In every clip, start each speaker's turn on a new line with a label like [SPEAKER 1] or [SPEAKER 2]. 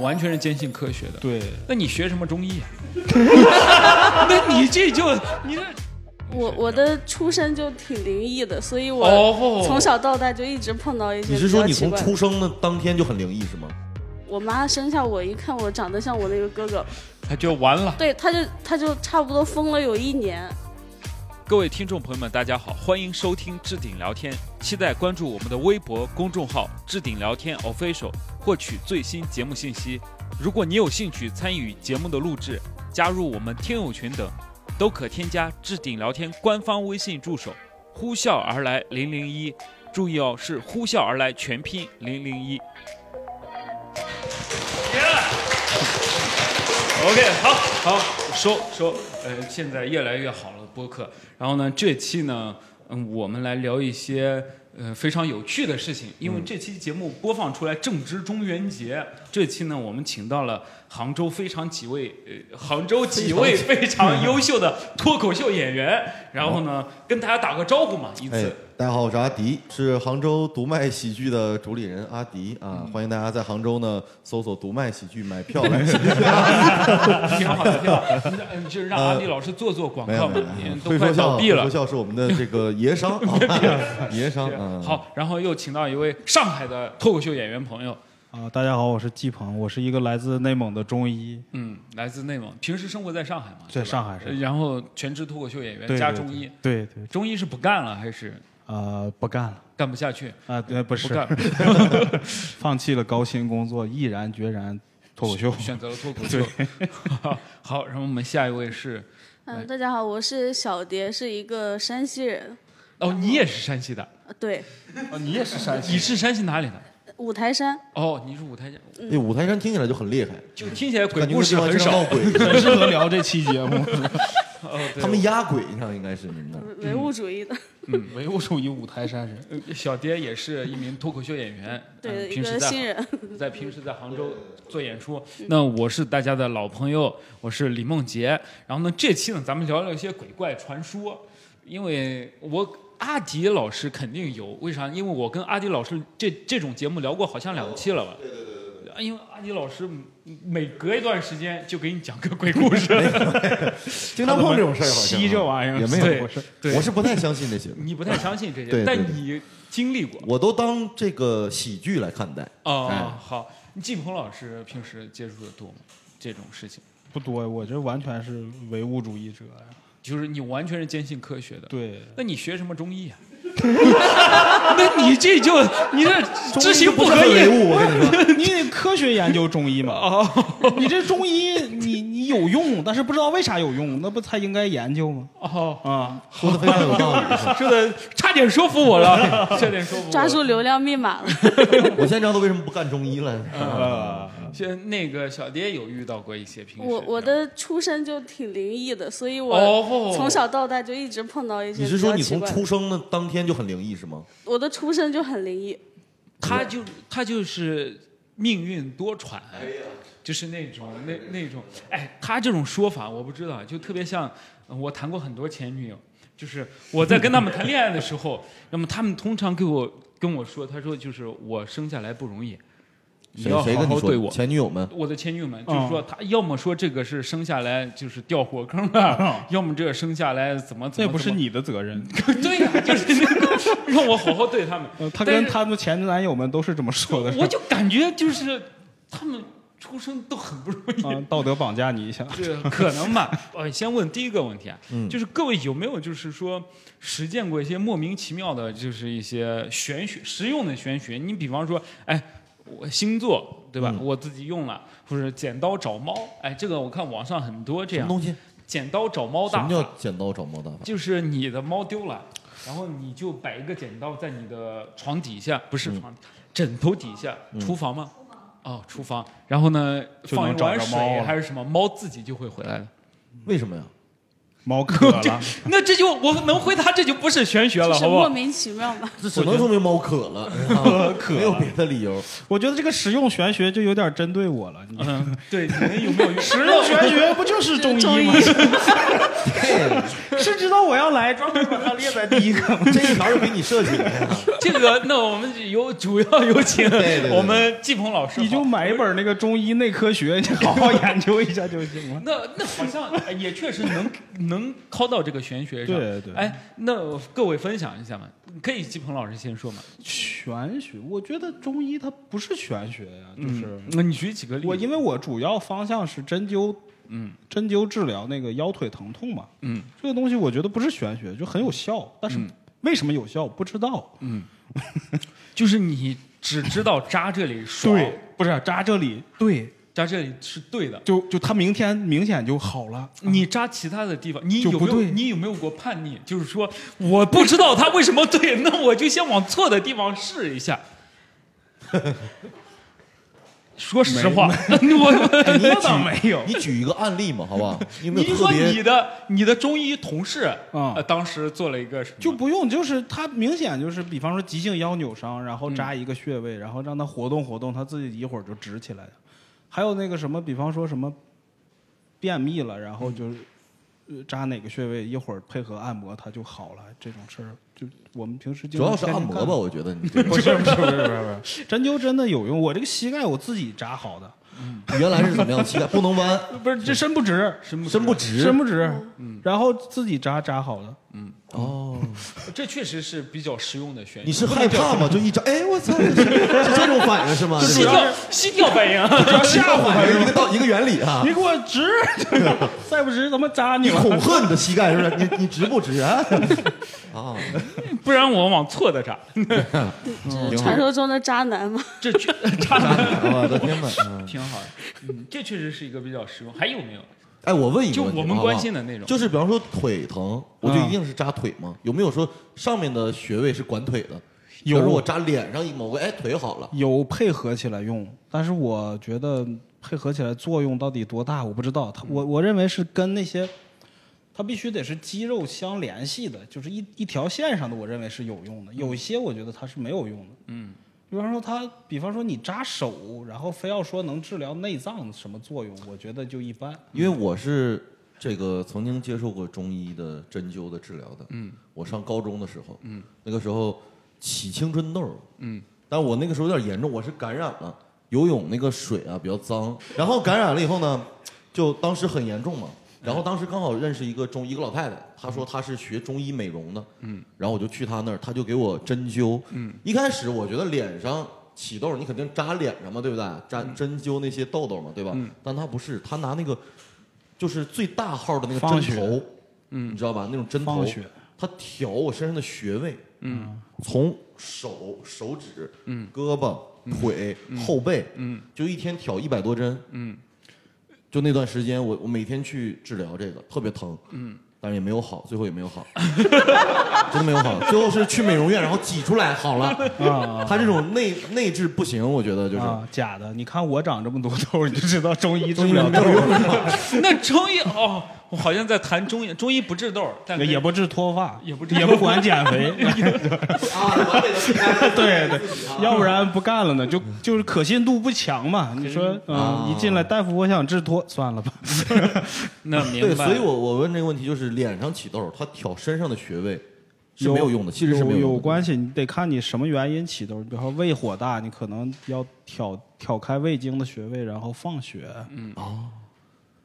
[SPEAKER 1] 完全是坚信科学的。
[SPEAKER 2] 对，
[SPEAKER 1] 那你学什么中医啊？ 那你这就 你这
[SPEAKER 3] 我我的出身就挺灵异的，所以
[SPEAKER 1] 哦
[SPEAKER 3] 我从小到大就一直碰到一些
[SPEAKER 4] 你是
[SPEAKER 3] 比
[SPEAKER 4] 说
[SPEAKER 3] 较
[SPEAKER 4] 你
[SPEAKER 3] 奇
[SPEAKER 4] 从
[SPEAKER 3] 怪的。
[SPEAKER 4] 出生的当天就很灵异是吗？
[SPEAKER 3] 我妈生下我一看我长得像我那个哥哥，
[SPEAKER 1] 他就完了。
[SPEAKER 3] 对，她就她就差不多疯了有一年。
[SPEAKER 1] 各位听众朋友们，大家好，欢迎收听置顶聊天，期待关注我们的微博公众号“置顶聊天 official”，获取最新节目信息。如果你有兴趣参与节目的录制，加入我们听友群等，都可添加置顶聊天官方微信助手“呼啸而来零零一”，注意哦，是“呼啸而来”全拼零零一。OK，好好收收，呃，现在越来越好了播客。然后呢，这期呢，嗯，我们来聊一些呃非常有趣的事情，因为这期节目播放出来正值中元节。这期呢，我们请到了杭州非常几位呃杭州几位非常优秀的脱口秀演员，然后呢，跟大家打个招呼嘛，一
[SPEAKER 4] 哎
[SPEAKER 1] 次。，
[SPEAKER 4] 大家好，我是阿迪，是杭州独卖喜剧的主理人阿迪
[SPEAKER 3] 嗯
[SPEAKER 4] 啊，欢迎大家在杭州呢搜索“独卖喜剧”买票来。
[SPEAKER 1] 挺好的，挺好的，你呃就是让阿丽老师做做广
[SPEAKER 4] 没
[SPEAKER 1] 告
[SPEAKER 4] 有
[SPEAKER 1] 吧
[SPEAKER 4] 没有，没有，
[SPEAKER 1] 嗯都
[SPEAKER 4] 会
[SPEAKER 1] 快
[SPEAKER 4] 说
[SPEAKER 1] 倒
[SPEAKER 4] 笑，
[SPEAKER 1] 闭了
[SPEAKER 4] 会说。笑是我们的这个爷 商，啊爷商啊。嗯，
[SPEAKER 1] 好，然后又请到一位上海的脱口秀演员朋友，
[SPEAKER 2] 啊、大家好，我是季鹏，我是一个来自内蒙的中医，
[SPEAKER 1] 嗯，来自内蒙，平时生活在上海嘛，
[SPEAKER 2] 在
[SPEAKER 1] 对吧
[SPEAKER 2] 上海是
[SPEAKER 1] 然后全职脱口秀演员
[SPEAKER 2] 对
[SPEAKER 1] 加
[SPEAKER 2] 对
[SPEAKER 1] 中医，
[SPEAKER 2] 对对，
[SPEAKER 1] 中医是不干了还是
[SPEAKER 2] 呃，不干了
[SPEAKER 1] 干不下去？
[SPEAKER 2] 啊、对，不
[SPEAKER 1] 不
[SPEAKER 2] 是，
[SPEAKER 1] 干，
[SPEAKER 2] 放弃了高薪工作，毅然决然脱口秀。
[SPEAKER 1] 选择了 脱口秀。好，然后我们下一位是，
[SPEAKER 4] 哎
[SPEAKER 3] 嗯，大家好，我是小蝶，是一个山西人。
[SPEAKER 1] 哦，你也是山西的，
[SPEAKER 3] 呃对，
[SPEAKER 2] 啊，你也是山
[SPEAKER 1] 你是山西哪里的？
[SPEAKER 3] 五台山。
[SPEAKER 1] 哦，你是五台山，
[SPEAKER 4] 那五台山听起来就很厉害，
[SPEAKER 1] 就听起来鬼
[SPEAKER 4] 感觉
[SPEAKER 1] 故事
[SPEAKER 4] 这地方
[SPEAKER 1] 很
[SPEAKER 4] 经常
[SPEAKER 1] 少
[SPEAKER 4] 闹。鬼，
[SPEAKER 2] 很适合聊这期节 目，
[SPEAKER 1] 哦，对
[SPEAKER 4] 他们压鬼上应该是您的。
[SPEAKER 3] 唯物主义的，
[SPEAKER 4] 嗯
[SPEAKER 2] 唯物主义五台山人。
[SPEAKER 1] 呃嗯小蝶也是一名脱口秀演员，
[SPEAKER 3] 对
[SPEAKER 1] 嗯
[SPEAKER 3] 一
[SPEAKER 1] 平时
[SPEAKER 3] 个
[SPEAKER 1] 在
[SPEAKER 3] 新人，
[SPEAKER 1] 在平时在杭州做演 出。那我是大家的老朋友，我是李梦洁。然后呢，这期呢，咱们聊聊一些鬼怪传说，因为我阿迪老师肯定有，为啥？因为我跟阿迪老师这这种节目聊过，好像两期了吧？对对对对对。因为阿迪老师每隔一段时间就给你讲个鬼故事，
[SPEAKER 4] 经常碰这种事儿，好像
[SPEAKER 2] 吸这玩意儿
[SPEAKER 4] 也没
[SPEAKER 1] 对
[SPEAKER 4] 有。
[SPEAKER 2] 我是
[SPEAKER 1] 对
[SPEAKER 4] 我是不太相信这些，
[SPEAKER 1] 你不太相信这些，
[SPEAKER 4] 对对
[SPEAKER 1] 但
[SPEAKER 4] 对
[SPEAKER 1] 你经历过
[SPEAKER 4] 我都当这个喜剧来看待。
[SPEAKER 1] 哦。
[SPEAKER 4] 哎
[SPEAKER 1] 好，季鹏老师平时接触的多吗？这种事情，
[SPEAKER 2] 不多，我这完全是唯物主义者呀。
[SPEAKER 1] 就是你完全是坚信科学的。
[SPEAKER 2] 对，
[SPEAKER 1] 那你学什么中医啊？那你这 就你这知行不合
[SPEAKER 4] 中医是很唯
[SPEAKER 1] 一。
[SPEAKER 4] 物，我跟你 说，
[SPEAKER 2] 你得科学研究中医嘛。
[SPEAKER 1] 哦
[SPEAKER 2] 你这中医，你你有用，但是不知道为啥有用，那不才应该研究吗？
[SPEAKER 1] 哦，
[SPEAKER 2] 啊，
[SPEAKER 4] 说的非常 有道理。
[SPEAKER 1] 是的，差点说服我了， 差点说服我 了。
[SPEAKER 3] 抓住流量密码了。
[SPEAKER 4] 我现在知道他为什么不干 中医了。啊
[SPEAKER 1] 现呃那个小爹有遇到过一些平时
[SPEAKER 3] 我我的出身就挺灵异的，所以
[SPEAKER 1] 哦
[SPEAKER 3] 我从小到大就一直碰到一些
[SPEAKER 4] 你
[SPEAKER 3] 比
[SPEAKER 4] 是
[SPEAKER 3] 较
[SPEAKER 4] 说你
[SPEAKER 3] 奇
[SPEAKER 4] 从
[SPEAKER 3] 怪的。
[SPEAKER 4] 出生的当天就很灵异是吗？
[SPEAKER 3] 我的出身就很灵异，
[SPEAKER 1] 他就他就是命运多舛，就是那种那那种，哎，他这种说法我不知道，就特别像呃我谈过很多前女友，就是我在跟他们谈恋爱的时候， 那么他们通常给我跟我说，他说就是我生下来不容易，你
[SPEAKER 4] 谁
[SPEAKER 1] 要
[SPEAKER 4] 谁
[SPEAKER 1] 好
[SPEAKER 4] 跟你
[SPEAKER 1] 好
[SPEAKER 4] 说
[SPEAKER 1] 对
[SPEAKER 4] 的？
[SPEAKER 1] 我。
[SPEAKER 4] 前女友们，
[SPEAKER 1] 我的前女友们
[SPEAKER 2] 嗯
[SPEAKER 1] 就是说，他要么说这个是生下来就是掉火坑了，要么这个生下来怎么怎么，
[SPEAKER 2] 嗯那不是你的责任。
[SPEAKER 1] 怎么， 对呀、就是那个让我好好对他们。
[SPEAKER 2] 呃 他
[SPEAKER 1] 但
[SPEAKER 2] 跟
[SPEAKER 1] 是
[SPEAKER 2] 他们前男友们都是这么说的，是 吧
[SPEAKER 1] 我就感觉就是他们出生都很不容易，
[SPEAKER 2] 啊，道德绑架你一下。
[SPEAKER 1] 这 可能吧？呃，先问第一个问题啊，
[SPEAKER 4] 嗯
[SPEAKER 1] 就是各位有没有就是说实践过一些莫名其妙的，就是一些玄学实用的玄学？你比方说，哎，我星座对吧？
[SPEAKER 4] 嗯
[SPEAKER 1] 我自己用了，或者剪刀找猫，哎，这个我看网上很多这
[SPEAKER 4] 什么
[SPEAKER 1] 样，
[SPEAKER 4] 东西？
[SPEAKER 1] 剪刀找猫
[SPEAKER 4] 什
[SPEAKER 1] 大
[SPEAKER 4] 么叫
[SPEAKER 1] 法，
[SPEAKER 4] 剪刀找猫大法？
[SPEAKER 1] 就是你的猫丢了，然后你就摆一个剪刀在你的床底下，不是
[SPEAKER 4] 嗯
[SPEAKER 1] 床，枕头底下，
[SPEAKER 4] 嗯
[SPEAKER 1] 厨房吗？哦，厨房。然后呢，
[SPEAKER 2] 就
[SPEAKER 1] 放
[SPEAKER 2] 能
[SPEAKER 1] 一
[SPEAKER 2] 找
[SPEAKER 1] 碗
[SPEAKER 2] 着
[SPEAKER 1] 水
[SPEAKER 2] 猫了
[SPEAKER 1] 还是什么，猫自己就会回来的。
[SPEAKER 4] 为什么呀？
[SPEAKER 2] 猫渴了，
[SPEAKER 1] 那这就我能回答，这就不是玄学
[SPEAKER 3] 就
[SPEAKER 1] 了，
[SPEAKER 3] 是
[SPEAKER 1] 好不
[SPEAKER 3] 莫
[SPEAKER 1] 好？
[SPEAKER 3] 名其妙吧。
[SPEAKER 4] 这只能说明猫渴了， 啊
[SPEAKER 2] 渴了
[SPEAKER 4] 没有别的理由。
[SPEAKER 2] 我觉得这个实用玄学就有点针对我了。你
[SPEAKER 1] 嗯，对，你们有没有用？
[SPEAKER 2] 实用玄学不就是 中医吗？
[SPEAKER 4] 对，
[SPEAKER 2] 是知道我要来，专门把它列在第一个吗？
[SPEAKER 4] 这一条是给你设计的呀。
[SPEAKER 1] 这个，那我们有主要有请
[SPEAKER 4] 对对对
[SPEAKER 1] 我们季鹏老师好。
[SPEAKER 2] 你就买一本那个中医内科学，你好好研究一下就行了。
[SPEAKER 1] 那那好像哎也确实能能靠到这个玄学上。
[SPEAKER 2] 对对
[SPEAKER 1] 哎，那各位分享一下嘛，可以季鹏老师先说嘛。
[SPEAKER 2] 玄学，我觉得中医它不是玄学呀、就是
[SPEAKER 1] 嗯，那你举几个例子？
[SPEAKER 2] 我因为我主要方向是针灸，
[SPEAKER 1] 嗯
[SPEAKER 2] 针灸治疗那个腰腿疼痛嘛。
[SPEAKER 1] 嗯
[SPEAKER 2] 这个东西我觉得不是玄学，就很有效，但是
[SPEAKER 1] 嗯
[SPEAKER 2] 为什么有效不知道。
[SPEAKER 1] 嗯，就是你嗯只知道扎这里爽，
[SPEAKER 2] 对，不
[SPEAKER 1] 啊
[SPEAKER 2] 是扎这里，对，
[SPEAKER 1] 扎这里是对的。
[SPEAKER 2] 就就他明天明显就好了。
[SPEAKER 1] 你扎其他的地方，你有
[SPEAKER 2] 就
[SPEAKER 1] 没
[SPEAKER 2] 不
[SPEAKER 1] 有
[SPEAKER 2] 对
[SPEAKER 1] 你有没有过叛逆？就是说，我不知道他为什么对，那我就先往错的地方试一下。说实话， 我
[SPEAKER 2] 那倒没有
[SPEAKER 4] 哎你举一个案例嘛，好不 好？你有没
[SPEAKER 1] 你
[SPEAKER 4] 有
[SPEAKER 1] 就
[SPEAKER 4] 特
[SPEAKER 1] 说
[SPEAKER 4] 别
[SPEAKER 1] 你的你的中医同事
[SPEAKER 2] 啊
[SPEAKER 1] 呃当时做了一个什么？
[SPEAKER 2] 就不用，就是他明显就是，比方说急性腰扭伤，然后扎一个穴
[SPEAKER 1] 嗯
[SPEAKER 2] 位，然后让他活动活动，他自己一会儿就直起来了。还有那个什么，比方说什么便秘了，然后就是、呃扎哪个穴位，一会儿配合按摩，他就好了。这种事儿，就我们平时经
[SPEAKER 4] 主
[SPEAKER 2] 常
[SPEAKER 4] 要是
[SPEAKER 2] 天
[SPEAKER 4] 按
[SPEAKER 2] 天
[SPEAKER 4] 摩
[SPEAKER 2] 干
[SPEAKER 4] 吧？。我觉得你这
[SPEAKER 2] 不
[SPEAKER 4] 个
[SPEAKER 2] 是不是不是不是不是，针灸真的有用。我这个膝盖我自己扎好的，
[SPEAKER 4] 嗯原来是怎么样？膝盖不能弯，
[SPEAKER 2] 不是这伸不直，
[SPEAKER 4] 伸不直。嗯
[SPEAKER 2] 伸不直，然后自己扎扎好的。
[SPEAKER 4] 哦，
[SPEAKER 1] 这确实是比较实用的选
[SPEAKER 4] 你
[SPEAKER 1] 择。
[SPEAKER 4] 是害怕吗？就一张，哎，我操， 是是这种反应是吗？
[SPEAKER 1] 心跳心跳反 应，
[SPEAKER 4] 吓唬一个道一个原理啊
[SPEAKER 2] 你！给我直， 再不直怎么扎你
[SPEAKER 4] 你
[SPEAKER 2] 了？
[SPEAKER 4] 恐吓你的膝盖是不是？你你直不直 啊？啊，
[SPEAKER 1] 不然我往错的扎。
[SPEAKER 3] 这
[SPEAKER 4] 挺
[SPEAKER 3] 是
[SPEAKER 4] 好
[SPEAKER 3] 传说中的渣男嘛，
[SPEAKER 1] 这确扎的
[SPEAKER 4] 我的天哪！嗯
[SPEAKER 1] 挺好的，嗯，这确实是一个比较实用。还有没有？
[SPEAKER 4] 哎，我问一个问题，
[SPEAKER 1] 就我们
[SPEAKER 4] 好不好
[SPEAKER 1] 关心的那种嗯
[SPEAKER 4] 就是比方说腿疼，我就一定是扎腿吗？有没有说上面的穴位是管腿的？
[SPEAKER 2] 有
[SPEAKER 4] 比如说我扎脸上一某个，哎，腿好了。
[SPEAKER 2] 有配合起来用，但是我觉得配合起来作用到底多大，我不知道。它我我认为是跟那些，它必须得是肌肉相联系的，就是一一条线上的，我认为是有用的。有些我觉得它是没有用的。嗯，比方说它，比方说你扎手，然后非要说能治疗内脏什么作用，我觉得就一般。
[SPEAKER 4] 因为我是这个曾经接受过中医的针灸的治疗的，嗯，我上高中的时候，嗯，那个时候起青春痘，嗯，但我那个时候有点严重，我是感染了，游泳那个水啊比较脏，然后感染了以后呢，就当时很严重嘛。然后当时刚好认识一个中一个老太太，她说她是学中医美容的，嗯，然后我就去她那儿，她就给我针灸，嗯，一开始我觉得脸上起痘儿，你肯定扎脸上嘛，对不对？扎针灸那些痘痘嘛，对吧？但她不是，她拿那个就是最大号的那个针
[SPEAKER 2] 放血
[SPEAKER 4] 头，嗯，你知道吧？那种针头
[SPEAKER 2] 放血，
[SPEAKER 4] 它调我身上的穴位，嗯，从手、手指、嗯、胳膊、腿、后背，嗯，就一天挑一百多针，嗯，就那段时间我我每天去治疗这个，特别疼，嗯。但是也没有好，最后也没有好， 真的没有好。最后是去美容院，然后挤出来好了。
[SPEAKER 2] 啊
[SPEAKER 4] 他这种内内治不行，我觉得就是。
[SPEAKER 2] 啊，假的！你看我长这么多痘儿，你就知道中医治不
[SPEAKER 4] 没有
[SPEAKER 2] 了
[SPEAKER 4] 没有
[SPEAKER 2] 痘
[SPEAKER 4] 用
[SPEAKER 2] 儿，
[SPEAKER 1] 那中医哦，我好像在谈中医，中医不治痘儿，但
[SPEAKER 2] 也不治脱发，
[SPEAKER 1] 也不治
[SPEAKER 2] 也不管减肥。
[SPEAKER 4] 啊，完美的避开
[SPEAKER 2] 对对，要不然不干了呢，就就是可信度不强嘛。你说，
[SPEAKER 4] 啊
[SPEAKER 2] 嗯，一进来大夫，我想治脱，算了 吧。
[SPEAKER 1] 那明
[SPEAKER 4] 对，
[SPEAKER 1] 白。
[SPEAKER 4] 所以我我问这个问题就是脸上起痘，它挑身上的穴位是没有用的，其实是没
[SPEAKER 2] 有
[SPEAKER 4] 用的。
[SPEAKER 2] 关系，你得看你什么原因起痘。比如说胃火大，你可能要挑挑开胃经的穴位，然后放血，嗯，
[SPEAKER 4] 哦，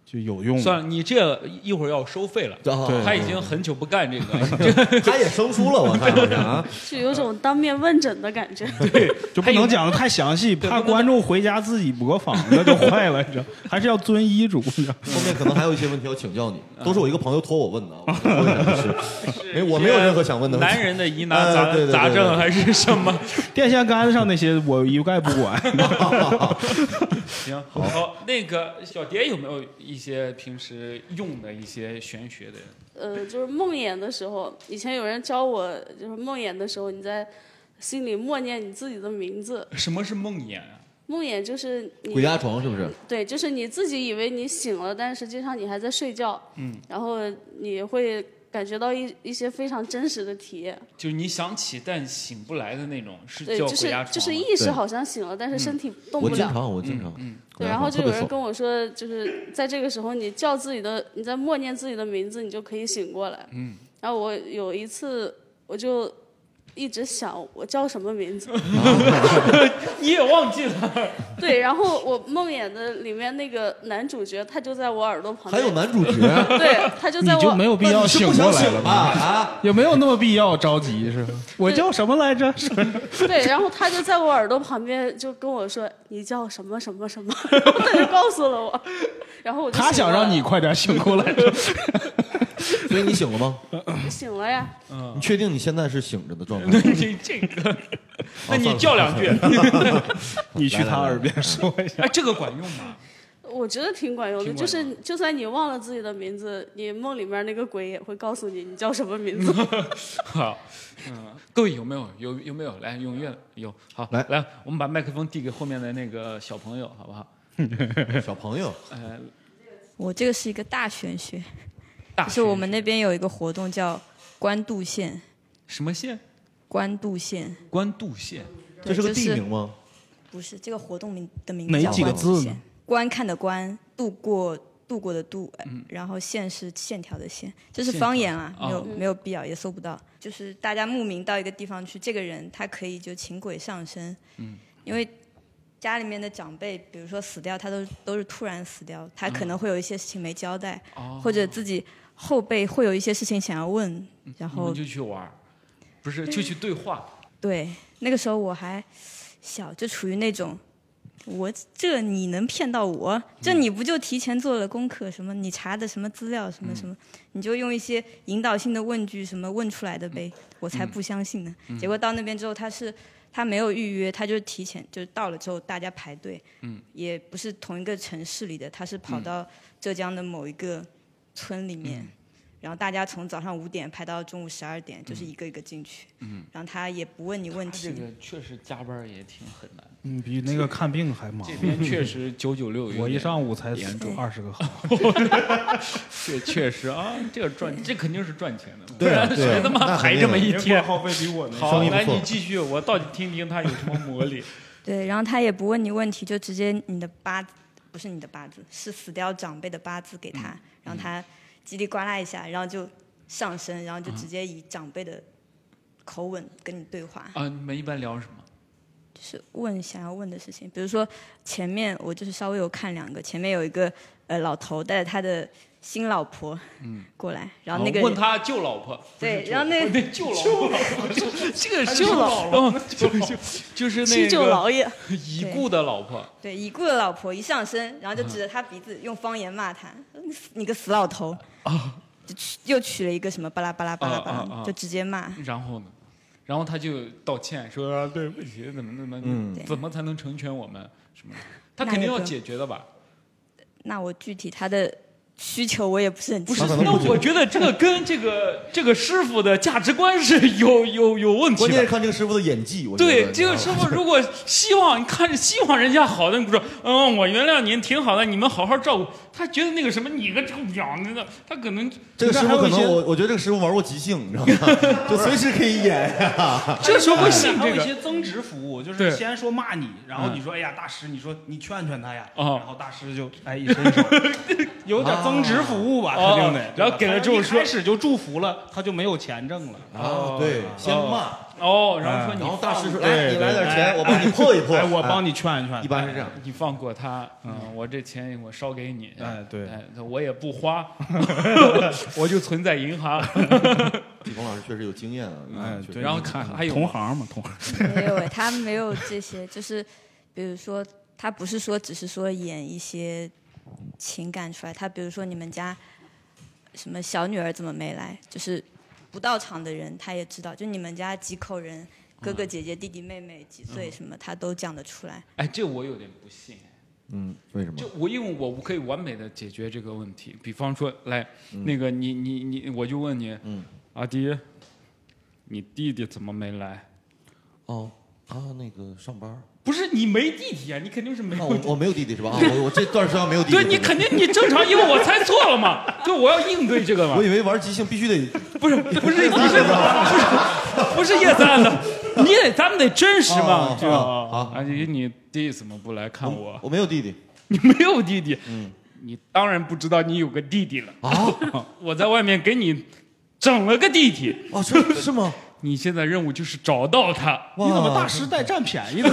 [SPEAKER 2] 就有用。
[SPEAKER 1] 算了，你这一会儿要收费了。
[SPEAKER 4] 啊
[SPEAKER 2] 对
[SPEAKER 1] 他已经很久不干这个，
[SPEAKER 4] 他也生疏了，我看好像 啊。
[SPEAKER 3] 就有种当面问诊的感觉。
[SPEAKER 2] 就不能讲的太详 细，
[SPEAKER 1] 对
[SPEAKER 2] 怕
[SPEAKER 1] 不能
[SPEAKER 2] 观众回家自己模仿，那就坏了，你知道？还是要遵医嘱，你知道？
[SPEAKER 4] 后面可能还有一些问题要请教你，
[SPEAKER 1] 嗯
[SPEAKER 4] 都是我一个朋友托我问的啊，我说一下 就是，没我没有任何想问的问 题。
[SPEAKER 1] 男人的疑难
[SPEAKER 4] 呃对对
[SPEAKER 1] 杂杂
[SPEAKER 4] 对对
[SPEAKER 1] 症还是什么？
[SPEAKER 2] 电线杆上那些我一概不管。
[SPEAKER 1] 行，好、那个小蝶有没有一些平时用的一些玄学的？
[SPEAKER 3] 呃，就是梦魇的时候，以前有人教我，就是梦魇的时候，你在心里默念你自己的名字，
[SPEAKER 1] 什么是梦魇啊？
[SPEAKER 3] 梦魇就是你
[SPEAKER 4] 鬼压床是不是？
[SPEAKER 3] 对，就是你自己以为你醒了，但实际上你还在睡觉。嗯。然后你会感觉到一一些非常真实的体验，
[SPEAKER 1] 就是你想起但醒不来的那种，是
[SPEAKER 3] 对，
[SPEAKER 1] 叫
[SPEAKER 3] 就
[SPEAKER 1] 鬼
[SPEAKER 3] 是
[SPEAKER 1] 压床。啊
[SPEAKER 3] 就是意识
[SPEAKER 4] 对
[SPEAKER 3] 好像醒了，但是身体动
[SPEAKER 4] 我
[SPEAKER 3] 不
[SPEAKER 4] 经
[SPEAKER 3] 了。
[SPEAKER 4] 常我经常，
[SPEAKER 1] 嗯
[SPEAKER 3] 对，然后就
[SPEAKER 4] 特
[SPEAKER 3] 有
[SPEAKER 4] 别
[SPEAKER 3] 人
[SPEAKER 4] 爽。
[SPEAKER 3] 跟我说，就是在这个时候，你叫自己的，你在默念自己的名字，你就可以醒过来。嗯。然后我有一次，我就一直想我叫什么名 字。
[SPEAKER 1] 你也忘记了，
[SPEAKER 3] 对，然后我梦魇的里面那个男主角，他就在我耳朵旁
[SPEAKER 4] 还
[SPEAKER 3] 边。
[SPEAKER 4] 有男主角，啊
[SPEAKER 3] 对，他就
[SPEAKER 2] 你
[SPEAKER 3] 在我
[SPEAKER 2] 就没有必 要
[SPEAKER 4] 你是
[SPEAKER 2] 醒
[SPEAKER 4] 不
[SPEAKER 2] 过
[SPEAKER 4] 想
[SPEAKER 2] 来
[SPEAKER 4] 醒
[SPEAKER 2] 了
[SPEAKER 4] 吧？
[SPEAKER 2] 吗？
[SPEAKER 4] 啊，
[SPEAKER 2] 有没有那么必要着急是吧？我叫什么来着？是
[SPEAKER 3] 对，然后他就在我耳朵旁边就跟我说：“你叫什么什么什么。” 然后他就告诉了我， 然后我就
[SPEAKER 2] 他
[SPEAKER 3] 醒
[SPEAKER 2] 想
[SPEAKER 3] 了
[SPEAKER 2] 让你快点醒过来。
[SPEAKER 4] 所以你醒了吗？
[SPEAKER 1] 嗯
[SPEAKER 3] 醒了呀。
[SPEAKER 4] 你确定你现在是醒着的状态？哦
[SPEAKER 1] 你嗯 这个，那你叫两句，
[SPEAKER 2] 你去他耳边说一下。
[SPEAKER 1] 哎，这个管用吗？
[SPEAKER 3] 我觉得挺管用的，
[SPEAKER 1] 挺管
[SPEAKER 3] 就
[SPEAKER 1] 用
[SPEAKER 3] 是就算你忘了自己的名字，你梦里面那个鬼也会告诉你你叫什么 名字。
[SPEAKER 1] 好，嗯，各位有没有有有没有来踊跃有好
[SPEAKER 4] 来
[SPEAKER 1] 来，我们把麦克风递给后面的那个小朋友，好不好？
[SPEAKER 4] 小朋友，
[SPEAKER 1] 呃，
[SPEAKER 5] 我这个是一个大玄学，
[SPEAKER 1] 大
[SPEAKER 5] 就
[SPEAKER 1] 学
[SPEAKER 5] 是我们那边有一个活动叫官渡线，
[SPEAKER 1] 什么县？
[SPEAKER 5] 官渡线
[SPEAKER 1] 官渡县。
[SPEAKER 4] 这是个地
[SPEAKER 5] 就是
[SPEAKER 4] 名吗？
[SPEAKER 5] 不是这个活动名的名字
[SPEAKER 2] 哪
[SPEAKER 5] 叫
[SPEAKER 2] 几个
[SPEAKER 5] 官渡
[SPEAKER 2] 字
[SPEAKER 5] 线
[SPEAKER 2] 呢？
[SPEAKER 5] 观看的观，渡过渡过的渡，呃然后线是线条的线，这是
[SPEAKER 1] 线
[SPEAKER 5] 方
[SPEAKER 1] 条
[SPEAKER 5] 言啊，没有、
[SPEAKER 1] 哦
[SPEAKER 5] 没有必要也搜不到。就是大家慕名到一个地方去，这个人他可以就请鬼上身，因为。家里面的长辈，比如说死掉，他都都是突然死掉，他可能会有一些事情没交代，
[SPEAKER 1] 嗯哦嗯
[SPEAKER 5] 或者自己后辈会有一些事情想要问，然
[SPEAKER 1] 你
[SPEAKER 5] 后
[SPEAKER 1] 们就去玩儿，不是就去对话。
[SPEAKER 5] 对，那个时候我还小，就处于那种，我这你能骗到我？这
[SPEAKER 1] 嗯
[SPEAKER 5] 你不就提前做了功课？什么你查的什么资料？什么
[SPEAKER 1] 嗯
[SPEAKER 5] 什么？你就用一些引导性的问句什么问出来
[SPEAKER 1] 嗯
[SPEAKER 5] 的呗，我才不相信呢。结果到那边之后，他是他没有预约，他就是提前就是到了之后大家排队，嗯，也不是同一个城市里的，他是跑到
[SPEAKER 1] 嗯
[SPEAKER 5] 浙江的某一个村里面。
[SPEAKER 3] 嗯
[SPEAKER 5] 然后大家从早上五点排到中午十二点，就是一个一个进去。嗯，然后他也不问你问
[SPEAKER 1] 他
[SPEAKER 5] 题
[SPEAKER 1] 这，个确实加班儿也挺很难，
[SPEAKER 2] 嗯，比那个看病还忙
[SPEAKER 1] 这边确实九九六。
[SPEAKER 2] 我一上午才
[SPEAKER 1] 严
[SPEAKER 5] 重
[SPEAKER 2] 二十个号，
[SPEAKER 1] 这确实啊，这 个赚这肯定是赚钱的，不
[SPEAKER 4] 对啊
[SPEAKER 1] 然
[SPEAKER 4] 对啊
[SPEAKER 1] 谁他妈
[SPEAKER 4] 那
[SPEAKER 1] 还
[SPEAKER 4] 肯
[SPEAKER 1] 这
[SPEAKER 4] 定
[SPEAKER 1] 么一
[SPEAKER 2] 别
[SPEAKER 1] 天
[SPEAKER 2] 挂？号费比我那
[SPEAKER 1] 好
[SPEAKER 4] 生意，不
[SPEAKER 1] 来
[SPEAKER 4] 错
[SPEAKER 1] 你继续，我到底听听他有什么 魔力？
[SPEAKER 5] 对，然后他也不问你问题，就直接你的八字不是你的八字，是死掉长辈的八字给
[SPEAKER 1] 嗯
[SPEAKER 5] 他，然后他叽里呱啦一下，然后就上身，然后
[SPEAKER 1] 嗯
[SPEAKER 5] 就直接以长辈的口吻跟你对话。
[SPEAKER 1] 啊，你们一般聊什么？
[SPEAKER 5] 就是问想要问的事情，比如说前面我就是稍微有看两个，前面有一个呃老头带着他的新老婆嗯过来，然后那个
[SPEAKER 1] 啊问
[SPEAKER 5] 人、
[SPEAKER 1] 他救老婆，
[SPEAKER 5] 对，然后那个
[SPEAKER 1] 那救老婆，这个
[SPEAKER 2] 救
[SPEAKER 1] 老
[SPEAKER 2] 老
[SPEAKER 1] 婆，就就就是
[SPEAKER 3] 七
[SPEAKER 1] 那
[SPEAKER 3] 舅
[SPEAKER 1] 个
[SPEAKER 3] 老爷，
[SPEAKER 1] 已故的老婆，
[SPEAKER 5] 对已故的老婆一上身，然后就指着他鼻子用方言骂他：“你死你个死老头！”就取又取了一个什么巴拉巴拉巴拉巴
[SPEAKER 1] 啊啊啊
[SPEAKER 5] 拉，就直接骂。
[SPEAKER 1] 然后呢，然后他就道歉说、啊、对不起，怎么怎么，
[SPEAKER 4] 嗯
[SPEAKER 5] 对
[SPEAKER 1] 怎么才能成全我们什么的？他
[SPEAKER 5] 那
[SPEAKER 1] 肯定
[SPEAKER 5] 也
[SPEAKER 1] 要
[SPEAKER 5] 不
[SPEAKER 1] 解决的吧？
[SPEAKER 5] 那我具体他的需求我也不是很清楚
[SPEAKER 4] 他。可能
[SPEAKER 1] 那
[SPEAKER 4] 不解决
[SPEAKER 1] 我觉得这个跟这个这个师傅的价值观是有有有 问题
[SPEAKER 4] 关键是
[SPEAKER 1] 的。
[SPEAKER 4] 看这个师啊傅的演技。我觉得
[SPEAKER 1] 对
[SPEAKER 4] 你知
[SPEAKER 1] 这
[SPEAKER 4] 道
[SPEAKER 1] 个
[SPEAKER 4] 吗
[SPEAKER 1] 师傅，如果希望看着希望人家好的，你说，嗯，我原谅您，挺好的，你们好好照顾。他觉得那个什么，你个臭婊子的，他可能
[SPEAKER 4] 这个师傅可
[SPEAKER 2] 还有一些
[SPEAKER 4] 能我我觉得这个师傅玩过即兴，你知道 吗？就随时可以演 呀。
[SPEAKER 1] 这时候会信
[SPEAKER 2] 还
[SPEAKER 1] 这
[SPEAKER 2] 有一
[SPEAKER 1] 个。
[SPEAKER 2] 些增值服务，就
[SPEAKER 1] 对
[SPEAKER 2] 是先说骂你，然后你说哎呀大师，你说你劝劝他呀，
[SPEAKER 1] 哦
[SPEAKER 2] 然后大师就哎一伸手， 有点增值服务吧，
[SPEAKER 1] 哦
[SPEAKER 2] 肯定得。
[SPEAKER 1] 然后给了之后说
[SPEAKER 2] 他要一开始就祝福了，他就没有钱挣了。
[SPEAKER 4] 啊，对，先骂，哎
[SPEAKER 1] 哦，然后说
[SPEAKER 4] 然
[SPEAKER 1] 你
[SPEAKER 4] 后大师说：“
[SPEAKER 2] 对
[SPEAKER 4] 来，你来点
[SPEAKER 2] 哎
[SPEAKER 4] 钱，我 帮你破一破。”
[SPEAKER 2] 哎，我帮
[SPEAKER 4] 你。
[SPEAKER 2] 你劝一劝。
[SPEAKER 4] 一般是这样。
[SPEAKER 1] 哎你放过他，嗯，我这钱我烧给你，
[SPEAKER 2] 哎对
[SPEAKER 1] 哎，我也不 花，我就存在银行，
[SPEAKER 4] 李鹏老师确实有经验啊。
[SPEAKER 2] 哎，
[SPEAKER 4] 确实
[SPEAKER 2] 对，
[SPEAKER 1] 然后
[SPEAKER 2] 你看
[SPEAKER 1] 还有
[SPEAKER 2] 同行嘛，同行。
[SPEAKER 5] 没有哎，他没有这些，就是比如说，他不是说只是说演一些情感出来，他比如说你们家什么小女儿怎么没来，就是不到场的人他也知道，就你们家几口人，哥哥姐姐、弟弟妹妹几岁什么，他都讲得出来。
[SPEAKER 1] 哎，这我有点不信，哎
[SPEAKER 4] 嗯，为什么？
[SPEAKER 1] 就我因为我可以完美的解决这个问题，比方说，来，那个你你你，我就问你，
[SPEAKER 4] 嗯，
[SPEAKER 1] 阿迪，你弟弟怎么没来？
[SPEAKER 4] 哦，他那个上班儿，
[SPEAKER 1] 不是你没地铁啊，你肯定是没
[SPEAKER 4] 啊，
[SPEAKER 1] 有
[SPEAKER 4] 我我 没有弟弟是吧？啊，我我这段时间没有弟弟。
[SPEAKER 1] 对你肯定你正常，因为我猜错了嘛。对，我要应对这个嘛
[SPEAKER 4] 我。以为玩即兴必须得
[SPEAKER 1] 不是不是不是不是叶三的， 你得咱们得真实嘛
[SPEAKER 4] 哦，
[SPEAKER 1] 这个
[SPEAKER 4] 哦好
[SPEAKER 1] 啊，你你弟怎么不来看我？
[SPEAKER 4] 我没有弟嗯弟
[SPEAKER 1] 你没有弟弟，你当然不知道你有个弟弟了。
[SPEAKER 4] 啊？
[SPEAKER 1] 我在外面给你整了个弟弟，
[SPEAKER 4] 哦，是是吗？
[SPEAKER 1] 你现在任务就是找到他。
[SPEAKER 4] 哇
[SPEAKER 2] 你怎么大 师在占便 宜呢？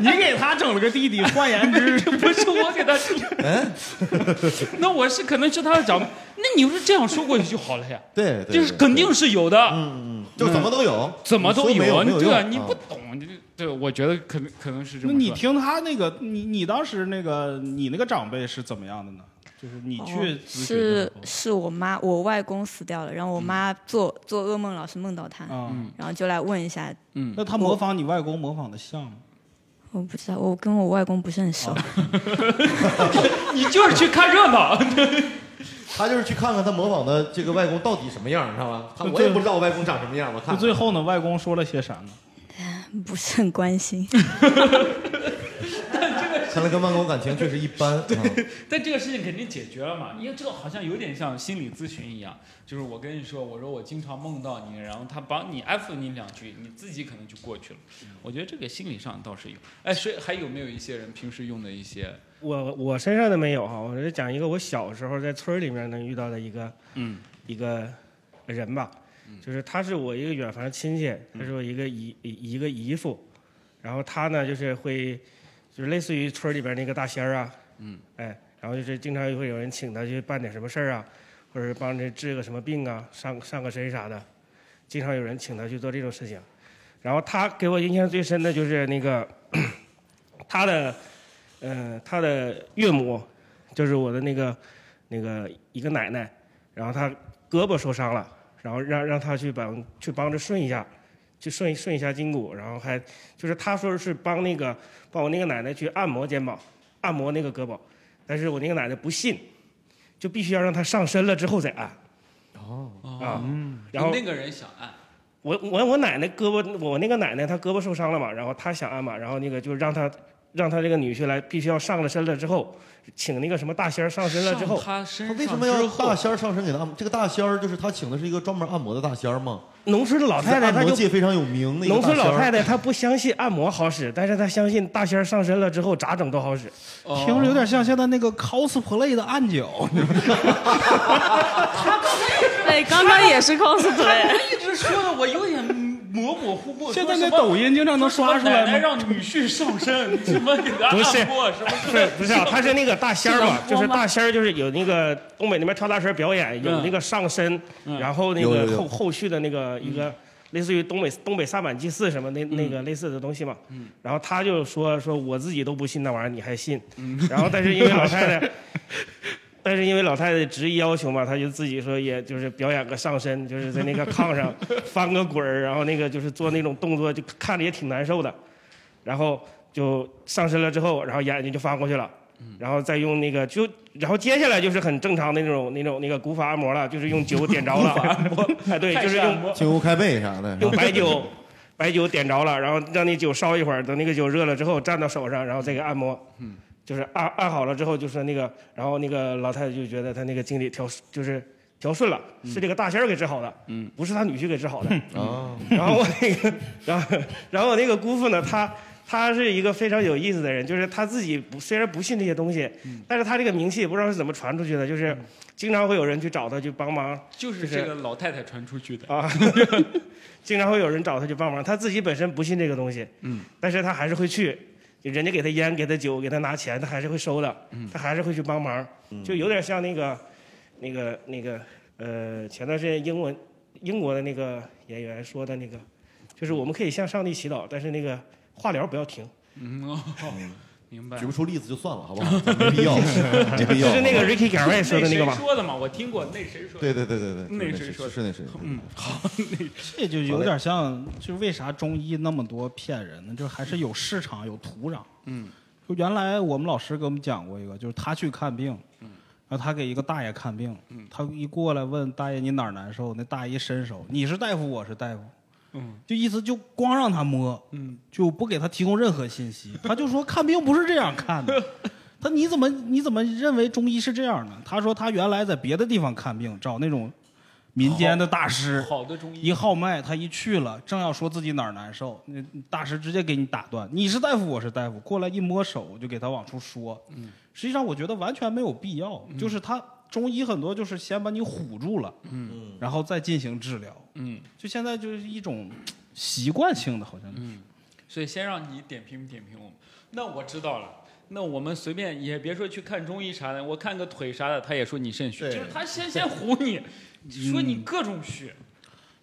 [SPEAKER 2] 你给他整了个弟弟，换言之，
[SPEAKER 1] 不是我给他，
[SPEAKER 4] 嗯
[SPEAKER 1] 那我是可能是他的长辈。那你不是这样说过去就好了呀？
[SPEAKER 4] 对，对
[SPEAKER 1] 就是肯定是有的。
[SPEAKER 4] 嗯，就怎么都有，
[SPEAKER 1] 怎么都
[SPEAKER 4] 你说没有，没有
[SPEAKER 1] 对啊，
[SPEAKER 4] 用
[SPEAKER 1] 你不懂，你对，我觉得可能可能是这
[SPEAKER 2] 那
[SPEAKER 1] 么
[SPEAKER 2] 你
[SPEAKER 1] 说。
[SPEAKER 2] 听他那个，你你当时那个，你那个长辈是怎么样的呢？就是哦嗯你
[SPEAKER 6] 哦
[SPEAKER 2] 去咨询的
[SPEAKER 5] 是
[SPEAKER 2] 时候
[SPEAKER 5] 是我妈，我外公死掉了，然后我妈做做噩梦，老是梦到他，
[SPEAKER 2] 啊，
[SPEAKER 5] 然后就来问一下。
[SPEAKER 6] 嗯
[SPEAKER 2] 那他模仿你外公模仿的像吗？
[SPEAKER 5] 我不知道，我跟我外公不是很
[SPEAKER 2] 哦
[SPEAKER 5] 熟，
[SPEAKER 1] 你就是去看热闹，
[SPEAKER 4] 他就是去看看他模仿的这个外公到底什么样，你知道吧？他
[SPEAKER 2] 对
[SPEAKER 4] 我也不知道我外公长什么样，我看
[SPEAKER 2] 就最后呢，外公说了些啥呢？
[SPEAKER 5] 不是很关心。
[SPEAKER 4] 看来跟外公感情确实一般。啊
[SPEAKER 1] 但这个事情肯定解决了嘛，因为这个好像有点像心理咨询一样，就是我跟你说，我说我经常梦到你，然后他帮你安抚你两句，你自己可能就过去了。我觉得这个心理上倒是有。哎，谁还有没有一些人平时用的一些？
[SPEAKER 6] 我我身上的没有哈，我是讲一个我小时候在村儿里面能遇到的一个
[SPEAKER 1] 嗯
[SPEAKER 6] 一个人吧，就是他是我一个远房亲戚，
[SPEAKER 1] 嗯
[SPEAKER 6] 他是我一个姨一一个姨父，然后他呢就是会就是类似于村儿里边那个大仙儿啊，嗯，哎，然后就是经常会有人请他去办点什么事儿啊，或者是帮着治个什么病啊，上上个身啥的，经常有人请他去做这种事情，然后他给我印象最深的就是那个他的。呃，他的岳母就是我的那个那个一个奶奶，然后她胳膊受伤了，然后让让她去帮去帮着顺一下，去顺顺一下筋骨，然后还就是她说是帮那个帮我那个奶奶去按摩肩膀，按摩那个胳膊，但是我那个奶奶不信，就必须要让她上身了之后再按。哦啊，然后
[SPEAKER 1] 嗯那个人想按，
[SPEAKER 6] 我我我奶奶胳膊，我那个奶奶她胳膊受伤了嘛，然后她想按嘛，然后那个就让她让她这个女婿来，必须要上了身了之后，请那个什么大仙儿上身了之后，
[SPEAKER 1] 他身
[SPEAKER 4] 他
[SPEAKER 1] 上
[SPEAKER 4] 为什么要
[SPEAKER 1] 之
[SPEAKER 4] 大
[SPEAKER 1] 后
[SPEAKER 4] 仙儿上身给他按摩？这个大仙儿就是他请的是一个专门按摩的大仙儿吗？
[SPEAKER 6] 农村的老太太
[SPEAKER 4] 按
[SPEAKER 6] 她
[SPEAKER 4] 摩
[SPEAKER 6] 就
[SPEAKER 4] 界非常有名的一个
[SPEAKER 6] 农村老太
[SPEAKER 4] 太，
[SPEAKER 6] 太她不相信按摩好使，但是她相信大仙儿上身了之后咋整都好使。
[SPEAKER 1] 哦
[SPEAKER 2] 听着有点像现在那个 cosplay 的按脚，
[SPEAKER 3] 对，哎刚刚也是 cosplay，
[SPEAKER 1] 一直说的我有点模模糊糊。
[SPEAKER 2] 现在
[SPEAKER 1] 说什
[SPEAKER 2] 那
[SPEAKER 1] 么
[SPEAKER 2] 抖音经常能刷出
[SPEAKER 1] 奶奶
[SPEAKER 2] 来吗？
[SPEAKER 1] 让女婿上身，你什么给他按
[SPEAKER 6] 不是
[SPEAKER 1] 摩什么
[SPEAKER 6] 不是不 是啊，她是那个大仙儿嘛，
[SPEAKER 1] 是
[SPEAKER 6] 就
[SPEAKER 1] 老
[SPEAKER 6] 是
[SPEAKER 1] 婆吗
[SPEAKER 6] 大仙儿，就是有那个东北那边跳大神儿表演，有
[SPEAKER 1] 嗯
[SPEAKER 6] 那个上身，然后那
[SPEAKER 4] 有
[SPEAKER 6] 个
[SPEAKER 4] 有有
[SPEAKER 6] 后后续的那个一个类似于东北东北萨满祭祀什么
[SPEAKER 1] 嗯
[SPEAKER 6] 那那个类似的东西嘛。然后他就说说我自己都不信那玩意儿，你还信？
[SPEAKER 1] 嗯
[SPEAKER 6] 然后但是因为老太 太。但是因为老太太执意要求嘛，她就自己说，也就是表演个上身，就是在那个炕上翻个滚儿，然后那个就是做那种动作，就看着也挺难受的。然后就上身了之后，然后眼睛就翻过去了，然后再用那个就，然后接下来就是很正常的那种那种那个古法按摩了，就是用酒点着了，哎对，就是用
[SPEAKER 4] 进屋开背啥的。
[SPEAKER 6] 用白酒，白酒点着了，然后让那酒烧一会儿，等那个酒热了之后蘸到手上，然后再给按摩。嗯，就是按按好了之后，就是那个，然后那个老太太就觉得她那个经理调就是调顺了，是这个大仙儿给治好的，嗯，不是她女婿给治好的。
[SPEAKER 1] 嗯
[SPEAKER 4] 啊，
[SPEAKER 6] 然后我那个，然后然后我那个姑父呢，他他是一个非常有意思的人，就是他自己不虽然不信这些东西，
[SPEAKER 1] 嗯
[SPEAKER 6] 但是他这个名气也不知道是怎么传出去的，就是经常会有人去找他去帮忙
[SPEAKER 1] 就是这个老太太传出去的。
[SPEAKER 6] 啊， 经常会有人找他去帮忙，他自己本身不信这个东西， 嗯，但是他还是会去，就人家给他烟、给他酒、给他拿钱，他还是会收的，嗯，他还是会去帮忙，
[SPEAKER 4] 嗯
[SPEAKER 6] 就有点像那个，那个那个呃，前段时间英文英国的那个演员说的那个，就是我们可以向上帝祈祷，但是那个化疗不要停，
[SPEAKER 1] 嗯，哦，明白
[SPEAKER 4] 举。不出例子就算了，好不好？没必要，没必
[SPEAKER 6] 就
[SPEAKER 4] 要。
[SPEAKER 6] 是那个
[SPEAKER 4] 好
[SPEAKER 6] Ricky Garvey 说的那个
[SPEAKER 1] 谁
[SPEAKER 6] 嘛，
[SPEAKER 1] 说的嘛？我听过，那谁说的？
[SPEAKER 4] 吧对对对对对，
[SPEAKER 1] 那
[SPEAKER 4] 是
[SPEAKER 1] 谁说的
[SPEAKER 4] 是那谁？嗯，
[SPEAKER 2] 这就有点像，就是为啥中医那么多骗人呢？就还是有市场，有土壤。嗯，就原来我们老师给我们讲过一个，就是他去看病，嗯，然后他给一个大爷看病，嗯，他一过来问大爷你哪儿难受，那大爷一伸手，你是大夫，我是大夫，
[SPEAKER 1] 嗯
[SPEAKER 2] 就意思就光让他摸，
[SPEAKER 1] 嗯，
[SPEAKER 2] 就不给他提供任何信息。他就说看病不是这样看 的，他你怎么你怎么认为中医是这样的？他说他原来在别的地方看病，找那种民间的大师，
[SPEAKER 1] 好的中医
[SPEAKER 2] 一号脉，他一去了，正要说自己哪儿难受，那大师直接给你打断，你是大夫，我是大夫，过来一摸手我就给他往出说。
[SPEAKER 1] 嗯，
[SPEAKER 2] 实际上我觉得完全没有必要，就是他中医很多就是先把你唬住了，
[SPEAKER 4] 嗯，
[SPEAKER 2] 然后再进行治疗。
[SPEAKER 1] 嗯，
[SPEAKER 2] 就现在就是一种习惯性的，好像
[SPEAKER 1] 所以先让你点评点评我们。那我知道了。那我们随便也别说去看中医啥的，我看个腿啥的，他也说你肾虚，
[SPEAKER 4] 对
[SPEAKER 1] 就是他先先唬
[SPEAKER 6] 嗯
[SPEAKER 1] 你，说你各种虚，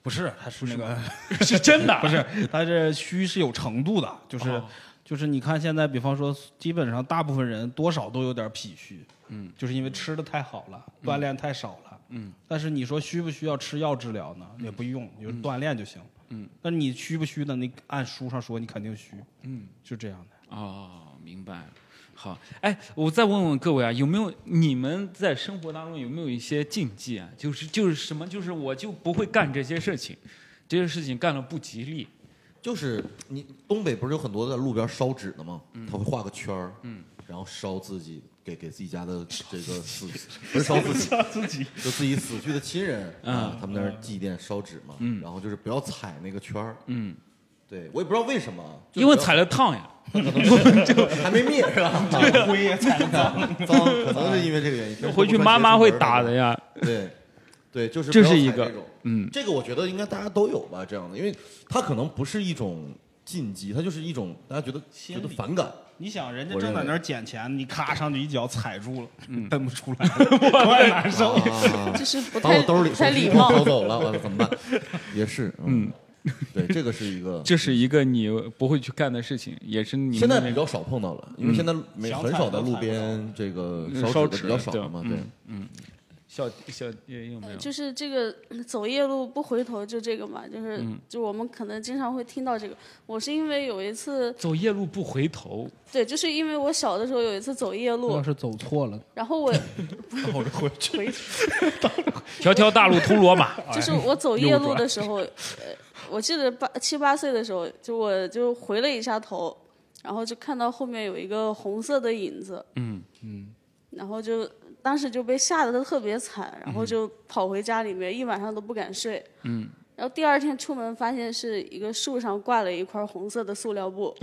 [SPEAKER 2] 不是，他是那个
[SPEAKER 1] 是真的，
[SPEAKER 2] 不 是，他这虚是有程度的，就是、
[SPEAKER 1] 哦
[SPEAKER 2] 就是你看现在，比方说，基本上大部分人多少都有点脾虚，
[SPEAKER 1] 嗯，
[SPEAKER 2] 就是因为吃的太好了，锻炼太少了，
[SPEAKER 1] 嗯，
[SPEAKER 2] 但是你说需不需要吃药治疗呢？也不用，就是锻炼就行，
[SPEAKER 1] 嗯，
[SPEAKER 2] 但是你虚不虚呢？你按书上说，你肯定虚，
[SPEAKER 1] 嗯。
[SPEAKER 2] 就这样的。
[SPEAKER 6] 啊
[SPEAKER 1] 哦，明白了。好，哎，我再问问各位啊，有没有你们在生活当中有没有一些禁忌啊？就是就是什么，就是我就不会干这些事情，这些事情干了不吉利。
[SPEAKER 4] 就是你东北不是有很多在路边烧纸的吗？他会画个圈儿，嗯，然后烧自己给给自己家的这个死， 不是烧自己，
[SPEAKER 2] 自己
[SPEAKER 4] 就自己死去的亲人
[SPEAKER 1] 嗯
[SPEAKER 4] 啊，他们那儿祭奠烧纸嘛，
[SPEAKER 1] 嗯
[SPEAKER 4] 然后就是不要踩那个圈儿，
[SPEAKER 1] 嗯，
[SPEAKER 4] 对我也不知道为什么，啊就是
[SPEAKER 1] 因为
[SPEAKER 4] 不要
[SPEAKER 1] 踩了烫呀。
[SPEAKER 4] 还没灭是吧？对，
[SPEAKER 2] 灰也踩了脏，
[SPEAKER 4] 脏可能是因为这个原因。平时
[SPEAKER 1] 回去妈妈会打的
[SPEAKER 4] 呀。
[SPEAKER 1] 呀。
[SPEAKER 4] 对，对，就是
[SPEAKER 1] 这
[SPEAKER 4] 不要
[SPEAKER 1] 是一
[SPEAKER 4] 踩
[SPEAKER 1] 个
[SPEAKER 4] 种
[SPEAKER 1] 嗯
[SPEAKER 4] 这个我觉得应该大家都有吧，这样的，因为它可能不是一种禁忌，它就是一种大家觉得
[SPEAKER 2] 心
[SPEAKER 4] 觉得
[SPEAKER 2] 理
[SPEAKER 4] 反感。
[SPEAKER 2] 你想人家
[SPEAKER 4] 我
[SPEAKER 2] 正
[SPEAKER 4] 认为
[SPEAKER 2] 在那儿捡钱，你咔上去一脚踩住了，
[SPEAKER 1] 嗯
[SPEAKER 2] 蹬 不出来，怪难受。
[SPEAKER 4] 啊
[SPEAKER 3] 就是不
[SPEAKER 4] 把
[SPEAKER 3] 太
[SPEAKER 4] 我兜里
[SPEAKER 3] 不太
[SPEAKER 4] 手机
[SPEAKER 3] 礼貌
[SPEAKER 4] 跑。走了，我怎么办？也是，嗯，对，这个是一个，
[SPEAKER 1] 这是一个你不会去干的事情，也是你们
[SPEAKER 4] 现在
[SPEAKER 1] 那
[SPEAKER 4] 比
[SPEAKER 1] 边
[SPEAKER 4] 较少碰到了，因为现
[SPEAKER 1] 嗯
[SPEAKER 4] 在没
[SPEAKER 2] 想
[SPEAKER 4] 很
[SPEAKER 2] 踩
[SPEAKER 4] 少
[SPEAKER 2] 都
[SPEAKER 4] 在路
[SPEAKER 2] 踩不
[SPEAKER 4] 边这个
[SPEAKER 1] 烧
[SPEAKER 4] 烧纸的
[SPEAKER 1] 纸
[SPEAKER 4] 比较少
[SPEAKER 1] 对
[SPEAKER 4] 了嘛，对，
[SPEAKER 1] 小小也有没有？
[SPEAKER 3] 就是这个嗯走夜路不回头，就这个嘛，就是、
[SPEAKER 2] 嗯
[SPEAKER 3] 就我们可能经常会听到这个。我是因为有一次，
[SPEAKER 1] 走夜路不回头，
[SPEAKER 3] 对，就是因为我小的时候有一次走夜路，
[SPEAKER 2] 是走错了，
[SPEAKER 3] 然后 我
[SPEAKER 2] 我就回去。
[SPEAKER 1] 条条大路通罗马。
[SPEAKER 3] 就是我走夜路的时候，呃，我记得八七八岁的时候，就我就回了一下头，然后就看到后面有一个红色的影子，
[SPEAKER 1] 嗯
[SPEAKER 3] 然后就当时就被吓得特别惨，然后就跑回家里面，一晚上都不敢睡。
[SPEAKER 1] 嗯，
[SPEAKER 3] 然后第二天出门发现是一个树上挂了一块红色的塑料 布，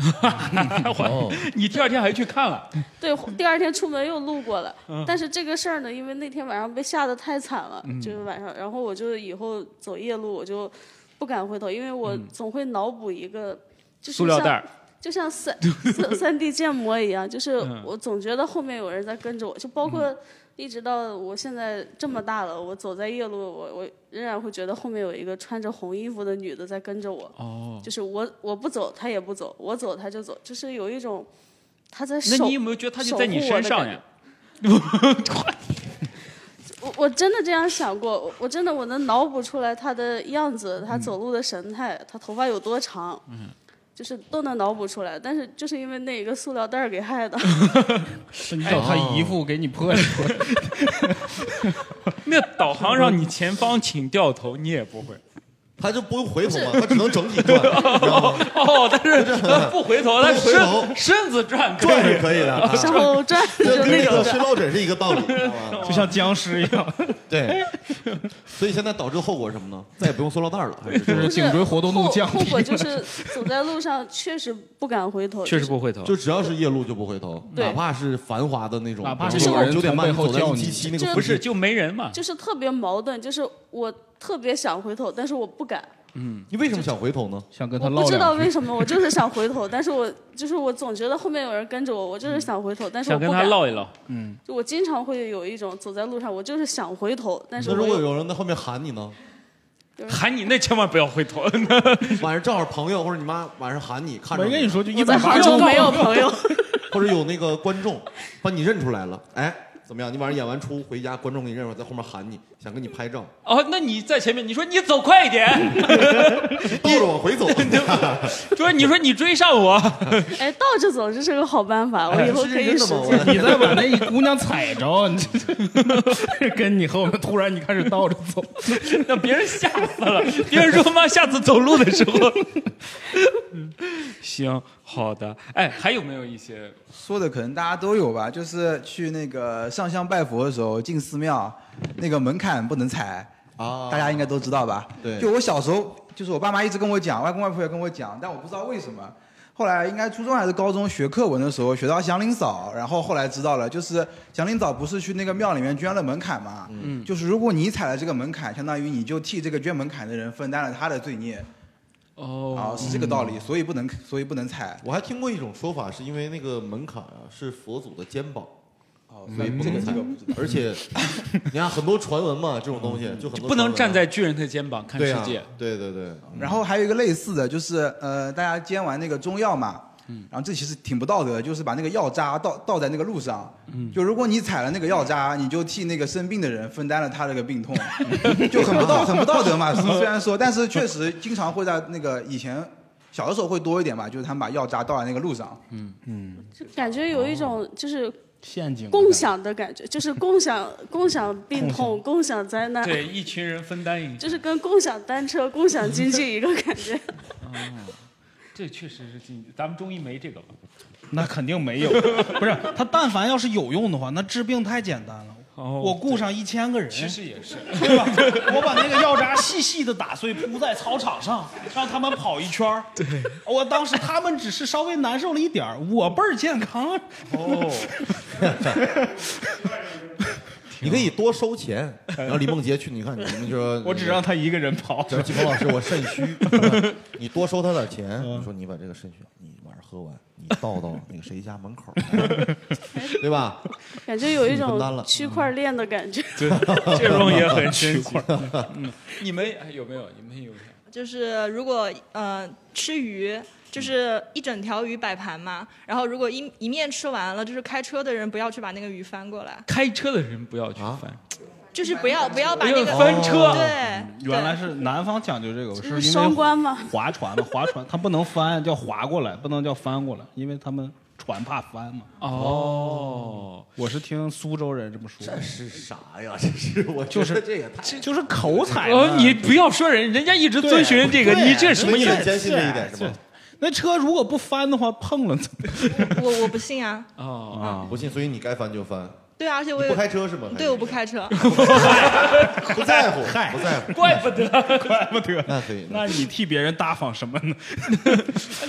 [SPEAKER 4] 哦，
[SPEAKER 1] 你第二天还去看了？
[SPEAKER 3] 对，第二天出门又路过了。
[SPEAKER 1] 嗯
[SPEAKER 3] 但是这个事儿呢，因为那天晚上被吓得太惨了，就是晚上，然后我就以后走夜路我就不敢回头，因为我总会脑补一个，就是
[SPEAKER 1] 嗯塑料袋
[SPEAKER 3] 像
[SPEAKER 1] 儿。
[SPEAKER 3] 就像 三三三 D 建模一样，就是
[SPEAKER 1] 嗯
[SPEAKER 3] 我总觉得后面有人在跟着我，就包括一直到我现在这么大了，我走在夜路，我我仍然会觉得后面有一个穿着红衣服的女的在跟着我，
[SPEAKER 1] 哦，
[SPEAKER 3] 就是我我不走，她也不走，我走她就走，就是有一种她在
[SPEAKER 1] 那
[SPEAKER 3] 守。
[SPEAKER 1] 你有没有觉得他就在你身上呀？
[SPEAKER 3] 我我真的这样想过，我我真的我能脑补出来她的样子，
[SPEAKER 2] 嗯
[SPEAKER 3] 她走路的神态，她头发有多长，嗯，就是都能脑补出来。但是就是因为那一个塑料袋儿给害 的，
[SPEAKER 2] 你找他姨父给你破一破。
[SPEAKER 1] 那导航让你前方请掉头，你也不会。
[SPEAKER 4] 他就不用回头嘛，他只能整体转，然后
[SPEAKER 1] 哦，但是他不回头，他
[SPEAKER 4] 不回头
[SPEAKER 1] 身身子转可以
[SPEAKER 4] 转是可以的啊，
[SPEAKER 3] 向后转
[SPEAKER 4] 这
[SPEAKER 3] 就
[SPEAKER 4] 跟
[SPEAKER 3] 那
[SPEAKER 4] 那
[SPEAKER 3] 种
[SPEAKER 4] 个
[SPEAKER 3] 的
[SPEAKER 4] 睡。落枕是一个道理，知道吗？
[SPEAKER 2] 就像僵尸一样，
[SPEAKER 4] 对，所以现在导致的后果是什么呢？再也不用塑料袋了，还是
[SPEAKER 2] 就
[SPEAKER 4] 说
[SPEAKER 2] 是颈椎活动度
[SPEAKER 3] 后
[SPEAKER 2] 降低
[SPEAKER 3] 后果就是走在路上确实不敢回头，
[SPEAKER 1] 确实不回头。
[SPEAKER 4] 就只要是夜路就不回头，
[SPEAKER 3] 对
[SPEAKER 4] 哪怕是繁华的那种，
[SPEAKER 2] 哪怕
[SPEAKER 3] 是有
[SPEAKER 2] 人
[SPEAKER 4] 九点半
[SPEAKER 2] 从背后
[SPEAKER 4] 走在
[SPEAKER 2] 叫
[SPEAKER 4] 一
[SPEAKER 2] 你
[SPEAKER 4] 七七那个
[SPEAKER 3] 这
[SPEAKER 1] 不
[SPEAKER 4] 附
[SPEAKER 1] 是
[SPEAKER 4] 近，
[SPEAKER 1] 就没人嘛？
[SPEAKER 3] 就是特别矛盾，就是我特别想回头，但是我不敢，
[SPEAKER 1] 嗯
[SPEAKER 4] 你为什么想回头呢？
[SPEAKER 2] 想跟
[SPEAKER 3] 我不知道为什么，我就是想回头，但是我就是我总觉得后面有人跟着我，我就是想回头，但是我
[SPEAKER 1] 想
[SPEAKER 3] 不
[SPEAKER 1] 跟他
[SPEAKER 3] 敢。
[SPEAKER 1] 唠一唠，
[SPEAKER 2] 嗯
[SPEAKER 3] 就我经常会有一种走在路上，我就是想回头，但是
[SPEAKER 4] 那如
[SPEAKER 3] 我
[SPEAKER 4] 果
[SPEAKER 3] 又
[SPEAKER 4] 有人在后面喊你呢？
[SPEAKER 1] 喊你那千万不要 回头。
[SPEAKER 4] 晚上正好朋友或者你妈晚上喊你，看着
[SPEAKER 2] 没跟你
[SPEAKER 4] 你，
[SPEAKER 2] 说就一
[SPEAKER 3] 我在
[SPEAKER 2] 百八
[SPEAKER 3] 杭
[SPEAKER 2] 十
[SPEAKER 3] 州
[SPEAKER 2] 度
[SPEAKER 3] 没有朋友，
[SPEAKER 4] 或者有那个观众把你认出来了，哎，怎么样？你晚上演完出回家，观众给你认出来，在后面喊你，想跟你拍照，
[SPEAKER 1] 哦，那你在前面，你说你走快一点，
[SPEAKER 4] 倒着往回走，
[SPEAKER 7] 哦
[SPEAKER 1] 就是你说你追上 我，
[SPEAKER 3] 哎，倒着走这是个好办法，我以后可以
[SPEAKER 4] 哎是
[SPEAKER 3] 实
[SPEAKER 4] 真的吗
[SPEAKER 3] 践。
[SPEAKER 2] 你再把那一姑娘踩着，你这跟你和我们突然你开始倒着 走，
[SPEAKER 1] 让别人吓死了。别人说妈，下次走路的时候，嗯行，好的。哎，还有没有一些？
[SPEAKER 7] 说的可能大家都有吧，就是去那个上香拜佛的时候进寺庙，那个门槛不能踩
[SPEAKER 4] 啊
[SPEAKER 7] 大家应该都知道吧？
[SPEAKER 4] 对
[SPEAKER 7] 就我小时候，就是我爸妈一直跟我讲，外公外婆也跟我讲， 但我不知道为什么。后来应该初中还是高中学课文的时候学到祥林嫂，然后后来知道了，就是祥林嫂不是去那个庙里面捐了门槛嘛，嗯，就是如果你踩了这个门槛，相当于你就替这个捐门槛的人分担了他的罪孽，啊、
[SPEAKER 1] 哦，
[SPEAKER 7] 是这个道理，所以不能，所以不能踩。
[SPEAKER 4] 我还听过一种说法，是因为那个门槛啊是佛祖的肩膀，
[SPEAKER 7] 哦，
[SPEAKER 4] 所以不
[SPEAKER 7] 这
[SPEAKER 4] 能
[SPEAKER 7] 个
[SPEAKER 4] 踩
[SPEAKER 7] 这个不知道。。
[SPEAKER 4] 而且你看很多传闻嘛，这种东西就很多
[SPEAKER 1] 不能
[SPEAKER 4] 传
[SPEAKER 1] 站
[SPEAKER 4] 闻啊
[SPEAKER 1] 在巨人的肩膀看
[SPEAKER 4] 对
[SPEAKER 1] 世
[SPEAKER 4] 啊
[SPEAKER 1] 界。，
[SPEAKER 4] 对对嗯对，
[SPEAKER 7] 然后还有一个类似的就是，呃，大家煎完那个中药嘛，
[SPEAKER 2] 嗯
[SPEAKER 7] 然后这其实挺不道德的，就是把那个药渣倒倒在那个路上，
[SPEAKER 2] 嗯
[SPEAKER 7] 就如果你踩了那个药渣，你就替那个生病的人分担了他这个病痛， 就很不道很不道德 嘛。虽然说，但是确实经常会在那个以前小的时候会多一点吧，就是他们把药渣倒在那个路上，
[SPEAKER 3] 就感觉有一种就是
[SPEAKER 2] 嗯陷阱
[SPEAKER 3] 共享的感觉，就是共享共享病痛、共享灾难，
[SPEAKER 1] 对，一群人分担一下，
[SPEAKER 3] 就是跟共享单车、共享经济一个感 觉。
[SPEAKER 1] 这确实是禁忌。咱们中医没这 个吧？
[SPEAKER 2] 那肯定 没有，不是他但凡要是有用的话，那治病太简单了。
[SPEAKER 1] 哦
[SPEAKER 2] 我雇上一千个人，
[SPEAKER 1] 其实也 是，
[SPEAKER 2] 对吧？我把那个药渣细细的打碎，铺在操场上，让他们跑一圈儿。对，我当时他们只是稍微难受了一点儿，我倍儿健康。 啊
[SPEAKER 1] 哦
[SPEAKER 4] 你可以多收钱。然后李梦洁去，你看你们就说，
[SPEAKER 2] 嗯 我只让他一个人 跑。
[SPEAKER 4] 这季鹏老师，我肾虚， 是吧你多收他点钱。
[SPEAKER 2] 嗯
[SPEAKER 4] 你说你把这个肾虚，你晚上喝完，你倒到那个谁家 门口，对吧？
[SPEAKER 3] 感觉有一
[SPEAKER 4] 分担
[SPEAKER 3] 种
[SPEAKER 4] 了嗯
[SPEAKER 3] 区块链的感 觉。
[SPEAKER 1] 这种也很神 奇。嗯，你们哎有没有？你们有没有？
[SPEAKER 8] 就是如果呃吃鱼，就是一整条鱼摆盘嘛，然后如果一一面吃完了，就是开车的人不要去把那个鱼翻过来，
[SPEAKER 1] 开车的人不要去翻，
[SPEAKER 8] 就是不要不要啊把
[SPEAKER 1] 不
[SPEAKER 8] 那
[SPEAKER 1] 要
[SPEAKER 8] 个哦
[SPEAKER 1] 翻车。啊
[SPEAKER 8] 对，对
[SPEAKER 2] 嗯原来是南方讲究这个，是因为
[SPEAKER 3] 双关嘛
[SPEAKER 2] 划 船嘛，划船它不能翻，叫划过来，不能叫翻过来，因为他们船怕翻嘛。
[SPEAKER 1] 哦，
[SPEAKER 2] 我是听苏州人这么说的，
[SPEAKER 4] 是啥呀？ 这是我
[SPEAKER 2] 就是
[SPEAKER 4] 觉得这也太
[SPEAKER 2] 就是口彩嘛。
[SPEAKER 1] 哦，你不要说人，人家一直遵循这个，
[SPEAKER 2] 对啊
[SPEAKER 1] 你这什么意
[SPEAKER 4] 啊你很
[SPEAKER 1] 思？
[SPEAKER 4] 坚信这一点是吧？
[SPEAKER 2] 那车如果不翻的话，碰了怎么
[SPEAKER 8] 我我不信啊，
[SPEAKER 1] 哦，
[SPEAKER 2] 啊？
[SPEAKER 4] 不信，所以你该翻就翻。
[SPEAKER 8] 对啊，而且
[SPEAKER 4] 你
[SPEAKER 8] 我也
[SPEAKER 4] 不开车是吗？
[SPEAKER 8] 对我不，开车，
[SPEAKER 4] 不在乎，不在乎。
[SPEAKER 1] 怪 不得。
[SPEAKER 2] 怪 不得。
[SPEAKER 4] 那可以，
[SPEAKER 2] 那你替别人大方什么呢？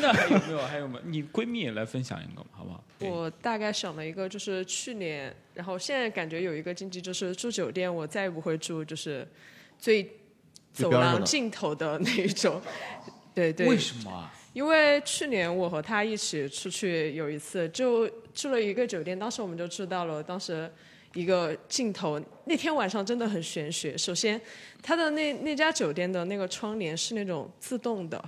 [SPEAKER 1] 那还有没有？还有没有？你闺蜜也来分享一个嘛，好不好？
[SPEAKER 9] 我大概想了一个，就是去年，然后现在感觉有一个禁忌，就是住酒店我再也不会住，就是最
[SPEAKER 4] 最
[SPEAKER 9] 走
[SPEAKER 4] 边上的
[SPEAKER 9] 廊尽头的那一种。对对，
[SPEAKER 1] 为什么啊？
[SPEAKER 9] 因为去年我和他一起出去有一次，就住了一个酒店，当时我们就住到了当时一个尽头。那天晚上真的很玄学。首先，他的那那家酒店的那个窗帘是那种自动的。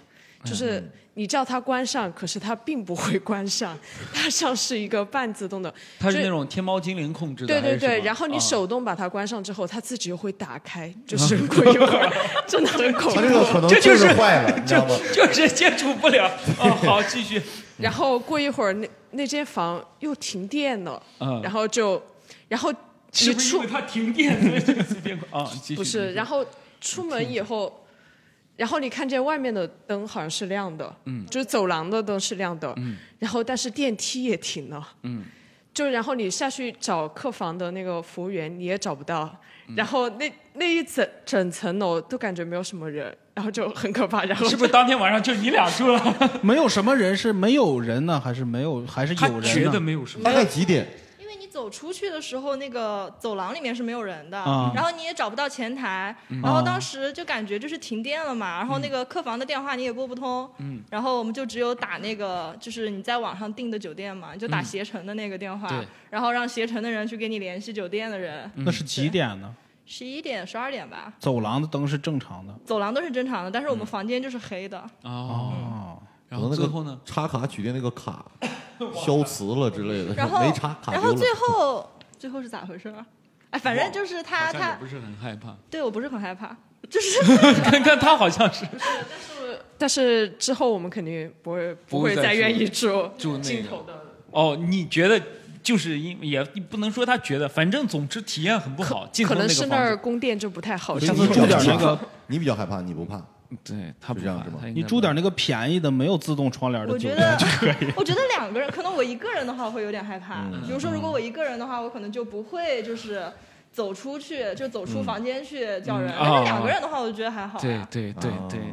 [SPEAKER 9] 就是你叫它关上，可是它并不会关上，它像是一个半自动的。
[SPEAKER 1] 她是
[SPEAKER 9] 就
[SPEAKER 1] 那种天猫精灵控制的，
[SPEAKER 9] 对
[SPEAKER 1] 还
[SPEAKER 9] 对
[SPEAKER 1] 是什
[SPEAKER 9] 对，
[SPEAKER 1] 么
[SPEAKER 9] 然后你
[SPEAKER 1] 啊
[SPEAKER 9] 手动把它关上之后，它自己又会打开，就是过一会儿，真的很恐
[SPEAKER 4] 他这个
[SPEAKER 9] 怖。
[SPEAKER 4] 可能
[SPEAKER 1] 啊这就
[SPEAKER 4] 就是坏 了，你知道吗？
[SPEAKER 1] 就是接触不了。 哦，好，继续。
[SPEAKER 9] 然后过一会儿，那那间房又停电了，
[SPEAKER 1] 嗯
[SPEAKER 9] 然后就，然后
[SPEAKER 1] 是
[SPEAKER 9] 你
[SPEAKER 1] 不是
[SPEAKER 9] 出
[SPEAKER 1] 因为它停 电，所以这个词变快啊？继续。
[SPEAKER 9] 不是，然后出门以后，然后你看见外面的灯好像是亮的，嗯，就是走廊的灯是亮的，嗯，然后但是电梯也停了，嗯，就然后你下去找客房的那个服务员你也找不到，
[SPEAKER 1] 嗯
[SPEAKER 9] 然后那那一整整层楼都感觉没有什么人，然后就很可怕，然后
[SPEAKER 1] 是不是当天晚上就你俩住了？
[SPEAKER 2] 啊没有什么人是没有人呢，还是没有，还是
[SPEAKER 1] 她
[SPEAKER 2] 有
[SPEAKER 1] 觉
[SPEAKER 2] 人
[SPEAKER 1] 得
[SPEAKER 2] 呢？
[SPEAKER 1] 没有什么。
[SPEAKER 4] 大概几点？
[SPEAKER 8] 因为你走出去的时候，那个走廊里面是没有人的，
[SPEAKER 2] 啊
[SPEAKER 8] 然后你也找不到前台，然后当时就感觉就是停电了嘛，然后那个客房的电话你也拨不通，然后我们就只有打那个就是你在网上订的酒店嘛，你就打携程的那个电话，
[SPEAKER 1] 嗯对
[SPEAKER 8] 然后让携程的人去给你联系酒店的人，
[SPEAKER 2] 那是几点呢？
[SPEAKER 8] 十一点十二点吧，
[SPEAKER 2] 走廊的灯是正常的
[SPEAKER 8] 走廊都是正常的，但是
[SPEAKER 1] 嗯
[SPEAKER 8] 我们房间就是黑的，
[SPEAKER 1] 哦，
[SPEAKER 2] 哦，
[SPEAKER 1] 然后最后呢？？
[SPEAKER 4] 插卡取电那个卡消磁了之类的，
[SPEAKER 8] 然后
[SPEAKER 4] 没插卡
[SPEAKER 8] 然
[SPEAKER 4] 丢
[SPEAKER 8] 后
[SPEAKER 4] 了。
[SPEAKER 8] 最后最后是咋回事儿？哎，反正就是他
[SPEAKER 1] 好像也
[SPEAKER 8] 他
[SPEAKER 1] 不是很害怕，
[SPEAKER 8] 对我不是很害怕，就是。
[SPEAKER 1] 看看她好像是
[SPEAKER 9] 是但是之后我们肯定不会
[SPEAKER 1] 不会
[SPEAKER 9] 会
[SPEAKER 1] 再
[SPEAKER 9] 再愿意
[SPEAKER 1] 住
[SPEAKER 9] 住
[SPEAKER 1] 住那
[SPEAKER 9] 进
[SPEAKER 1] 个
[SPEAKER 9] 口的。
[SPEAKER 1] 哦，你觉得就是因也你不能说他觉得，反正总之体验很不好，进
[SPEAKER 9] 可
[SPEAKER 1] 入
[SPEAKER 9] 能
[SPEAKER 1] 个
[SPEAKER 9] 是
[SPEAKER 1] 房
[SPEAKER 9] 那儿
[SPEAKER 1] 子。
[SPEAKER 9] 供电就不太好。
[SPEAKER 4] 所以你住点那个，你比较害怕，你不怕？
[SPEAKER 1] 嗯对，他
[SPEAKER 4] 是这样是吗？
[SPEAKER 2] 你住点那个便宜的没有自动窗帘的
[SPEAKER 5] 我
[SPEAKER 2] 酒
[SPEAKER 5] 觉
[SPEAKER 2] 店
[SPEAKER 5] 得
[SPEAKER 2] 就可以。
[SPEAKER 5] 我觉得两个人，可能我一个人的话会有点害怕。
[SPEAKER 1] 嗯
[SPEAKER 5] 比如说，如果我一个人的话，我可能就不会就是走出去，就走出房间去叫人。
[SPEAKER 1] 嗯
[SPEAKER 5] 但
[SPEAKER 1] 哦
[SPEAKER 5] 是两个人的话，我就觉得还
[SPEAKER 8] 啊
[SPEAKER 5] 好、
[SPEAKER 9] 啊
[SPEAKER 1] 对对对
[SPEAKER 4] 哦
[SPEAKER 1] 对对。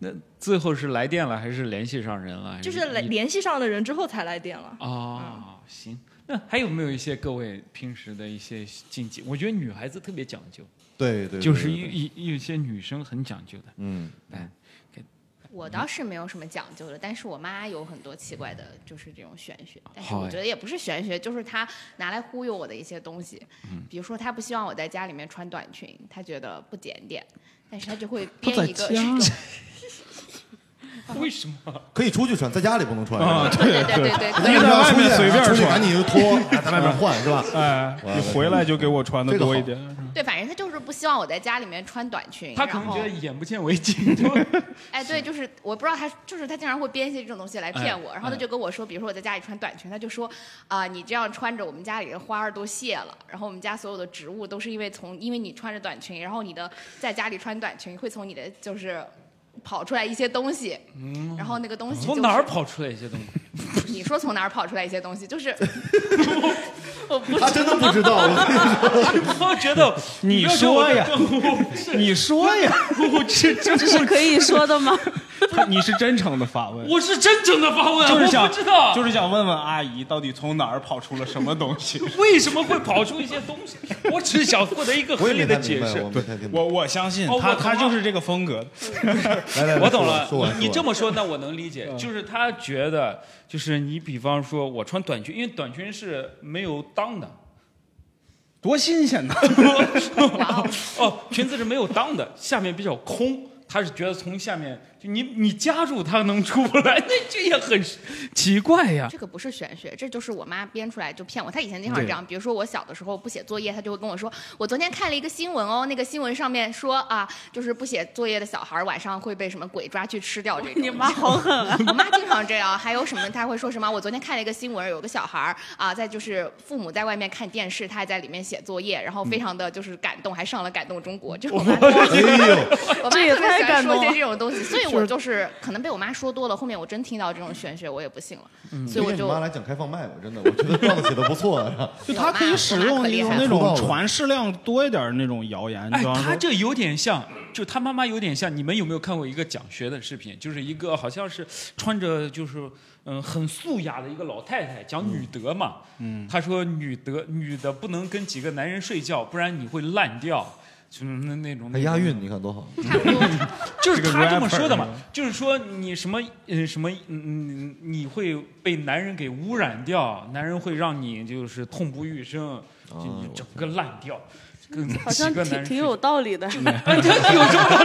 [SPEAKER 1] 那最后是来电了，还是联系上人了？还
[SPEAKER 5] 就是联
[SPEAKER 1] 啊一
[SPEAKER 5] 联系上的人之后才来电了。
[SPEAKER 1] 哦，行。那还有没有一些各位平时的一些禁忌？我觉得女孩子特别讲究，
[SPEAKER 4] 对对，
[SPEAKER 1] 就是
[SPEAKER 4] 对
[SPEAKER 1] 一，一一有些女生很讲究的。哎
[SPEAKER 4] 嗯，
[SPEAKER 10] 我倒是没有什么讲究的，但是我妈有很多奇怪的，就是这种玄学。但是
[SPEAKER 1] 好
[SPEAKER 10] 我
[SPEAKER 1] 哎
[SPEAKER 10] 觉得也不是玄学，就是她拿来忽悠我的一些东西。
[SPEAKER 1] 嗯
[SPEAKER 10] 比如说，她不希望我在家里面穿短裙，她觉得不检点，但是她就会编
[SPEAKER 2] 在
[SPEAKER 10] 一个
[SPEAKER 2] 家
[SPEAKER 10] 这种。嗯
[SPEAKER 1] 为什么？
[SPEAKER 4] 可以出去穿，在家里不能穿。
[SPEAKER 2] 啊
[SPEAKER 10] 对对对
[SPEAKER 4] 在
[SPEAKER 10] 对对
[SPEAKER 4] 家里
[SPEAKER 2] 你在外面
[SPEAKER 4] 出去
[SPEAKER 2] 随便
[SPEAKER 4] 出去
[SPEAKER 2] 穿
[SPEAKER 4] 赶紧就 脱，哎 在外面换是吧？
[SPEAKER 2] 哎， 你回来就给我穿的多一点。
[SPEAKER 10] 对，反正她就是不希望我在家里面穿短裙。
[SPEAKER 1] 她可能
[SPEAKER 10] 然后
[SPEAKER 1] 觉得眼不见为净，就
[SPEAKER 10] 哎，对，就是我不知道他，就是他经常会编一些这种东西来骗我，
[SPEAKER 1] 哎
[SPEAKER 10] 然后他就跟我说，比如说我在家里穿短裙，他就说啊、你这样穿着，我们家里的花儿都谢了，然后我们家所有的植物都是因为从因为你穿着短裙，然后你的在家里穿短裙会从你的就是。跑出来一些东西，然后那个东西、就是、
[SPEAKER 1] 从哪儿？嗯跑出来一些东西？
[SPEAKER 10] 你说从哪儿跑出来一些东西？就是
[SPEAKER 4] 他真的不知道，我
[SPEAKER 1] 我觉得
[SPEAKER 2] 你说呀， 你说呀，
[SPEAKER 1] 我 这这
[SPEAKER 3] 这是可以说的吗？
[SPEAKER 2] 你是真诚的发 问，
[SPEAKER 1] 我是真正的发问，啊
[SPEAKER 2] 就是 想
[SPEAKER 1] 我不知道，
[SPEAKER 2] 就是想问问阿姨到底从哪儿跑出了什么东西。
[SPEAKER 1] 为什么会跑出一些东西？我只想获得一个
[SPEAKER 4] 我
[SPEAKER 1] 合
[SPEAKER 4] 也
[SPEAKER 1] 理
[SPEAKER 4] 没
[SPEAKER 1] 的
[SPEAKER 4] 太明
[SPEAKER 1] 解
[SPEAKER 4] 白，
[SPEAKER 1] 释。
[SPEAKER 4] 我没太听明白。
[SPEAKER 2] 我我相信
[SPEAKER 1] 哦
[SPEAKER 2] 他，
[SPEAKER 1] 我懂
[SPEAKER 2] 他
[SPEAKER 1] 了
[SPEAKER 2] 就是这个风格。
[SPEAKER 4] 来 来，来
[SPEAKER 1] 我懂
[SPEAKER 4] 说
[SPEAKER 1] 了
[SPEAKER 4] 说完，，
[SPEAKER 1] 你你这
[SPEAKER 4] 么
[SPEAKER 1] 么说，那我能理解，就是他觉得，就是你比方说我穿短裙，因为短裙是没有裆的，
[SPEAKER 2] 多新鲜 呐！
[SPEAKER 10] 哇哦，
[SPEAKER 1] 哦，裙子是没有裆的，下面比较空。他是觉得从下面就你你夹住他能出不来，那这也很奇怪呀。
[SPEAKER 10] 这个不是玄学，这就是我妈编出来就骗我。她以前经常
[SPEAKER 1] 对
[SPEAKER 10] 这样，比如说我小的时候不写作业，她就会跟我说：“我昨天看了一个新闻哦，那个新闻上面说啊，就是不写作业的小孩儿晚上会被什么鬼抓去吃掉。”这种。
[SPEAKER 3] 你妈好狠啊！
[SPEAKER 10] 我妈经常这样，还有什么？她会说什么？我昨天看了一个新闻，有个小孩儿啊，在就是父母在外面看电视，他还在里面写作业，然后非常的就是感动，还上了《感动中国》。这我妈，
[SPEAKER 4] 哎呦，
[SPEAKER 10] 我妈
[SPEAKER 3] 这也
[SPEAKER 10] 特别喜
[SPEAKER 3] 太感
[SPEAKER 10] 欢说
[SPEAKER 3] 动
[SPEAKER 10] 一些
[SPEAKER 3] 了
[SPEAKER 10] 这种东西，所以我就是可能被我妈说多了，后面我真听到这种玄学，我也不信了，
[SPEAKER 2] 嗯
[SPEAKER 10] 所以我
[SPEAKER 4] 推荐
[SPEAKER 10] 就
[SPEAKER 4] 你妈来讲开放麦吧，真的，我觉 得段子写的不错啊。
[SPEAKER 2] 就他可以使用一种那种传世量多一点儿那种谣言，
[SPEAKER 1] 啊哎
[SPEAKER 2] 比，方
[SPEAKER 1] 他
[SPEAKER 2] 说
[SPEAKER 1] 这有点像，就他妈妈有点像。你们有没有看过一个讲学的视频？就是一个好像是穿着就是嗯、很素雅的一个老太太讲女德嘛。嗯，她说女德女的不能跟几个男人睡觉，不然你会烂掉。就是那那种
[SPEAKER 4] 还押，韵，你看多好。
[SPEAKER 10] 差不多。
[SPEAKER 1] 就是
[SPEAKER 2] 这个
[SPEAKER 1] 他这么
[SPEAKER 2] rapper
[SPEAKER 1] 说的嘛
[SPEAKER 2] 是吧，
[SPEAKER 1] 就是说你什么嗯什么嗯嗯，你会被男人给污染掉，男人会让你就是痛不欲生，就你
[SPEAKER 2] 哦
[SPEAKER 1] 整个烂掉，跟
[SPEAKER 3] 好
[SPEAKER 1] 几
[SPEAKER 3] 像
[SPEAKER 1] 个男
[SPEAKER 3] 挺
[SPEAKER 1] 人
[SPEAKER 3] 挺
[SPEAKER 1] 睡
[SPEAKER 3] 有道理的。
[SPEAKER 1] 啊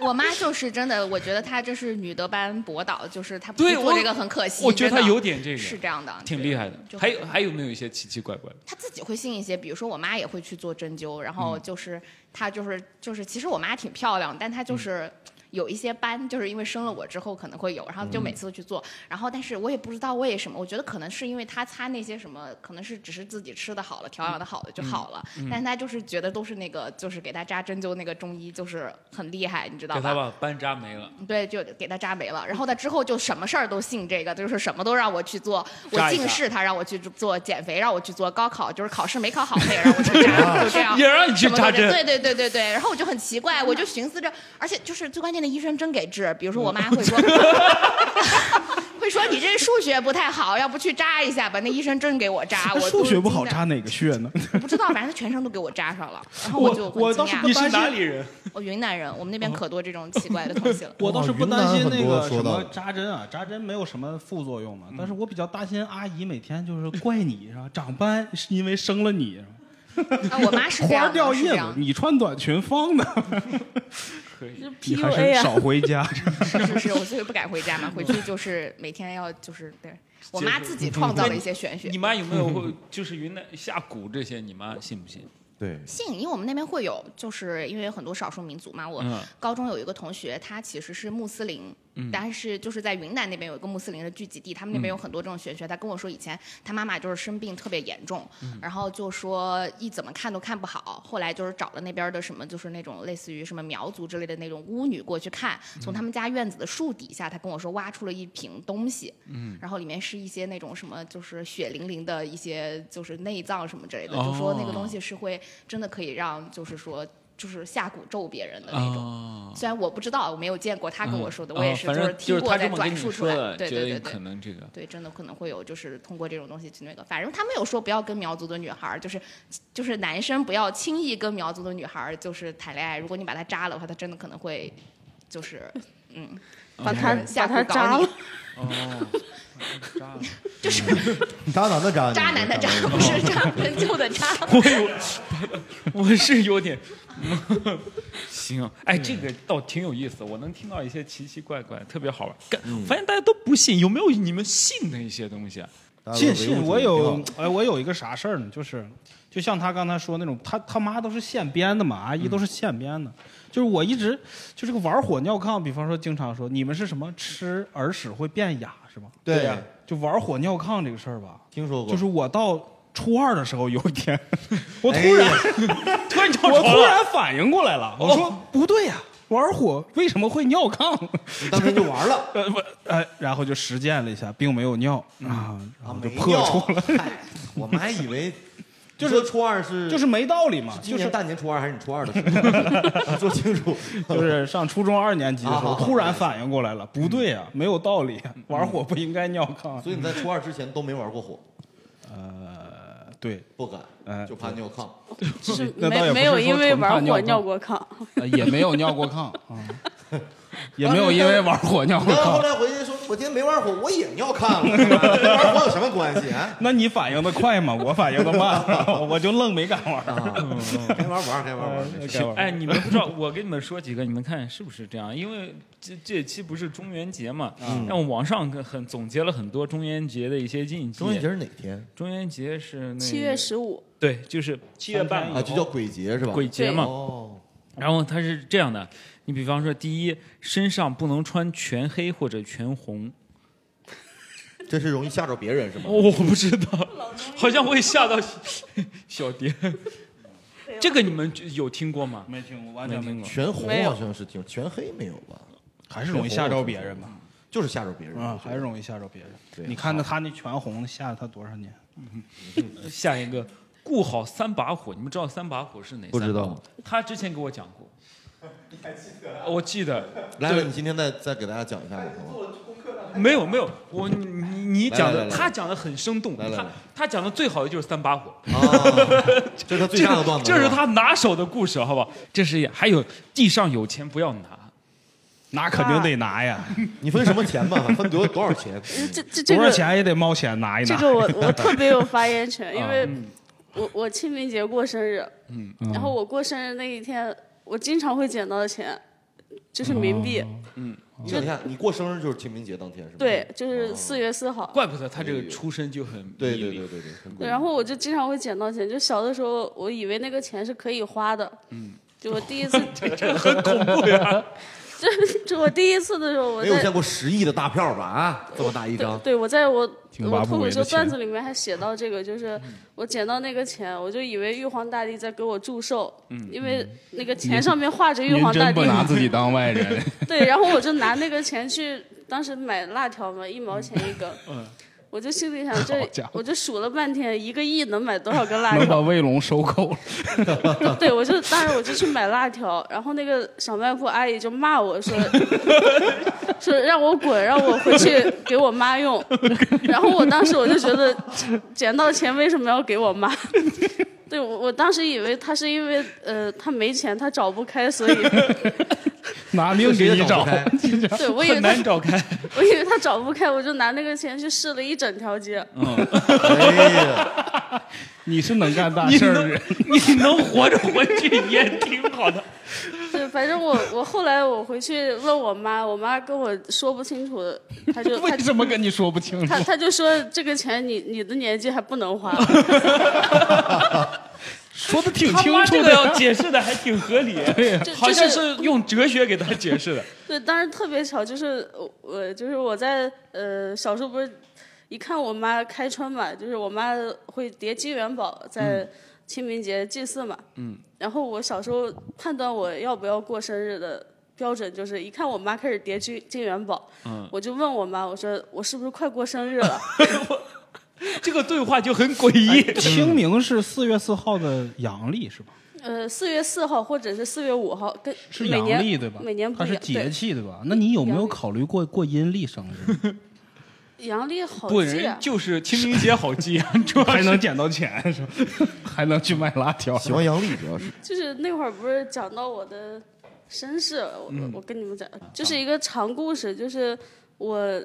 [SPEAKER 10] 我妈就是真的，我觉得她这是女德班博导，就是她不
[SPEAKER 1] 对
[SPEAKER 10] 去
[SPEAKER 1] 我
[SPEAKER 10] 做这个很可惜。
[SPEAKER 1] 我觉得
[SPEAKER 10] 真的
[SPEAKER 1] 她有点这个
[SPEAKER 10] 是这样的，
[SPEAKER 1] 挺
[SPEAKER 10] 对
[SPEAKER 1] 厉害的。
[SPEAKER 10] 就
[SPEAKER 1] 还有还有没有一些奇奇怪怪的？
[SPEAKER 10] 她自己会信一些，比如说我妈也会去做针灸，然
[SPEAKER 1] 嗯
[SPEAKER 10] 后就是、她就是就是，其实我妈挺漂亮，但
[SPEAKER 1] 嗯
[SPEAKER 10] 她就是。有一些斑，就是因为生了我之后可能会有，然后就
[SPEAKER 1] 嗯
[SPEAKER 10] 每次都去做，然后但是我也不知道为什么，我觉得可能是因为她擦那些什么，可能是只是自己吃的好了，调养的好了
[SPEAKER 1] 嗯
[SPEAKER 10] 就好了，但是她就是觉得都是那个，就是给她扎针灸那个中医就是很厉害，你知道
[SPEAKER 1] 给
[SPEAKER 10] 吧？
[SPEAKER 1] 他把斑扎没了，
[SPEAKER 10] 对，就给他扎没了。然后他之后就什么事儿都信这个，就是什么都让我去做。
[SPEAKER 1] 扎
[SPEAKER 10] 我
[SPEAKER 1] 一下
[SPEAKER 10] 近视他让我去做，减肥让我去做，高考就是考试没考好他也让我去扎，就这 样。
[SPEAKER 1] 也让你去
[SPEAKER 10] 什么都
[SPEAKER 1] 扎
[SPEAKER 10] 是
[SPEAKER 1] 针。
[SPEAKER 10] 对对对对对，然后我就很奇怪，我就寻思着，而且就是最关键的，医生真给治，比如说我妈会说， 会说你这数学不太好，要不去扎一下吧？那医生真给我啊扎，我都
[SPEAKER 2] 数学不好
[SPEAKER 10] 惊
[SPEAKER 2] 扎哪个穴 呢？
[SPEAKER 10] 讶，不知道，反正他全身都给我扎上了，然后就
[SPEAKER 2] 我
[SPEAKER 10] 很
[SPEAKER 2] 倒
[SPEAKER 10] 惊
[SPEAKER 2] 是
[SPEAKER 10] 讶。
[SPEAKER 2] 不
[SPEAKER 1] 你
[SPEAKER 2] 担
[SPEAKER 1] 是
[SPEAKER 2] 心
[SPEAKER 1] 哪里人？
[SPEAKER 10] 我云南人，我们那边可多这种奇怪的东西了。
[SPEAKER 2] 哦 我倒是不担心那
[SPEAKER 4] 哦云南
[SPEAKER 2] 个什
[SPEAKER 4] 很多说
[SPEAKER 2] 么
[SPEAKER 4] 到嗯
[SPEAKER 2] 扎针啊，扎针没有什么副作用嘛。但是我比较担心阿姨每天就是怪你是吧？长斑是因为生了你，
[SPEAKER 10] 啊，我妈是这
[SPEAKER 2] 花
[SPEAKER 10] 样的，
[SPEAKER 2] 掉
[SPEAKER 10] 是
[SPEAKER 2] 叶
[SPEAKER 10] 这
[SPEAKER 2] 子
[SPEAKER 10] 样，的
[SPEAKER 2] 你穿短裙放 的，你还
[SPEAKER 3] PUA
[SPEAKER 2] 是
[SPEAKER 3] 啊，
[SPEAKER 2] 少回 家。
[SPEAKER 10] 是是是，我所以不敢回家嘛，回去就是每天要就是对我妈自己创造了一些玄学
[SPEAKER 1] 你。妈有没有就是云南下蛊这些？你妈信不信？
[SPEAKER 4] 对，
[SPEAKER 10] 信，因为我们那边会有，就是因为有很多少数民族嘛。我
[SPEAKER 1] 嗯
[SPEAKER 10] 高中有一个同学，他其实是穆斯林，但是就是在云南那边有一个穆斯林的聚集地，他们那边有很多这种玄学。他跟我说，以前他妈妈就是生病特别严重，然后就说一怎么看都看不好。后来就是找了那边的什么，就是那种类似于什么苗族之类的那种巫女过去看，从他们家院子的树底下，他跟我说挖出了一瓶东
[SPEAKER 6] 嗯
[SPEAKER 10] 西，
[SPEAKER 1] 嗯
[SPEAKER 10] 然后里面是一些那种什么，就是血淋淋的一些就是内脏什么之
[SPEAKER 1] 哦
[SPEAKER 10] 类的，就说那个东西是会真的可以让就是说就是下蛊咒别人的那种。
[SPEAKER 1] 哦，嗯
[SPEAKER 10] 虽然我不知道，我没有见过他跟我说的，我也是
[SPEAKER 1] 反
[SPEAKER 10] 是
[SPEAKER 1] 正
[SPEAKER 10] 听
[SPEAKER 1] 他
[SPEAKER 10] 过
[SPEAKER 1] 这
[SPEAKER 10] 再
[SPEAKER 1] 么跟
[SPEAKER 10] 转
[SPEAKER 1] 你
[SPEAKER 10] 述出
[SPEAKER 1] 说
[SPEAKER 10] 来
[SPEAKER 1] 的，
[SPEAKER 10] 的。对对
[SPEAKER 1] 觉
[SPEAKER 10] 对
[SPEAKER 1] 得
[SPEAKER 10] 对
[SPEAKER 1] 可。能这个
[SPEAKER 10] 对，真的可能会有，就是通过这种东西去那个。反正他们有说不要跟苗族的女孩儿，就是就是男生不要轻易跟苗族的女孩儿就是谈恋爱。如果你把她扎了的话，她真的可能会就是嗯，
[SPEAKER 3] 把他
[SPEAKER 10] 下
[SPEAKER 3] 把
[SPEAKER 10] 蛊
[SPEAKER 3] 他
[SPEAKER 10] 搞
[SPEAKER 3] 扎
[SPEAKER 10] 你
[SPEAKER 3] 了，
[SPEAKER 1] 哦，渣了
[SPEAKER 4] 渣男的渣男，
[SPEAKER 10] 渣男的渣，不是渣人就的渣。
[SPEAKER 1] 我是有点，行，哎，
[SPEAKER 2] 嗯
[SPEAKER 1] 这个倒挺有意思，我能听到一些奇奇怪怪，特别好玩。干
[SPEAKER 2] 嗯
[SPEAKER 1] 发现大家都不信，有没有你们信的一些东西啊？
[SPEAKER 4] 大家都
[SPEAKER 2] 信信，
[SPEAKER 4] 唯物主义
[SPEAKER 2] 我
[SPEAKER 4] 挺
[SPEAKER 2] 有
[SPEAKER 4] 好
[SPEAKER 2] 哎，我有一个啥事儿呢？就是，就像他刚才说那种，他他妈都是现编的嘛，阿姨都
[SPEAKER 4] 嗯
[SPEAKER 2] 是现编的。就是我一直就是个玩火尿炕，比方说经常说你们是什么吃耳屎会变哑是吗？
[SPEAKER 4] 对
[SPEAKER 2] 呀，就玩火尿炕这个事儿吧，
[SPEAKER 4] 听说过，
[SPEAKER 2] 就是我到初二的时候，有一天， 我
[SPEAKER 4] 哎
[SPEAKER 2] 突然、突然我突然反应过来了，我
[SPEAKER 4] 哦
[SPEAKER 2] 说、不对
[SPEAKER 1] 啊
[SPEAKER 2] 呀、玩火为什么会尿炕？
[SPEAKER 4] 当时就玩了，
[SPEAKER 2] 呃不呃，然后就实践了一下，并没有尿啊，然
[SPEAKER 4] 啊
[SPEAKER 2] 后就
[SPEAKER 4] 没
[SPEAKER 2] 破
[SPEAKER 4] 尿
[SPEAKER 2] 处了，
[SPEAKER 4] 嗨我们还以为
[SPEAKER 2] 就
[SPEAKER 4] 你
[SPEAKER 2] 是
[SPEAKER 4] 说初二是
[SPEAKER 2] 就是没道理嘛，
[SPEAKER 4] 今
[SPEAKER 2] 就
[SPEAKER 4] 年
[SPEAKER 2] 是
[SPEAKER 4] 大年初二还是你初二的时候，说 清楚，
[SPEAKER 2] 就是上初中二年级的时候，
[SPEAKER 4] 啊好嗯
[SPEAKER 2] 突然反应过来了，不对呀、没有道理，啊玩火不应该尿炕。
[SPEAKER 4] 所以你在初二之前都没玩过火，
[SPEAKER 2] 呃，对，
[SPEAKER 4] 不敢，
[SPEAKER 2] 哎
[SPEAKER 4] 就怕尿炕。
[SPEAKER 3] 就是
[SPEAKER 2] 那倒
[SPEAKER 3] 没
[SPEAKER 2] 也不
[SPEAKER 3] 没有
[SPEAKER 2] 是说
[SPEAKER 3] 因为
[SPEAKER 2] 纯怕
[SPEAKER 3] 玩
[SPEAKER 2] 尿
[SPEAKER 3] 火
[SPEAKER 2] 炕
[SPEAKER 3] 尿过炕，
[SPEAKER 2] 呃 也没有尿过炕啊， 也没有因为玩火尿过
[SPEAKER 4] 然后后
[SPEAKER 2] 炕。
[SPEAKER 4] 来回去说，我今天没玩火，我也尿炕 了，跟玩火有什么关系啊？
[SPEAKER 2] 那你反应的快吗？我反应的慢， 我就愣没敢玩儿。
[SPEAKER 4] 啊
[SPEAKER 2] 嗯
[SPEAKER 4] 该哎玩玩，该玩玩，没事
[SPEAKER 2] 该玩
[SPEAKER 1] 哎，你们不知道，我跟你们说几个，你们看是不是这样？因为这这期不是中元节嘛，
[SPEAKER 4] 嗯
[SPEAKER 1] 让我网上很总结了很多中元节的一些禁忌。
[SPEAKER 4] 中元节，是哪天
[SPEAKER 1] 中元节是那
[SPEAKER 3] 七月，十五，
[SPEAKER 1] 对，就是七
[SPEAKER 2] 月半以
[SPEAKER 4] 啊？就叫鬼节是吧？
[SPEAKER 1] 鬼节嘛。
[SPEAKER 4] 哦，
[SPEAKER 1] 然后它是这样的，你比方说，第一，身上不能穿全黑或者全红。
[SPEAKER 4] 这是容易吓着别人是吗？
[SPEAKER 1] 我不知道，好像会吓到小蝶。这个你们有听过吗？
[SPEAKER 2] 没听过，完
[SPEAKER 1] 没听过。
[SPEAKER 4] 全红
[SPEAKER 3] 没有
[SPEAKER 4] 好像是听，全黑没有吧？
[SPEAKER 2] 还是容易吓着别人吧？
[SPEAKER 4] 就是吓着别人
[SPEAKER 2] 啊，还是容易吓着别人。
[SPEAKER 4] 对
[SPEAKER 2] 你看那他那全红吓了他多少年？
[SPEAKER 1] 下一个，顾好三把火，你们知道三把火是哪三把火？
[SPEAKER 4] 不知道。
[SPEAKER 1] 他之前给我讲过。你还记得、我记得，
[SPEAKER 4] 来，你今天再再给大家讲一下吧，好吗？
[SPEAKER 1] 没有没有，我你你你
[SPEAKER 4] 来
[SPEAKER 1] 讲
[SPEAKER 4] 来
[SPEAKER 1] 的，
[SPEAKER 4] 来来
[SPEAKER 1] 他讲的很生动，
[SPEAKER 4] 来来
[SPEAKER 1] 他
[SPEAKER 4] 来
[SPEAKER 1] 他讲的最好的就是三把火，
[SPEAKER 4] 啊，这是他最
[SPEAKER 1] 这
[SPEAKER 4] 大
[SPEAKER 1] 个
[SPEAKER 4] 的段子，
[SPEAKER 1] 这 是
[SPEAKER 4] 吧
[SPEAKER 1] 他拿手的故事，好不好？这是也还有地上有钱不要拿，
[SPEAKER 2] 那肯定得拿呀，
[SPEAKER 4] 你分什么钱吧？分多多少钱？
[SPEAKER 3] 这这这
[SPEAKER 2] 多
[SPEAKER 3] 个
[SPEAKER 2] 少钱也得冒险拿一
[SPEAKER 3] 这
[SPEAKER 2] 拿。
[SPEAKER 3] 个我我特 别有发言权，因为我我清明节过生日，
[SPEAKER 2] 嗯
[SPEAKER 3] 然后我过生日那一天，我经常会捡到钱，就是冥
[SPEAKER 2] 哦
[SPEAKER 3] 币，
[SPEAKER 4] 你等一下，你过生日就是清明节当天是吧？
[SPEAKER 3] 对，就是
[SPEAKER 2] 哦
[SPEAKER 3] 四月四号。
[SPEAKER 1] 怪不得他这个出身就很
[SPEAKER 4] 对
[SPEAKER 1] 迷
[SPEAKER 4] 对
[SPEAKER 1] 离
[SPEAKER 4] 对对对，很
[SPEAKER 3] 对
[SPEAKER 4] 贵
[SPEAKER 3] 然后我就经常会捡到钱，就小的时候我以为那个钱是可以花的，就我第一次，
[SPEAKER 1] 嗯很恐怖 呀。
[SPEAKER 3] 这这我第一次的时候，我
[SPEAKER 4] 没有
[SPEAKER 3] 在
[SPEAKER 4] 见过十亿的大票吧？啊，这么大一张，
[SPEAKER 3] 对，我在我
[SPEAKER 2] 挺挖
[SPEAKER 3] 我
[SPEAKER 2] 不
[SPEAKER 3] 脱
[SPEAKER 2] 为
[SPEAKER 3] 口
[SPEAKER 2] 的
[SPEAKER 3] 秀段
[SPEAKER 2] 钱
[SPEAKER 3] 子里面还写到这个，就是我捡到那个钱，我就以为玉皇大帝在给我祝寿，
[SPEAKER 2] 嗯
[SPEAKER 3] 因为那个钱上面画着玉皇大帝，
[SPEAKER 2] 自己当外 人，
[SPEAKER 3] 对，然后我就拿那个钱去，当时买辣条嘛，一毛钱一根，
[SPEAKER 2] 嗯
[SPEAKER 3] 我就心里想这
[SPEAKER 2] 家伙，
[SPEAKER 3] 我就数了半天，一个亿能买多少根辣条？
[SPEAKER 2] 卫龙收购了。
[SPEAKER 3] 对，我就当时我就去买辣条，然后那个小卖部阿姨就骂我说，说让我滚，让我回去给我妈用。然后我当时我就觉得，捡到钱为什么要给我妈？ 对我，我当时以为她是因为呃她没钱，她找不开，所以
[SPEAKER 2] 拿命给
[SPEAKER 4] 谁
[SPEAKER 2] 你
[SPEAKER 4] 也找
[SPEAKER 2] 找
[SPEAKER 4] 不。开。
[SPEAKER 3] 对我以为
[SPEAKER 1] 很
[SPEAKER 3] 她
[SPEAKER 1] 难找开，
[SPEAKER 3] 我以为她找不开，我就拿那个钱去试了一整条街。
[SPEAKER 4] 哎呀，
[SPEAKER 2] 你是能干大
[SPEAKER 1] 你
[SPEAKER 2] 事儿的
[SPEAKER 1] 能
[SPEAKER 2] 人，
[SPEAKER 1] 你能活着回去也挺好的。
[SPEAKER 3] 对，反正我我后来我回去问我妈，我妈跟我说不清楚，她 就她
[SPEAKER 2] 为什么跟你说不清楚
[SPEAKER 3] 他？ 他就说这个钱你你的年纪还不能花，
[SPEAKER 2] 说的挺
[SPEAKER 1] 他
[SPEAKER 2] 清
[SPEAKER 1] 妈
[SPEAKER 2] 楚
[SPEAKER 1] 这
[SPEAKER 2] 的
[SPEAKER 1] 个
[SPEAKER 2] 呀
[SPEAKER 1] 要解释的还挺合理，
[SPEAKER 2] 对呀
[SPEAKER 3] 这
[SPEAKER 1] 好像
[SPEAKER 3] 这
[SPEAKER 1] 是用哲学给他解释的。
[SPEAKER 3] 对，当时特别巧，就是呃我就是我在呃小时候不是一看我妈开春嘛，就是我妈会叠金元宝，
[SPEAKER 2] 嗯
[SPEAKER 3] 在清明节祭祀嘛。
[SPEAKER 1] 嗯。
[SPEAKER 3] 然后我小时候判断我要不要过生日的标准，就是一看我妈开始叠金金元宝，
[SPEAKER 1] 嗯，
[SPEAKER 3] 我就问我妈，我说我是不是快过生日了？
[SPEAKER 1] 这个对话就很诡
[SPEAKER 4] 哎
[SPEAKER 1] 异。
[SPEAKER 2] 清明是四月四号的阳历是吧？
[SPEAKER 3] 呃，四月四号或者是四月五号，跟
[SPEAKER 2] 是
[SPEAKER 3] 每
[SPEAKER 2] 阳
[SPEAKER 3] 年
[SPEAKER 2] 历对吧？
[SPEAKER 3] 每年不
[SPEAKER 2] 它
[SPEAKER 3] 一
[SPEAKER 2] 是
[SPEAKER 3] 样
[SPEAKER 2] 节
[SPEAKER 3] 对
[SPEAKER 2] 气对吧？那你有没
[SPEAKER 3] 阳
[SPEAKER 2] 有
[SPEAKER 3] 历
[SPEAKER 2] 考虑过过阴历生 日？
[SPEAKER 3] 阳历好
[SPEAKER 1] 不，
[SPEAKER 3] 记
[SPEAKER 1] 人
[SPEAKER 3] 啊。
[SPEAKER 1] 就是清明节好记 啊，主要
[SPEAKER 2] 还能
[SPEAKER 1] 是
[SPEAKER 2] 捡到钱是吧？ 还能去卖辣条？
[SPEAKER 4] 喜欢杨笠主要是。
[SPEAKER 3] 就是那会儿不是讲到我的身世，我、我跟你们讲，就是一个长故事，就是我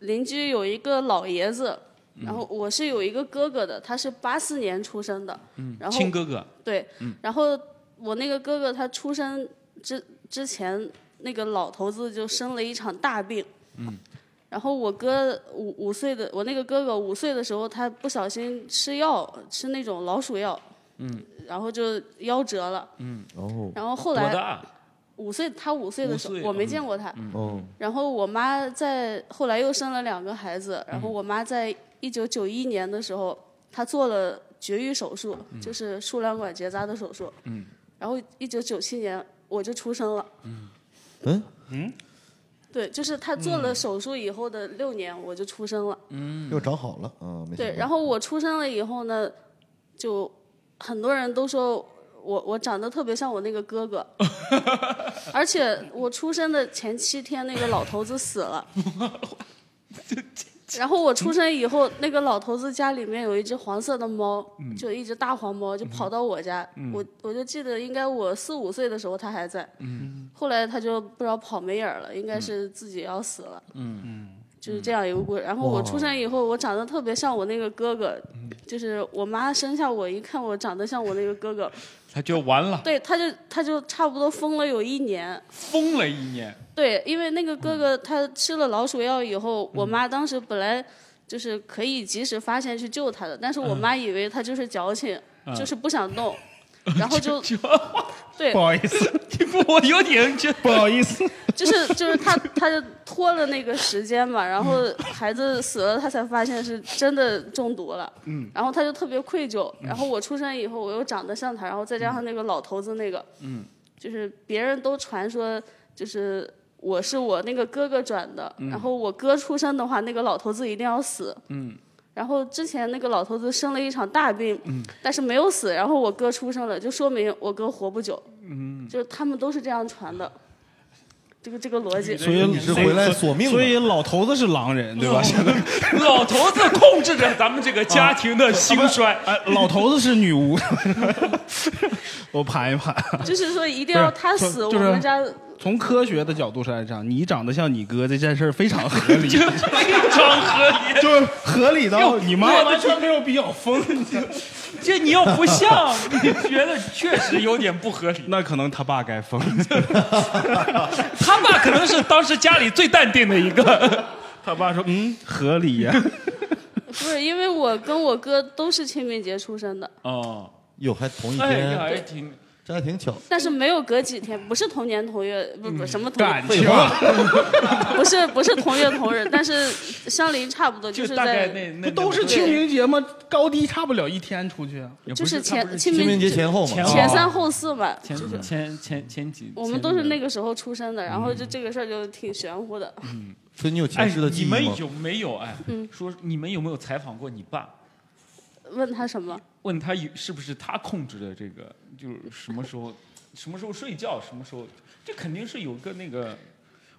[SPEAKER 3] 邻居有一个老爷子，然后我是有一个哥哥的，他是八四年出生的，
[SPEAKER 6] 嗯
[SPEAKER 4] 嗯
[SPEAKER 3] 然后
[SPEAKER 1] 亲哥哥。嗯
[SPEAKER 3] 对，然后我那个哥哥他出生之之前，那个老头子就生了一场大病。然后我哥五五岁的，我那个哥哥五岁的时候，他不小心吃药，吃那种老鼠药，嗯，然后就夭折了。
[SPEAKER 4] 哦
[SPEAKER 3] 然后后
[SPEAKER 1] 多
[SPEAKER 3] 来
[SPEAKER 9] 啊
[SPEAKER 1] 大？
[SPEAKER 3] 五岁，他五岁的时候
[SPEAKER 1] 五岁嗯
[SPEAKER 3] 我没见过他。
[SPEAKER 9] 嗯
[SPEAKER 4] 哦，
[SPEAKER 3] 然后我妈在后来又生了两个孩子，然
[SPEAKER 1] 嗯
[SPEAKER 3] 后我妈在一九九一年的时候，她做了绝育手术，
[SPEAKER 1] 嗯
[SPEAKER 3] 就是输卵管结扎的手术。嗯。然后一九九七年我就出生了。
[SPEAKER 4] 嗯，
[SPEAKER 3] 对，就是她做
[SPEAKER 1] 嗯
[SPEAKER 3] 了手术以后的六年，我就出生了。
[SPEAKER 4] 又长好了啊，没
[SPEAKER 3] 对，然后我出生了以后呢，就很多人都说我我长得特别像我那个哥哥，而且我出生的前七天那个老头子死了。然后我出生以后，那个老头子家里面有一只黄色的猫，就一只大黄猫，就跑到我家。我我就记得应该我四五岁的时候它还在，
[SPEAKER 9] 嗯
[SPEAKER 3] 后来它就不知道跑没影儿了，应该是自己要死了。
[SPEAKER 9] 嗯
[SPEAKER 2] 嗯
[SPEAKER 3] 就是这样一个故事。然后我
[SPEAKER 2] 哦
[SPEAKER 3] 出生以后，我长得特别像我那个哥哥，
[SPEAKER 2] 嗯
[SPEAKER 3] 就是我妈生下我一看我长得像我那个哥哥，
[SPEAKER 1] 他就完了，
[SPEAKER 3] 对，他就他就差不多疯了有一年。
[SPEAKER 1] 疯了一年。
[SPEAKER 3] 对，因为那个哥
[SPEAKER 2] 嗯
[SPEAKER 3] 哥他吃了老鼠药以后，我妈当时本来就是可以及时发现去救他的，但是
[SPEAKER 2] 嗯
[SPEAKER 3] 我妈以为他就是矫情，就是不想 动，然后就对
[SPEAKER 2] 不，好意 思，
[SPEAKER 1] 我有点觉得
[SPEAKER 2] 不好意思，
[SPEAKER 3] 就是就是他他就拖了那个时间嘛，然后孩子死了，他才发现是真的中毒了。嗯，然后他就特别愧疚。
[SPEAKER 2] 嗯
[SPEAKER 3] 然后我出生以后，我又长得像他，然后再加上那个老头子那个，嗯，就是别人都传说就是。我是我那个哥哥转的，
[SPEAKER 2] 嗯
[SPEAKER 3] 然后我哥出生的话，那个老头子一定要死。嗯。然后之前那个老头子生了一场大病，嗯、但是没有死。然后我哥出生了，就说明我哥活不久。嗯。就是他们都是这样传的。这个这个逻辑。
[SPEAKER 2] 所以
[SPEAKER 4] 你是回来索命的
[SPEAKER 2] 所以老头子是狼人对吧？现在
[SPEAKER 1] 老头子控制着咱们这个哦 家庭的 兴衰。
[SPEAKER 2] 哎，老头子是女巫， 我盘一盘。
[SPEAKER 3] 就是说一定要他
[SPEAKER 2] 不是
[SPEAKER 3] 死，我
[SPEAKER 2] 就是
[SPEAKER 3] 们家
[SPEAKER 2] 从科学的角度上来讲，你长得像你哥这件事儿非常合理，
[SPEAKER 1] 这非常合理，
[SPEAKER 2] 就是合理到你妈
[SPEAKER 1] 我
[SPEAKER 2] 完 全没有必要疯。你知道吗
[SPEAKER 1] 这你要不 像， 你觉得确实有点不合理。
[SPEAKER 2] 那可能他爸该疯，
[SPEAKER 1] 他爸可能是当时家里最淡定的一个，
[SPEAKER 2] 他爸说嗯合理 呀、
[SPEAKER 3] 不是因为我跟我哥都是清明节出生的，
[SPEAKER 1] 哦，
[SPEAKER 4] 哟还同一
[SPEAKER 1] 哎呀，
[SPEAKER 4] 天，
[SPEAKER 1] 还挺
[SPEAKER 4] 这还挺巧。
[SPEAKER 3] 但是没有隔几天，不是同年同月，不
[SPEAKER 1] 嗯
[SPEAKER 3] 不什么同
[SPEAKER 2] 感
[SPEAKER 3] 月，
[SPEAKER 2] 情
[SPEAKER 3] 不是不是同月同日， 但是相邻差不多，
[SPEAKER 1] 就是大概
[SPEAKER 3] 在
[SPEAKER 1] 那那
[SPEAKER 2] 不都是清明节吗？高低差不了一天出去啊。
[SPEAKER 1] 也不
[SPEAKER 3] 就是前清
[SPEAKER 4] 清明节前后
[SPEAKER 1] 前
[SPEAKER 4] 嘛，
[SPEAKER 1] 后
[SPEAKER 3] 前三后四吧，
[SPEAKER 1] 前前前前几，
[SPEAKER 3] 我们都是那
[SPEAKER 1] 个。
[SPEAKER 3] 个时候出生的，然后
[SPEAKER 1] 嗯
[SPEAKER 3] 就这个事儿就挺玄乎的。
[SPEAKER 4] 所以你有前
[SPEAKER 1] 哎，
[SPEAKER 4] 世的记
[SPEAKER 1] 你
[SPEAKER 4] 忆吗
[SPEAKER 1] 们？有没有哎？
[SPEAKER 3] 嗯
[SPEAKER 1] 说你们有没有采访过你爸？
[SPEAKER 3] 问他什么？
[SPEAKER 1] 问他有是不是他控制的这个，就是什么时候，什么时候睡觉，什么时候，这肯定是有个那个，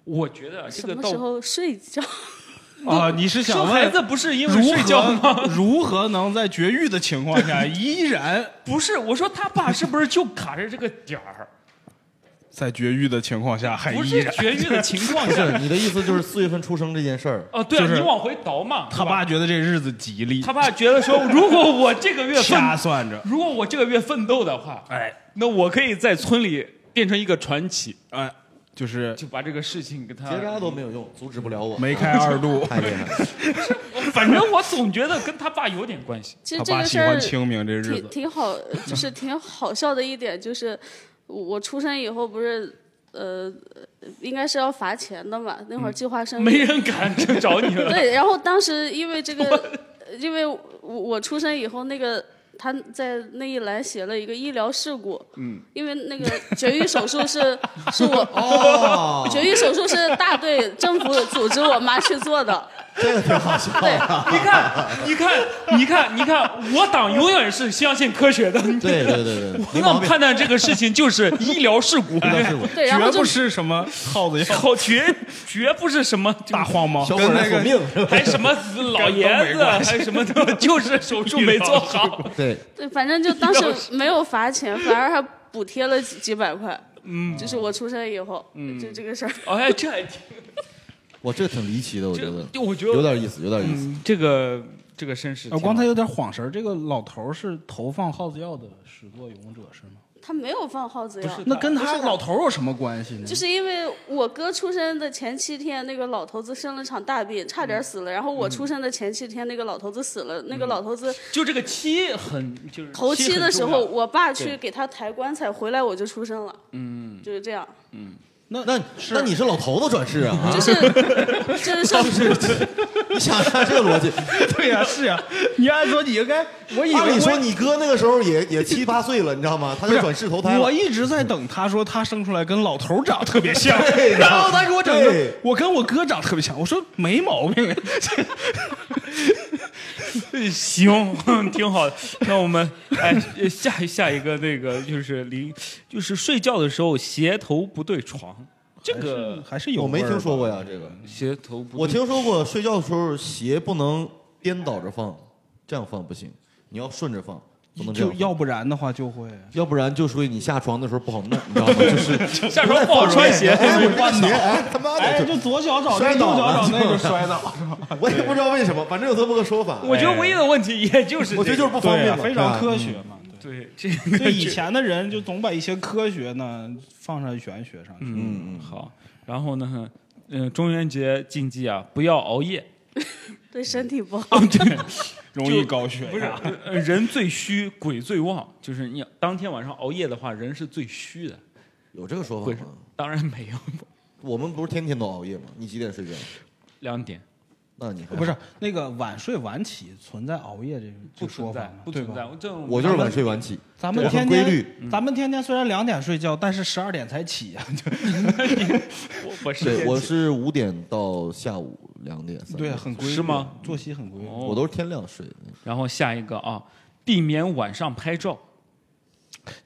[SPEAKER 1] 我觉得啊这
[SPEAKER 3] 什
[SPEAKER 1] 个
[SPEAKER 3] 么
[SPEAKER 1] 到
[SPEAKER 3] 时候睡觉？
[SPEAKER 2] 啊，你是
[SPEAKER 1] 生
[SPEAKER 2] 想
[SPEAKER 1] 孩
[SPEAKER 2] 问
[SPEAKER 1] 子不是因为
[SPEAKER 2] 如
[SPEAKER 1] 睡觉吗？
[SPEAKER 2] 何如何能在绝育的情况 下依然
[SPEAKER 1] 不是，我说他爸是不是就卡着这个点 儿？
[SPEAKER 2] 在绝育的情况下还
[SPEAKER 1] 不
[SPEAKER 2] 依
[SPEAKER 1] 是
[SPEAKER 2] 然？
[SPEAKER 1] 绝育的情况
[SPEAKER 4] 不是
[SPEAKER 1] 下，
[SPEAKER 4] 你的意思就是四月份出生这件事儿，
[SPEAKER 1] 哦，对啊，
[SPEAKER 2] 就是
[SPEAKER 1] 你往回倒嘛，
[SPEAKER 2] 他
[SPEAKER 1] 对吧
[SPEAKER 2] 爸觉得这日子吉利，
[SPEAKER 1] 他爸觉得说，如果我这个月奋，
[SPEAKER 2] 掐算着，
[SPEAKER 1] 如果我这个月奋斗的话，
[SPEAKER 2] 哎
[SPEAKER 1] 那我可以在村里变成一个传奇。
[SPEAKER 2] 哎，
[SPEAKER 11] 就是
[SPEAKER 1] 就把这个事情给他
[SPEAKER 4] 结扎都没有用，阻止不了我。
[SPEAKER 11] 梅开二度
[SPEAKER 4] 太厉害了。
[SPEAKER 1] 反正我总觉得跟他爸有点关系。
[SPEAKER 3] 其实
[SPEAKER 11] 他
[SPEAKER 3] 这
[SPEAKER 11] 爸
[SPEAKER 3] 个
[SPEAKER 11] 喜
[SPEAKER 3] 事儿
[SPEAKER 11] 欢清明这日
[SPEAKER 3] 挺
[SPEAKER 11] 子，
[SPEAKER 3] 挺好， 就是挺好笑的一点就是，我我出生以后不是呃，应该是要罚钱的嘛，那
[SPEAKER 11] 嗯
[SPEAKER 3] 会儿计划生育、
[SPEAKER 1] 没人敢找你 了。
[SPEAKER 3] 对，然后当时因为这个，因为我我出生以后，那个他在那一栏写了一个医疗事故，嗯，因为 那个绝育手术是是 我、
[SPEAKER 4] 哦
[SPEAKER 3] 绝育手术是大队政府组织我妈去做的，
[SPEAKER 4] 这个挺好笑啊的。
[SPEAKER 1] 你看，你看，你看，你看，我党永远是相信科学的。
[SPEAKER 4] 对对对对，
[SPEAKER 1] 我党判断这个事 情就是医疗事故，
[SPEAKER 3] 对，然后
[SPEAKER 11] 绝
[SPEAKER 3] 就
[SPEAKER 11] 不是什么耗子药、
[SPEAKER 1] 好绝绝不是什么
[SPEAKER 11] 大黄毛，
[SPEAKER 4] 小伙儿
[SPEAKER 11] 跟那
[SPEAKER 4] 来索
[SPEAKER 11] 个
[SPEAKER 4] 命是吧？
[SPEAKER 1] 还什么老爷子，还什么 的，就是手术没做好。
[SPEAKER 4] 对，
[SPEAKER 3] 对，反正就当时没有罚钱，反而还补贴了几几百块。嗯，就是我出生以后，就这个事儿。
[SPEAKER 1] 哎，这还挺
[SPEAKER 4] 我这个挺离奇的，我觉得
[SPEAKER 1] 这，我觉
[SPEAKER 4] 有
[SPEAKER 1] 得嗯
[SPEAKER 4] 点意思，有点意思。
[SPEAKER 1] 这个这个绅士挺好。
[SPEAKER 2] 我哦刚才有点晃神儿，这个老头儿是投放耗子药的始作俑者是吗？
[SPEAKER 3] 他没有放耗子药，
[SPEAKER 2] 那跟他老头儿有什么关系呢？
[SPEAKER 3] 就是因为我哥出生的前七天，那个老头子生了场大病，差点死了。然后我出生的前七天，那个老头子死了。那个老头子
[SPEAKER 1] 就这个期很就是
[SPEAKER 3] 头
[SPEAKER 1] 期
[SPEAKER 3] 七
[SPEAKER 1] 很
[SPEAKER 3] 的时
[SPEAKER 1] 重要
[SPEAKER 3] 候，我爸
[SPEAKER 1] 对
[SPEAKER 3] 去给他抬棺材，回来我就出生了。嗯，就是这样，
[SPEAKER 4] 那那那你是老头子转世啊？啊
[SPEAKER 3] 就是就是上
[SPEAKER 4] 你想一下这个逻辑。
[SPEAKER 2] 对呀、是呀、你按说你应该，我以
[SPEAKER 4] 按
[SPEAKER 2] 为
[SPEAKER 4] 理说
[SPEAKER 2] 我
[SPEAKER 4] 你哥那个时候也也七八岁了，你知道吗？他就转世投胎
[SPEAKER 2] 我
[SPEAKER 4] 了。，
[SPEAKER 2] 一直在等他说他生出来跟老头儿长得特别像
[SPEAKER 4] 对的
[SPEAKER 2] 然后他给我整
[SPEAKER 4] 对
[SPEAKER 2] 个我跟我哥长得特别像，我说没毛 病，
[SPEAKER 1] 行，挺好的。那我们哎，下下一个那个就是临，就是睡觉的时候斜头不对床，这个
[SPEAKER 2] 还是有
[SPEAKER 4] 我没
[SPEAKER 2] 味儿
[SPEAKER 4] 听说
[SPEAKER 2] 吧
[SPEAKER 4] 过呀，这个
[SPEAKER 1] 斜头不对
[SPEAKER 4] 我听说过，睡觉的时候鞋不能颠倒着放，这样放不行，你要顺着放，不能这样
[SPEAKER 2] 就
[SPEAKER 4] 放。
[SPEAKER 2] 要不然的话就会
[SPEAKER 4] 要不然就属于你下床的时候不好弄，你知道 吗？就 是
[SPEAKER 1] 下床不好穿鞋，
[SPEAKER 4] 哎，我这个鞋，哎，他妈
[SPEAKER 2] 哎，
[SPEAKER 4] 的，
[SPEAKER 2] 就左脚找这，
[SPEAKER 4] 摔
[SPEAKER 2] 右
[SPEAKER 4] 倒
[SPEAKER 2] 脚
[SPEAKER 4] 了
[SPEAKER 2] 找那个摔倒 了，
[SPEAKER 4] 我也不知道为什么，反正有这么个说法。哎
[SPEAKER 1] 我觉得唯一的问题也就是
[SPEAKER 4] 我觉得就是是不方便
[SPEAKER 2] 呀
[SPEAKER 4] 嘛，
[SPEAKER 2] 啊非常
[SPEAKER 4] 对吧啊嗯
[SPEAKER 2] 科学嘛。对
[SPEAKER 1] 对这个
[SPEAKER 2] 对以前的人就总把一些科学呢放上玄学上去，
[SPEAKER 4] 嗯嗯，
[SPEAKER 1] 好。然后呢，嗯、中元节禁忌啊，不要熬夜。
[SPEAKER 3] 对身体不好。
[SPEAKER 2] 容易高血
[SPEAKER 1] 不是
[SPEAKER 2] 压。，
[SPEAKER 1] 呃人最虚，鬼最旺。就是你当天晚上熬夜的话，人是最虚的。
[SPEAKER 4] 有这个说法
[SPEAKER 1] 会是
[SPEAKER 4] 吗？
[SPEAKER 1] 当然没有，
[SPEAKER 4] 我们不是天天都熬夜吗？你几点睡觉？
[SPEAKER 1] 两点
[SPEAKER 4] 那你还
[SPEAKER 2] 不是那个晚睡晚起存在熬夜这个这
[SPEAKER 1] 不
[SPEAKER 2] 个说
[SPEAKER 1] 存
[SPEAKER 2] 法
[SPEAKER 1] 在
[SPEAKER 2] 吗，？
[SPEAKER 1] 不
[SPEAKER 2] 对
[SPEAKER 1] 存在
[SPEAKER 2] 吧。。
[SPEAKER 1] 这种
[SPEAKER 4] 我就是晚睡晚起，
[SPEAKER 2] 咱们
[SPEAKER 4] 我很
[SPEAKER 2] 天嗯
[SPEAKER 4] 规
[SPEAKER 2] 天
[SPEAKER 4] 律。
[SPEAKER 2] 咱们天天虽然两点睡觉，但是十二点才起啊呀。
[SPEAKER 1] 我我是
[SPEAKER 4] 对，
[SPEAKER 1] 天
[SPEAKER 4] 我
[SPEAKER 1] 气
[SPEAKER 4] 是五点到下午两点三点。
[SPEAKER 2] 对，啊很规律，
[SPEAKER 1] 是吗？
[SPEAKER 2] 作息很规律。
[SPEAKER 1] 哦
[SPEAKER 4] 我都是天亮睡的。
[SPEAKER 1] 然后下一个啊，避免晚上拍照。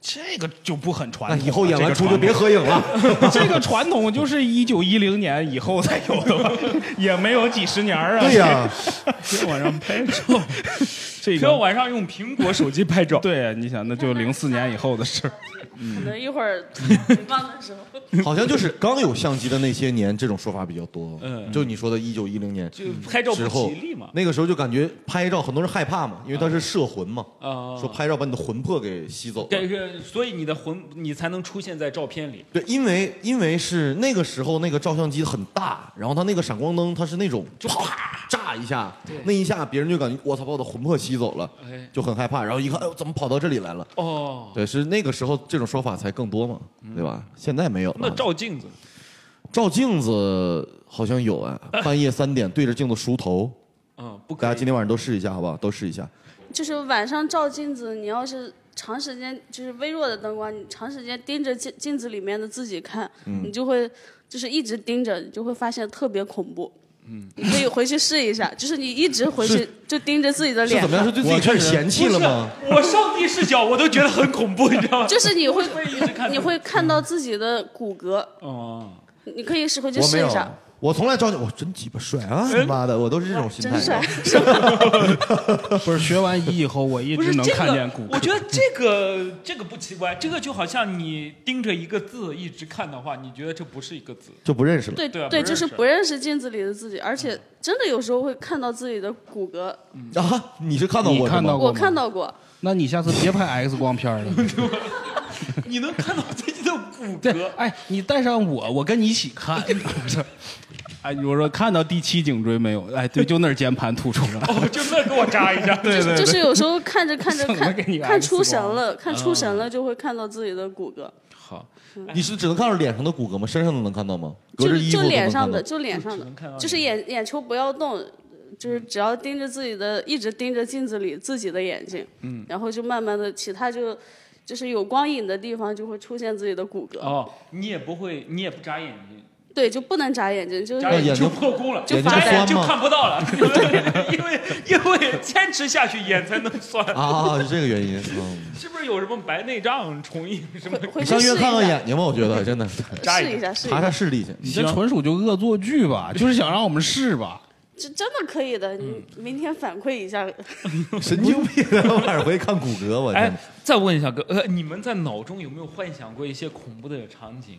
[SPEAKER 2] 这个就不很传
[SPEAKER 4] 那
[SPEAKER 2] 统了。
[SPEAKER 4] 以后演完出就别
[SPEAKER 2] 这
[SPEAKER 4] 合影了。
[SPEAKER 2] 个传统 这个传统就是一九一零年以后才有的吧，也没有几十年啊。
[SPEAKER 4] 对呀、
[SPEAKER 1] 不要晚上拍照，
[SPEAKER 2] 这
[SPEAKER 1] 不要
[SPEAKER 2] 个
[SPEAKER 1] 晚上用苹果手机拍照。
[SPEAKER 2] 对，你想，那就零四年以后的事儿。
[SPEAKER 3] 可能一会儿回放的时候，
[SPEAKER 4] 好像就是刚有相机的那些年，这种说法比较多。
[SPEAKER 1] 嗯
[SPEAKER 4] 就你说的，一九一零年
[SPEAKER 1] 就拍照
[SPEAKER 4] 之
[SPEAKER 1] 不
[SPEAKER 4] 后
[SPEAKER 1] 吉利嘛，。
[SPEAKER 4] 那个时候就感觉拍照很多人害怕嘛，因为它是摄魂嘛，
[SPEAKER 1] 啊，
[SPEAKER 4] 说拍照把你的魂魄给吸走了。
[SPEAKER 1] 对，是所以你的魂，你才能出现在照片里。
[SPEAKER 4] 对，因为因为是那个时候那个照相机很大，然后它那个闪光灯它是那种就啪炸一下，那一下别人就感觉我操把我的魂魄吸走了，
[SPEAKER 1] 哎，
[SPEAKER 4] 就很害怕。然后一看，哎呦怎么跑到这里来了？
[SPEAKER 1] 哦，嗯
[SPEAKER 4] 对，是那个时候这种说法才更多嘛，对吧？现在没有了。
[SPEAKER 1] 那照镜子，
[SPEAKER 4] 照镜子好像有啊，半夜三点对着镜子梳头，
[SPEAKER 1] 嗯，不可
[SPEAKER 4] 大家
[SPEAKER 1] 以。
[SPEAKER 4] 今天晚上都试一下好不好？都试一下。
[SPEAKER 3] 就是晚上照镜子，你要是长时间就是微弱的灯光，你长时间盯着镜镜子里面的自己看，你就会就是一直盯着，你就会发现特别恐怖。嗯，你可以回去试一下，就是你一直回去就盯着自己的
[SPEAKER 4] 是
[SPEAKER 3] 脸
[SPEAKER 4] 怎么样？
[SPEAKER 3] 看，
[SPEAKER 4] 是对自己开始嫌弃了吗？
[SPEAKER 1] 我上帝视角我都觉得很恐怖，你 知道吗？
[SPEAKER 3] 就是你会
[SPEAKER 1] 一直看
[SPEAKER 3] 你会看到自己的骨骼，
[SPEAKER 1] 哦，
[SPEAKER 3] 你可以试回去
[SPEAKER 4] 我没
[SPEAKER 3] 试一
[SPEAKER 4] 有
[SPEAKER 3] 下。，
[SPEAKER 4] 我从来照镜，我真鸡巴帅啊！
[SPEAKER 1] 哎
[SPEAKER 4] 他妈的，我都是这种心
[SPEAKER 3] 真帅
[SPEAKER 4] 态。！
[SPEAKER 2] 不是学完医以后，我一
[SPEAKER 1] 不
[SPEAKER 2] 直
[SPEAKER 1] 是
[SPEAKER 2] 能
[SPEAKER 1] 这
[SPEAKER 2] 看见
[SPEAKER 1] 个
[SPEAKER 2] 骨，
[SPEAKER 1] 我
[SPEAKER 2] 骼。
[SPEAKER 1] 觉得这个这个不奇怪，这个就好像你盯着一个字一直看的话，你觉得这不是一个字。
[SPEAKER 4] 就不认识了。
[SPEAKER 3] 对
[SPEAKER 1] 对啊不
[SPEAKER 3] 对，
[SPEAKER 1] 认
[SPEAKER 3] 就是
[SPEAKER 1] 识
[SPEAKER 3] 不认识镜子里的自己，而且真的有时候会看到自己的骨骼，
[SPEAKER 4] 啊，你是看到我
[SPEAKER 2] 你看到
[SPEAKER 4] 是吗
[SPEAKER 2] 过
[SPEAKER 3] 我
[SPEAKER 2] 吗
[SPEAKER 3] 看到过。
[SPEAKER 2] 那你下次别拍 X 光片了。
[SPEAKER 1] 你能看到自己骨
[SPEAKER 2] 对，哎，你带上我，我跟你一起看。
[SPEAKER 11] 哎，我说看到第七颈椎没有？哎，对，就那儿键盘突出了。
[SPEAKER 1] 哦，就那给我扎一下。
[SPEAKER 11] 对对，
[SPEAKER 3] 就是
[SPEAKER 11] 对
[SPEAKER 3] 有时候看着看着
[SPEAKER 11] 怎么
[SPEAKER 3] 看
[SPEAKER 11] 给你
[SPEAKER 3] 看
[SPEAKER 11] X
[SPEAKER 3] 出
[SPEAKER 11] 光
[SPEAKER 3] 神了，看出神了就会看到自己的骨骼，
[SPEAKER 1] 好，
[SPEAKER 4] 你是只能看到脸上的骨骼吗？身上的能看到吗？隔
[SPEAKER 3] 就
[SPEAKER 4] 着
[SPEAKER 3] 是
[SPEAKER 4] 衣
[SPEAKER 3] 就
[SPEAKER 4] 服都能
[SPEAKER 3] 脸
[SPEAKER 4] 看
[SPEAKER 3] 上
[SPEAKER 4] 到
[SPEAKER 3] 的，。就脸上的
[SPEAKER 1] 看到，
[SPEAKER 3] 就是眼眼球不要动，就是只要盯着自己的，一直盯着镜子里自己的眼睛，
[SPEAKER 1] 嗯，
[SPEAKER 3] 然后就慢慢的其他就就是有光影的地方就会出现自己的骨骼，
[SPEAKER 1] 哦，你也不会，你也不眨眼睛，
[SPEAKER 3] 对，就不能眨眼睛，就是
[SPEAKER 1] 眨眼睛
[SPEAKER 4] 眼睛
[SPEAKER 1] 就破功了，
[SPEAKER 4] 就
[SPEAKER 1] 眨眼
[SPEAKER 4] 眼睛
[SPEAKER 1] 就
[SPEAKER 4] 不酸吗
[SPEAKER 1] 看不到 了，因为因为坚持下去眼才能酸。
[SPEAKER 4] 啊，是这个原因。 嗯，
[SPEAKER 1] 是不是有什么白内障、重影什么？
[SPEAKER 3] 回
[SPEAKER 4] 你
[SPEAKER 3] 去
[SPEAKER 4] 上医
[SPEAKER 3] 试
[SPEAKER 4] 院
[SPEAKER 3] 一
[SPEAKER 4] 看看
[SPEAKER 3] 下，
[SPEAKER 4] 眼睛吧，我觉 得真的
[SPEAKER 1] 眨
[SPEAKER 3] 试
[SPEAKER 1] 眼
[SPEAKER 3] 一下，试一
[SPEAKER 4] 查查
[SPEAKER 3] 下，
[SPEAKER 4] 视力去。
[SPEAKER 11] 你这纯属就恶作剧吧，就是想让我们试吧。
[SPEAKER 3] 这真的可以的，你明天反馈一下。
[SPEAKER 4] 神经病， 晚上回去看骨骼，我
[SPEAKER 1] 哎
[SPEAKER 4] 天。，
[SPEAKER 1] 再问一下哥，呃，你们在脑中有没有幻想过一些恐怖的场景？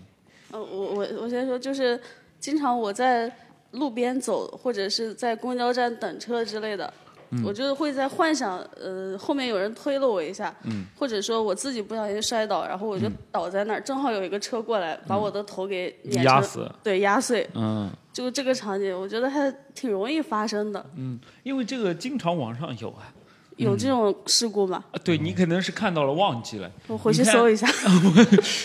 [SPEAKER 3] 呃，我我我先说，就是经常我在路边走，或者是在公交站等车之类的，
[SPEAKER 1] 嗯
[SPEAKER 3] 我就会在幻想，呃，后面有人推了我一下，
[SPEAKER 1] 嗯
[SPEAKER 3] 或者说我自己不小心摔倒，然后我就倒在那儿，正好有一个车过来，把我的头给碾
[SPEAKER 1] 嗯压
[SPEAKER 3] 成
[SPEAKER 1] 死
[SPEAKER 3] 对，压碎，
[SPEAKER 1] 嗯，
[SPEAKER 3] 就这个场景，我觉得还挺容易发生的。
[SPEAKER 1] 嗯因为这个经常网上有啊。
[SPEAKER 3] 有这种事故吗？
[SPEAKER 1] 啊对你可能是看到了忘记了，
[SPEAKER 3] 我回去
[SPEAKER 1] 你看
[SPEAKER 3] 搜一 下。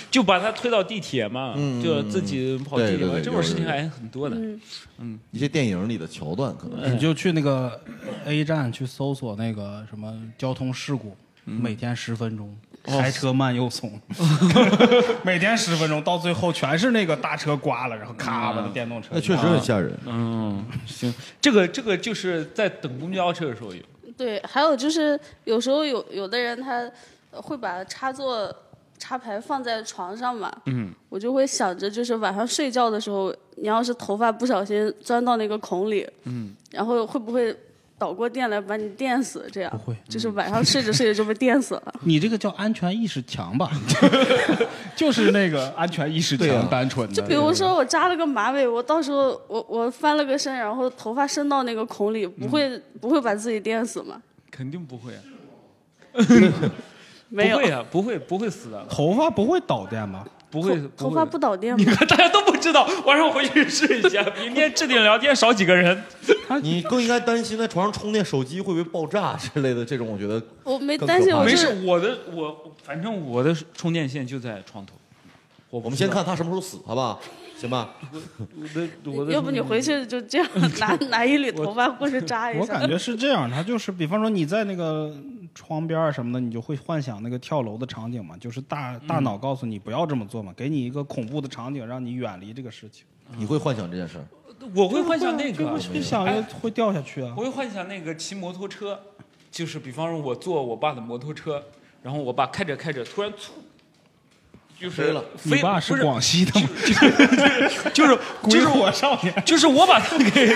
[SPEAKER 1] 就把他推到地铁嘛，
[SPEAKER 4] 嗯
[SPEAKER 1] 就自己跑地
[SPEAKER 4] 对
[SPEAKER 1] 铁
[SPEAKER 4] 对
[SPEAKER 1] 嘛，
[SPEAKER 4] 对
[SPEAKER 1] 这种事情
[SPEAKER 4] 有有
[SPEAKER 1] 还很多的。
[SPEAKER 3] 嗯
[SPEAKER 1] 嗯
[SPEAKER 4] 一些电影里的桥段可 能。
[SPEAKER 2] 你就去那个 A 站去搜索那个什么交通事故，
[SPEAKER 11] 嗯
[SPEAKER 2] 每天十分钟，
[SPEAKER 11] 哦
[SPEAKER 2] 开车慢又怂， 每天十分钟，到最后全是那个大车刮了，然后咔把那电动车
[SPEAKER 4] 那。确实很吓人，
[SPEAKER 1] 嗯，行，这个这个就是在等公交车的时候有，
[SPEAKER 3] 对，还有就是有时候有有的人他呃会把插座插排放在床上嘛，
[SPEAKER 1] 嗯，
[SPEAKER 3] 我就会想着就是晚上睡觉的时候，你要是头发不小心钻到那个孔里，嗯，然后会不会导过电来把你电死？这样不
[SPEAKER 2] 会，嗯
[SPEAKER 3] 就是晚上睡着睡着就被电死 了。
[SPEAKER 2] 你这个叫安全意识强 吧？就是那个安全意识
[SPEAKER 4] 对啊
[SPEAKER 2] 强，单纯的。
[SPEAKER 3] 就比如说我扎了个马尾，我到时候我我翻了个身，然后头发伸到那个孔里，不会、
[SPEAKER 2] 嗯
[SPEAKER 3] 不会把自己电死吗？
[SPEAKER 1] 肯定不会啊，
[SPEAKER 3] 没有
[SPEAKER 1] 不，会啊，不会不会死的，
[SPEAKER 2] 头发不会导电吧？
[SPEAKER 1] 不会
[SPEAKER 3] 头发不
[SPEAKER 1] 会。
[SPEAKER 3] 导电
[SPEAKER 1] 你
[SPEAKER 3] 吗？
[SPEAKER 1] 看， 大家都不知道，晚上回去试一 下，明天置顶聊天少几个人。
[SPEAKER 4] 你更应该担心在床上充电，手机会不会爆炸之类的这种，我觉得
[SPEAKER 3] 我 没
[SPEAKER 4] 更
[SPEAKER 3] 担心，
[SPEAKER 4] 可怕
[SPEAKER 3] 我
[SPEAKER 1] 没
[SPEAKER 3] 就
[SPEAKER 1] 事
[SPEAKER 3] 是，
[SPEAKER 1] 我的我反正我的充电线就在床头。我
[SPEAKER 4] 我
[SPEAKER 1] 我
[SPEAKER 4] 们先看他什么时候死，好不好？行吧？
[SPEAKER 1] 我的我的，
[SPEAKER 3] 要不你回去就这样 拿拿一缕头发过去扎一
[SPEAKER 2] 我
[SPEAKER 3] 下
[SPEAKER 2] 感。觉是这样，它就是，比方说你在那个窗边儿什么的，你就会幻想那个跳楼的场景嘛，就是大
[SPEAKER 4] 嗯
[SPEAKER 2] 大脑告诉你不要这么做嘛，给你一个恐怖的场景，让你远离这个事情。啊
[SPEAKER 4] 嗯你会幻想这件事儿？嗯
[SPEAKER 1] 我会幻想那
[SPEAKER 2] 就
[SPEAKER 1] 个啊哎
[SPEAKER 2] 会，去想要会掉下去啊
[SPEAKER 1] 我。会幻想那个骑摩托车，就是比方说我坐我爸的摩托车，然后我爸开着开着突然猝，就是
[SPEAKER 4] 飞了
[SPEAKER 1] 飞
[SPEAKER 2] 你爸
[SPEAKER 1] 不
[SPEAKER 2] 是广西的吗？
[SPEAKER 1] 就是就
[SPEAKER 2] 就
[SPEAKER 1] 是
[SPEAKER 2] 是
[SPEAKER 1] 我
[SPEAKER 2] 我少年，
[SPEAKER 1] 就是我把他给，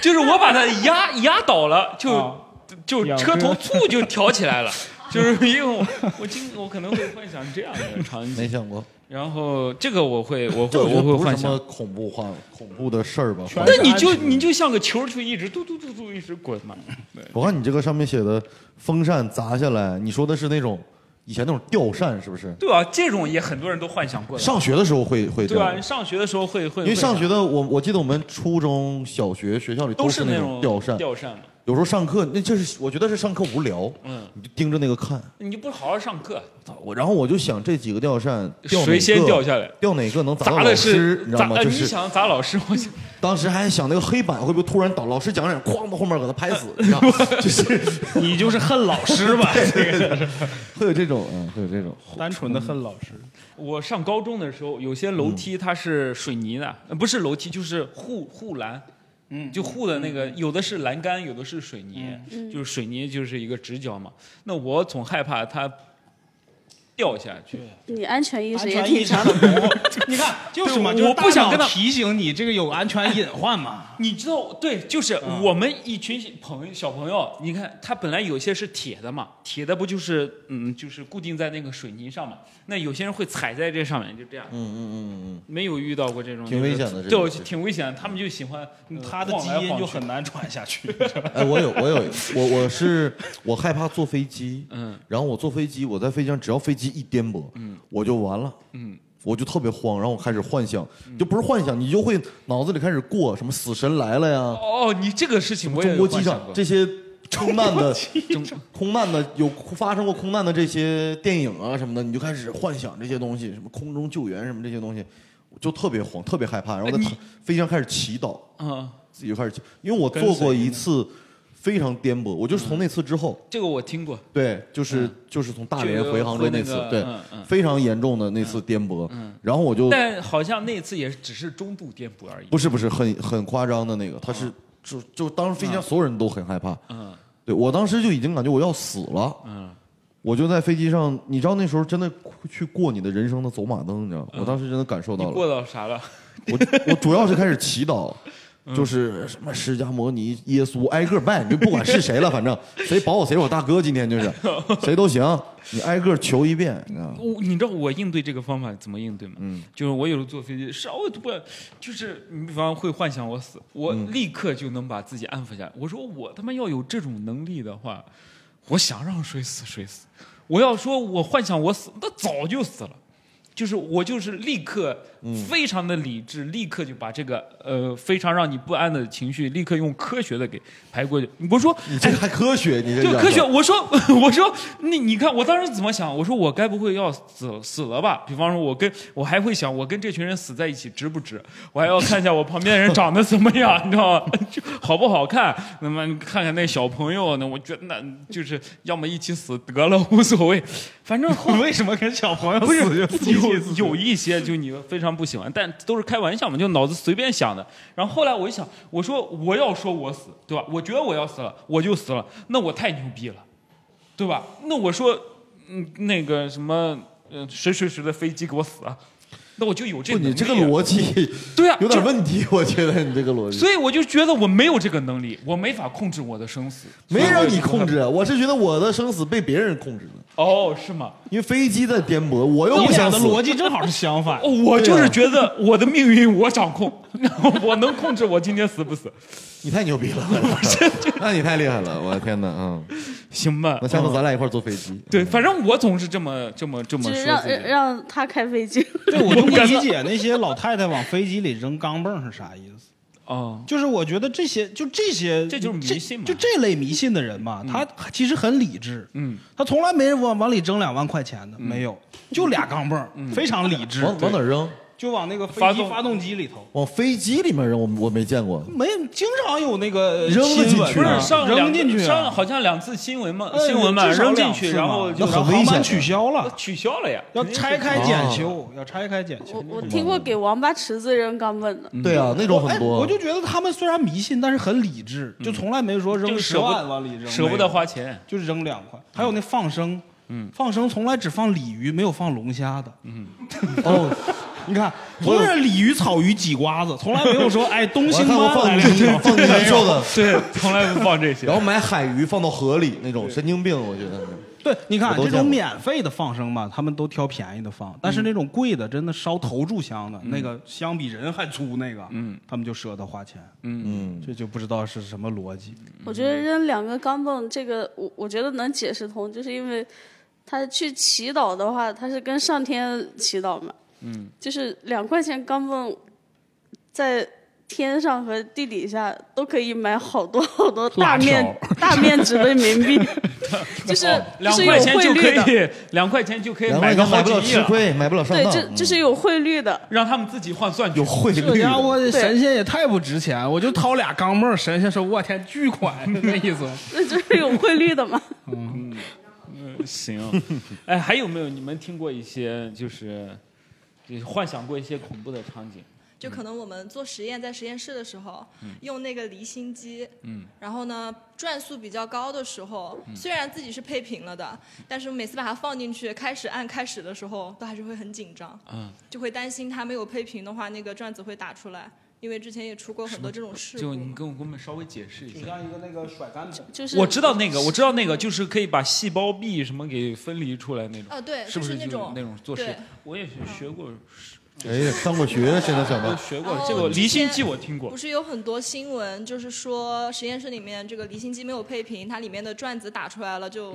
[SPEAKER 1] 就是我把他压压倒了，就、
[SPEAKER 2] 啊
[SPEAKER 1] 就
[SPEAKER 2] 仰
[SPEAKER 1] 车头
[SPEAKER 2] 车
[SPEAKER 1] 猝就挑起 来了，就是因为我我经我可能会幻想这样的场景，
[SPEAKER 4] 没想过，
[SPEAKER 1] 然后这个我会我
[SPEAKER 4] 这
[SPEAKER 1] 会
[SPEAKER 4] 我觉
[SPEAKER 1] 我
[SPEAKER 4] 得
[SPEAKER 1] 会
[SPEAKER 4] 不
[SPEAKER 1] 幻
[SPEAKER 4] 是什么
[SPEAKER 1] 想。
[SPEAKER 4] 恐怖幻恐怖的事儿吧？
[SPEAKER 2] 全
[SPEAKER 1] 但你就
[SPEAKER 2] 安全
[SPEAKER 1] 你就像个球，就一直嘟嘟嘟嘟一直滚嘛。
[SPEAKER 4] 我看你这个上面写的风扇砸下来，你说的是那种以前那种吊扇，是不是？
[SPEAKER 1] 对啊，这种也很多人都幻想过的。
[SPEAKER 4] 上学的时候会会这
[SPEAKER 1] 对
[SPEAKER 4] 样
[SPEAKER 1] 啊，你，上学的时候会会，
[SPEAKER 4] 因
[SPEAKER 1] 会
[SPEAKER 4] 为上学
[SPEAKER 1] 想
[SPEAKER 4] 的我我记得我们初中小学学校里
[SPEAKER 1] 都
[SPEAKER 4] 是
[SPEAKER 1] 那
[SPEAKER 4] 种吊扇，
[SPEAKER 1] 吊扇嘛，
[SPEAKER 4] 有时候上课那就是我觉得是上课无聊，
[SPEAKER 1] 嗯，
[SPEAKER 4] 你就盯着那个看。
[SPEAKER 1] 你就不好好上课，
[SPEAKER 4] 操我然后我就想这几个吊扇掉哪
[SPEAKER 1] 谁先
[SPEAKER 4] 个
[SPEAKER 1] 掉下来？
[SPEAKER 4] 掉哪个能砸到
[SPEAKER 1] 砸
[SPEAKER 4] 老
[SPEAKER 1] 的
[SPEAKER 4] 师，
[SPEAKER 1] 是
[SPEAKER 4] 你知道
[SPEAKER 1] 砸，
[SPEAKER 4] 吗？
[SPEAKER 1] 呃
[SPEAKER 4] 就
[SPEAKER 1] 你
[SPEAKER 4] 是
[SPEAKER 1] 想砸老师，我想
[SPEAKER 4] 当时还想那个黑板会不会突然倒，老师讲讲，哐到后面给他拍死，你知道吗？就是
[SPEAKER 2] 你就是恨老师吧？
[SPEAKER 4] 会有这种，嗯，会有这种。
[SPEAKER 2] 单纯的恨老师。
[SPEAKER 1] 我上高中的时候，有些
[SPEAKER 4] 嗯
[SPEAKER 1] 楼梯它是水泥的，呃不是楼梯就是护护栏，嗯，就护的那个，有的是栏杆，有的是水泥，就是水泥就是一个直角嘛。那我总害怕它掉下去，
[SPEAKER 3] 你安全意
[SPEAKER 2] 安
[SPEAKER 3] 识也
[SPEAKER 2] 全
[SPEAKER 3] 挺
[SPEAKER 2] 意识
[SPEAKER 3] 强
[SPEAKER 2] 很，模糊， 你看就是嘛，
[SPEAKER 1] 对
[SPEAKER 2] 就是
[SPEAKER 1] 我不想跟他
[SPEAKER 2] 大脑提醒你这个有安全隐患嘛。嗯
[SPEAKER 1] 你知道，对，就是我们一群朋友小朋友，你看他本来有些是铁的嘛，铁的不就是嗯，就是固定在那个水泥上嘛。那有些人会踩在这上面，就这样。
[SPEAKER 4] 嗯嗯嗯嗯
[SPEAKER 1] 没有遇到过这种，
[SPEAKER 4] 挺危险的
[SPEAKER 1] 就是
[SPEAKER 4] 这
[SPEAKER 1] 对，
[SPEAKER 4] 个
[SPEAKER 1] 我
[SPEAKER 4] 是
[SPEAKER 1] 挺危险的。他们就喜欢呃
[SPEAKER 2] 他的基
[SPEAKER 1] 晃来
[SPEAKER 2] 因
[SPEAKER 1] 晃
[SPEAKER 2] 就
[SPEAKER 1] 去
[SPEAKER 2] 很难传下 去。
[SPEAKER 4] 嗯。哎，我有我有，我我是我害怕坐飞机，
[SPEAKER 1] 嗯，
[SPEAKER 4] 然后我坐飞机，我在飞机上只要飞机一颠簸，嗯，我就完了，
[SPEAKER 1] 嗯，
[SPEAKER 4] 我就特别慌，然后我开始幻想，就不是幻想，你就会脑子里开始过什么死神来了呀，
[SPEAKER 1] 哦，你这个事情我也
[SPEAKER 4] 中国机
[SPEAKER 1] 有幻想
[SPEAKER 4] 长
[SPEAKER 1] 过
[SPEAKER 4] 这些 空难的
[SPEAKER 1] 中
[SPEAKER 4] 空难的有发生过空难的这些电影啊什么的，你就开始幻想这些东西，什么空中救援什么这些东西，我就特别慌，特别害怕，然后在
[SPEAKER 1] 哎你
[SPEAKER 4] 躺飞机上开始祈祷，
[SPEAKER 1] 嗯，
[SPEAKER 4] 自己就开始祈，因为我
[SPEAKER 1] 跟
[SPEAKER 4] 做
[SPEAKER 1] 随
[SPEAKER 4] 过一次非常颠簸，我就是从那次之后，
[SPEAKER 1] 这个我听过，
[SPEAKER 4] 对，就是就是从大连回杭州那次
[SPEAKER 1] 嗯就有，
[SPEAKER 4] 对
[SPEAKER 1] 嗯嗯，
[SPEAKER 4] 非常严重的那次颠簸，然后我就
[SPEAKER 1] 但好像那次也只是中度颠簸而已。
[SPEAKER 4] 不是不是很很夸张的那个，他是就就当时飞机上所有人都很害怕，
[SPEAKER 1] 嗯
[SPEAKER 4] 对我当时就已经感觉我要死了，
[SPEAKER 1] 嗯，
[SPEAKER 4] 我就在飞机上，你知道那时候真的去过你的人生的走马灯，你知道吗？我当时真的感
[SPEAKER 1] 嗯
[SPEAKER 4] 受
[SPEAKER 1] 你
[SPEAKER 4] 到了，
[SPEAKER 1] 过到啥了？
[SPEAKER 4] 我我主要是开始祈祷，
[SPEAKER 1] 嗯
[SPEAKER 4] 就是什么释迦摩尼、耶稣挨个拜，你就不管是谁了，反正谁保我谁是我大哥，今 天就是谁都行，你挨个求一遍，你知道吗？
[SPEAKER 1] 我你知道我应对这个方法怎么应对吗？
[SPEAKER 4] 嗯，
[SPEAKER 1] 就是我有时候坐飞机稍微不，就是你比方会幻想我死，我立刻就能把自己安抚下来。我说我他妈要有这种能力的话，我想让谁死谁死。我要说我幻想我死，那早就死了。就是我就是立刻非常的理智，立刻就把这个呃非常让你不安的情绪，立刻用科学的给排过去。我说
[SPEAKER 4] 你这还科学，你这
[SPEAKER 1] 就
[SPEAKER 4] 叫
[SPEAKER 1] 科学，我说 我说你你看我当时怎么想？我说我该不会要死死了吧？比方说，我跟我还会想，我跟这群人死在一起值不值？我还要看一下我旁边的人长得怎么样， 你知道吗？就好不好看？那么看看那小朋友呢？我觉得那就是要么一起死得了，无所谓。反正后
[SPEAKER 2] 为什么跟小朋友
[SPEAKER 1] 不是
[SPEAKER 2] 死就死
[SPEAKER 1] 有有一些就你非常不喜欢，但都是开玩笑嘛，就脑子随便想的。然后后来我一想，我说我要说我死，对吧？我觉得我要死了，我就死了，那我太牛逼了，对吧？那我说，嗯，那个什么，嗯、谁谁谁的飞机给我死啊？那我就有这
[SPEAKER 4] 不，
[SPEAKER 1] 能力、啊
[SPEAKER 4] 你这个逻辑
[SPEAKER 1] 对啊
[SPEAKER 4] 有点
[SPEAKER 1] 就
[SPEAKER 4] 问题，我觉得你这个逻辑。
[SPEAKER 1] 所以我就觉得我没有这个能力，我没法控制我的生死。
[SPEAKER 4] 没让你控
[SPEAKER 1] 所以
[SPEAKER 4] 制，我是觉得我的生死被别人控制了，
[SPEAKER 1] 我。哦，是吗？
[SPEAKER 4] 因为飞机在颠簸，我又
[SPEAKER 2] 你
[SPEAKER 4] 不
[SPEAKER 2] 俩
[SPEAKER 4] 想
[SPEAKER 2] 的
[SPEAKER 4] 死。
[SPEAKER 2] 逻辑正好是相反
[SPEAKER 1] 哦，。我
[SPEAKER 4] 对
[SPEAKER 1] 就
[SPEAKER 4] 啊
[SPEAKER 1] 是觉得我的命运我掌控， 我能控制我今天死不死。
[SPEAKER 4] 你太牛逼了， 那你太厉害了，我的天哪，嗯，
[SPEAKER 1] 行吧
[SPEAKER 4] 那，下次咱俩一块儿坐飞
[SPEAKER 2] 嗯
[SPEAKER 4] 机。
[SPEAKER 1] 对，反正我总是这么这么这么
[SPEAKER 3] 就是
[SPEAKER 1] 说
[SPEAKER 3] 让
[SPEAKER 1] 自
[SPEAKER 3] 让
[SPEAKER 1] 己。
[SPEAKER 3] 让他开飞机。
[SPEAKER 2] 对，我就不理解那些老太太往飞机里扔钢镚儿是啥意思。
[SPEAKER 1] 哦，
[SPEAKER 2] 就是我觉得这些，就这些，
[SPEAKER 1] 这就是迷信嘛
[SPEAKER 2] 就这类迷信的人嘛，他其实很理智，
[SPEAKER 1] 嗯，
[SPEAKER 2] 他从来没人往往里扔两万块钱的， 没有，就俩钢镚儿，非常理智，
[SPEAKER 4] 往往哪儿扔？
[SPEAKER 2] 就往那个飞
[SPEAKER 1] 嗯发
[SPEAKER 2] 机
[SPEAKER 1] 动嗯
[SPEAKER 2] 发动机里头，
[SPEAKER 4] 往飞机里面扔，我我没见过。
[SPEAKER 2] 没经常有那个
[SPEAKER 4] 扔得
[SPEAKER 2] 新闻
[SPEAKER 4] 进
[SPEAKER 1] 不
[SPEAKER 4] 去啊
[SPEAKER 1] 是上两
[SPEAKER 2] 扔进去
[SPEAKER 1] 上
[SPEAKER 2] 啊，
[SPEAKER 1] 好像两次新闻嘛，
[SPEAKER 2] 哎
[SPEAKER 1] 新闻嘛，
[SPEAKER 2] 至少
[SPEAKER 1] 扔进
[SPEAKER 2] 两
[SPEAKER 1] 去，
[SPEAKER 2] 次
[SPEAKER 1] 然
[SPEAKER 2] 嘛
[SPEAKER 1] 后就
[SPEAKER 4] 那
[SPEAKER 2] 然后
[SPEAKER 4] 很危
[SPEAKER 2] 航班
[SPEAKER 4] 险
[SPEAKER 2] 取消了，
[SPEAKER 1] 取消了呀，
[SPEAKER 2] 要拆开
[SPEAKER 4] 啊
[SPEAKER 2] 检修，要拆开检修
[SPEAKER 3] 我。我 听过给王八池子扔钢镚的，
[SPEAKER 4] 对啊，那种
[SPEAKER 2] 哎
[SPEAKER 4] 很多。
[SPEAKER 2] 嗯我就觉得他们虽然迷信，但是很理智，就从来没说
[SPEAKER 1] 嗯就
[SPEAKER 2] 扔
[SPEAKER 1] 是
[SPEAKER 2] 十
[SPEAKER 1] 舍不
[SPEAKER 2] 万往里扔，
[SPEAKER 1] 舍不
[SPEAKER 2] 没
[SPEAKER 1] 得
[SPEAKER 2] 有
[SPEAKER 1] 花钱。
[SPEAKER 2] 就扔两块。还有那放生，
[SPEAKER 4] 嗯
[SPEAKER 2] 放生从来只放鲤鱼，没有放龙虾的。
[SPEAKER 4] 哦，
[SPEAKER 2] 你看，不是鲤鱼、草鱼、几瓜子，从来没有说哎东
[SPEAKER 4] 我还
[SPEAKER 2] 星
[SPEAKER 4] 看过
[SPEAKER 2] 斑
[SPEAKER 4] 放
[SPEAKER 2] 来
[SPEAKER 4] 进
[SPEAKER 2] 两
[SPEAKER 4] 去
[SPEAKER 2] 条。
[SPEAKER 4] 放进 去瘦的，
[SPEAKER 1] 对，从来不放这些
[SPEAKER 4] 然。后买海鱼放到河里那种神经病，我觉得
[SPEAKER 2] 对，你看
[SPEAKER 4] 我都
[SPEAKER 2] 这
[SPEAKER 4] 见过嗯
[SPEAKER 2] 种免费的放生嘛，他们都挑便宜的放，但是那种贵的，真的烧投注箱的那个香比人还粗那个，嗯，他们就舍得花钱，
[SPEAKER 4] 嗯，
[SPEAKER 2] 这就不知道是什么逻辑。
[SPEAKER 3] 我觉得扔两个钢镚这个，我我觉得能解释通，就是因为他去祈祷的话，他是跟上天祈祷嘛，嗯，就是两块钱钢镚在。天上和地底下都可以买好多好多大面大面值的人民币， 就是就
[SPEAKER 1] 哦两
[SPEAKER 3] 是有
[SPEAKER 1] 块钱
[SPEAKER 3] 汇
[SPEAKER 1] 就
[SPEAKER 3] 率的
[SPEAKER 1] 可，以， 两块钱就可以
[SPEAKER 4] 两
[SPEAKER 1] 买
[SPEAKER 4] 块
[SPEAKER 1] 个
[SPEAKER 4] 钱
[SPEAKER 1] 好
[SPEAKER 4] 买不
[SPEAKER 1] 几
[SPEAKER 4] 了
[SPEAKER 1] 亿
[SPEAKER 4] 吃
[SPEAKER 1] 了，
[SPEAKER 4] 亏，买不了上
[SPEAKER 3] 对，
[SPEAKER 4] 当。
[SPEAKER 3] 就就是有汇率的，
[SPEAKER 1] 让他们自己换算
[SPEAKER 4] 有
[SPEAKER 1] 去。
[SPEAKER 4] 汇
[SPEAKER 2] 我
[SPEAKER 4] 率
[SPEAKER 2] 家
[SPEAKER 4] 的，
[SPEAKER 2] 伙这
[SPEAKER 3] 对
[SPEAKER 2] 神仙也太不值钱，我就掏俩钢镚儿，神仙说我天巨款，是这意思吗？
[SPEAKER 3] 那就是有汇率的嘛。
[SPEAKER 1] 嗯行， 哎，还有没有你们听过一些就是，就是幻想过一些恐怖的场景？
[SPEAKER 8] 就可能我们做实验，在实验室的时候、用那个离心机，
[SPEAKER 1] 嗯
[SPEAKER 8] 然后呢转速比较高的时候，虽然自己是配平了的，但是每次把它放进去，开始按开始的时候，都还是会很紧张，
[SPEAKER 1] 嗯
[SPEAKER 8] 就会担心它没有配平的话，那个转子会打出来，因为之前也出过很多这种事
[SPEAKER 1] 就你
[SPEAKER 8] 故。
[SPEAKER 1] 跟我给我们稍微解释一下。
[SPEAKER 2] 像一个那个甩干桶。
[SPEAKER 3] 就是
[SPEAKER 1] 我知道那个，我知道那个，就是可以把细胞壁什么给分离出来那种，
[SPEAKER 8] 哦，对，
[SPEAKER 1] 是不
[SPEAKER 8] 就是
[SPEAKER 1] 呃就
[SPEAKER 8] 种
[SPEAKER 1] 那种嗯做实
[SPEAKER 8] 对嗯
[SPEAKER 1] 验？我也是学过，
[SPEAKER 4] 哎呀，上过学，现在想
[SPEAKER 1] 我
[SPEAKER 4] 到
[SPEAKER 1] 学
[SPEAKER 8] 然
[SPEAKER 1] 过
[SPEAKER 8] 后
[SPEAKER 1] 这个
[SPEAKER 8] 之
[SPEAKER 1] 离心
[SPEAKER 8] 前
[SPEAKER 1] 机，我听过
[SPEAKER 8] 哦不。是有很多新闻，就是说实验室里面这个离心机没有配平，它里面的转子打出来了，就、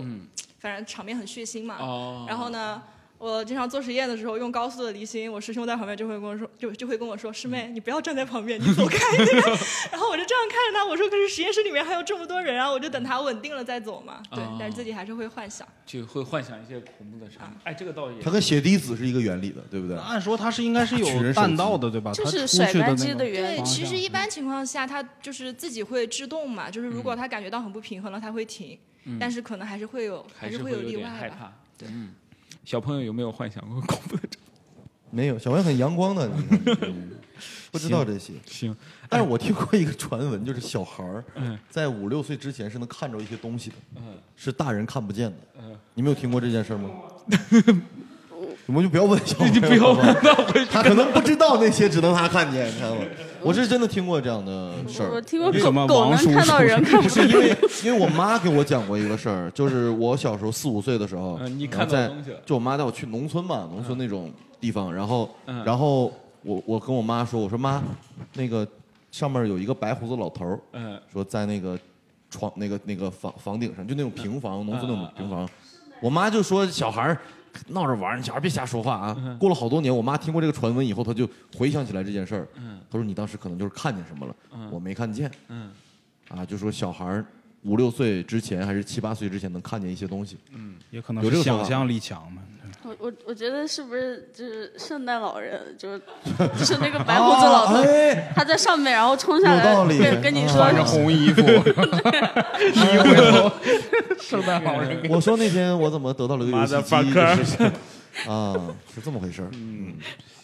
[SPEAKER 8] 反正场面很血腥嘛。
[SPEAKER 1] 嗯哦，
[SPEAKER 8] 然后呢，我经常做实验的时候用高速的离心，我师兄在旁边就会跟我说，就就会跟我说，师
[SPEAKER 1] 嗯
[SPEAKER 8] 妹，你不要站在旁边，你 走开。然后我就这样看着他，我说，可是实验室里面还有这么多人啊，我就等他稳定了再走嘛。对，
[SPEAKER 1] 哦
[SPEAKER 8] 但是自己还是会幻想。
[SPEAKER 1] 就会幻想一些苦闷的事
[SPEAKER 8] 啊
[SPEAKER 1] 情。哎，这个倒也
[SPEAKER 4] 它跟血滴子是一个原理的，对不对？
[SPEAKER 2] 按说它是应该是
[SPEAKER 4] 取人手
[SPEAKER 2] 有
[SPEAKER 4] 机
[SPEAKER 2] 弹道的，对吧？它出去的那个
[SPEAKER 8] 对，
[SPEAKER 2] 方
[SPEAKER 8] 其
[SPEAKER 2] 向
[SPEAKER 8] 实一般情况下，他就是自己会制动嘛，就是如果他感觉到很不平衡了，他会停，
[SPEAKER 1] 嗯
[SPEAKER 8] 但是可能还是会有，
[SPEAKER 1] 还
[SPEAKER 8] 是
[SPEAKER 1] 会
[SPEAKER 8] 有例
[SPEAKER 1] 点
[SPEAKER 8] 外
[SPEAKER 1] 害
[SPEAKER 8] 吧。
[SPEAKER 1] 怕。对，嗯，小朋友有没有幻想过恐怖的？
[SPEAKER 4] 没有，小白很 阳光的，你看嗯不知道这些。
[SPEAKER 1] 行，哎
[SPEAKER 4] 但是我听过一个传闻，就是小孩儿
[SPEAKER 1] 嗯
[SPEAKER 4] 在五六岁之前是能看着一些东西的，
[SPEAKER 1] 嗯
[SPEAKER 4] 是大人看不见的。
[SPEAKER 1] 嗯，
[SPEAKER 4] 你们有听过这件事 吗？我们就不要问小孩，
[SPEAKER 1] 你不要问
[SPEAKER 4] 好吧
[SPEAKER 1] 那我
[SPEAKER 4] 他可能不知道那些，只能他看见，你看 吗？我是真的听过这样的事儿。
[SPEAKER 3] 我听过
[SPEAKER 4] 因为
[SPEAKER 3] 狗狗能看到人看
[SPEAKER 4] 不
[SPEAKER 3] 不
[SPEAKER 4] 是因为因为我妈给我讲过一个事儿，就是我小时候四五岁的时候，
[SPEAKER 1] 嗯你
[SPEAKER 4] 然后
[SPEAKER 1] 看到
[SPEAKER 4] 在
[SPEAKER 1] 东西了
[SPEAKER 4] 就我妈带我去农村嘛，农村那种地方，然后
[SPEAKER 1] 嗯
[SPEAKER 4] 然后我我跟我妈说，我说妈，那个上面有一个白胡子老头儿，
[SPEAKER 1] 嗯
[SPEAKER 4] 说在那个床那个那个房房顶上，就那种平房，农村
[SPEAKER 1] 嗯
[SPEAKER 4] 那种
[SPEAKER 1] 嗯
[SPEAKER 4] 平房，我妈就说小孩儿。闹着玩儿，你小孩儿别瞎说话
[SPEAKER 1] 嗯
[SPEAKER 4] 啊！过了好多年，我妈听过这个传闻以后，她就回想起来这件事儿。
[SPEAKER 1] 嗯
[SPEAKER 4] 她说：“你当时可能就是看见什么了，
[SPEAKER 1] 嗯
[SPEAKER 4] 我没看见。”
[SPEAKER 1] 嗯
[SPEAKER 4] 啊，就说小孩儿五六岁之前还是七八岁之前能看见一些东西。
[SPEAKER 1] 嗯，
[SPEAKER 11] 也可能
[SPEAKER 4] 有这
[SPEAKER 11] 是
[SPEAKER 4] 个说法
[SPEAKER 11] 想象力强嘛。
[SPEAKER 3] 我我我觉得是不是就是圣诞老人， 就是就是那个白胡子老头，
[SPEAKER 4] 哎，
[SPEAKER 3] 他在上面，然后冲下
[SPEAKER 4] 有道
[SPEAKER 3] 来
[SPEAKER 4] 理嗯啊
[SPEAKER 3] 跟跟你说，
[SPEAKER 11] 穿着红衣服，一回头，圣诞老人给
[SPEAKER 4] 我说那天我怎么得到了一个游戏机
[SPEAKER 11] Motherfucker
[SPEAKER 4] 就是 啊，是这么回事儿。嗯，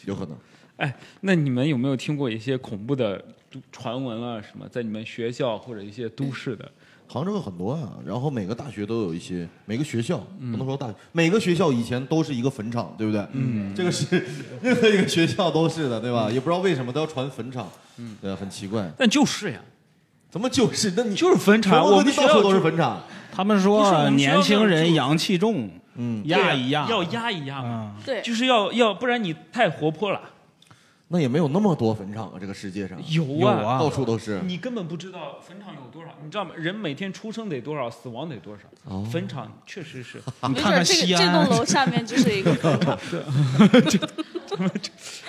[SPEAKER 4] 有可能。
[SPEAKER 1] 哎那你们有没有听过一些恐怖的传闻啊？什么在你们学校或者一些都市的？
[SPEAKER 4] 杭州有很多啊，然后每个大学都有一些，每个学校
[SPEAKER 11] 嗯
[SPEAKER 4] 不能说大学，每个学校以前都是一个坟场，对不对？嗯，这个是任何一个学校都是的，对吧？也不知道为什么都要传坟场，嗯，对，很奇怪。
[SPEAKER 1] 但就是呀，
[SPEAKER 4] 怎么就是？那你
[SPEAKER 1] 就是坟
[SPEAKER 4] 全
[SPEAKER 1] 场，
[SPEAKER 4] 国
[SPEAKER 1] 我
[SPEAKER 4] 各
[SPEAKER 1] 们
[SPEAKER 4] 地
[SPEAKER 1] 学
[SPEAKER 4] 到
[SPEAKER 1] 校
[SPEAKER 4] 处都是
[SPEAKER 1] 就
[SPEAKER 4] 坟场，
[SPEAKER 2] 他们
[SPEAKER 1] 不是
[SPEAKER 2] 说
[SPEAKER 1] 我们学校
[SPEAKER 2] 年轻
[SPEAKER 1] 那
[SPEAKER 2] 人
[SPEAKER 1] 种
[SPEAKER 2] 阳气重，
[SPEAKER 4] 嗯，
[SPEAKER 2] 压一压，
[SPEAKER 1] 要压一压嘛，
[SPEAKER 2] 啊，
[SPEAKER 3] 对，
[SPEAKER 1] 就是要要，不然你太活泼了。
[SPEAKER 4] 那也没有那么多坟场啊，这个世界上
[SPEAKER 1] 有
[SPEAKER 2] 有啊
[SPEAKER 4] 哦到处都是。
[SPEAKER 1] 哦你根本不知道坟场有多少，你知道吗？人每天出生得多少，死亡得多少。
[SPEAKER 4] 哦
[SPEAKER 1] 坟场确实 是，
[SPEAKER 2] 你
[SPEAKER 3] 没准儿
[SPEAKER 2] 看看
[SPEAKER 3] 这个
[SPEAKER 2] 西
[SPEAKER 3] 这
[SPEAKER 2] 安
[SPEAKER 3] 栋，楼下面就是一个广 场，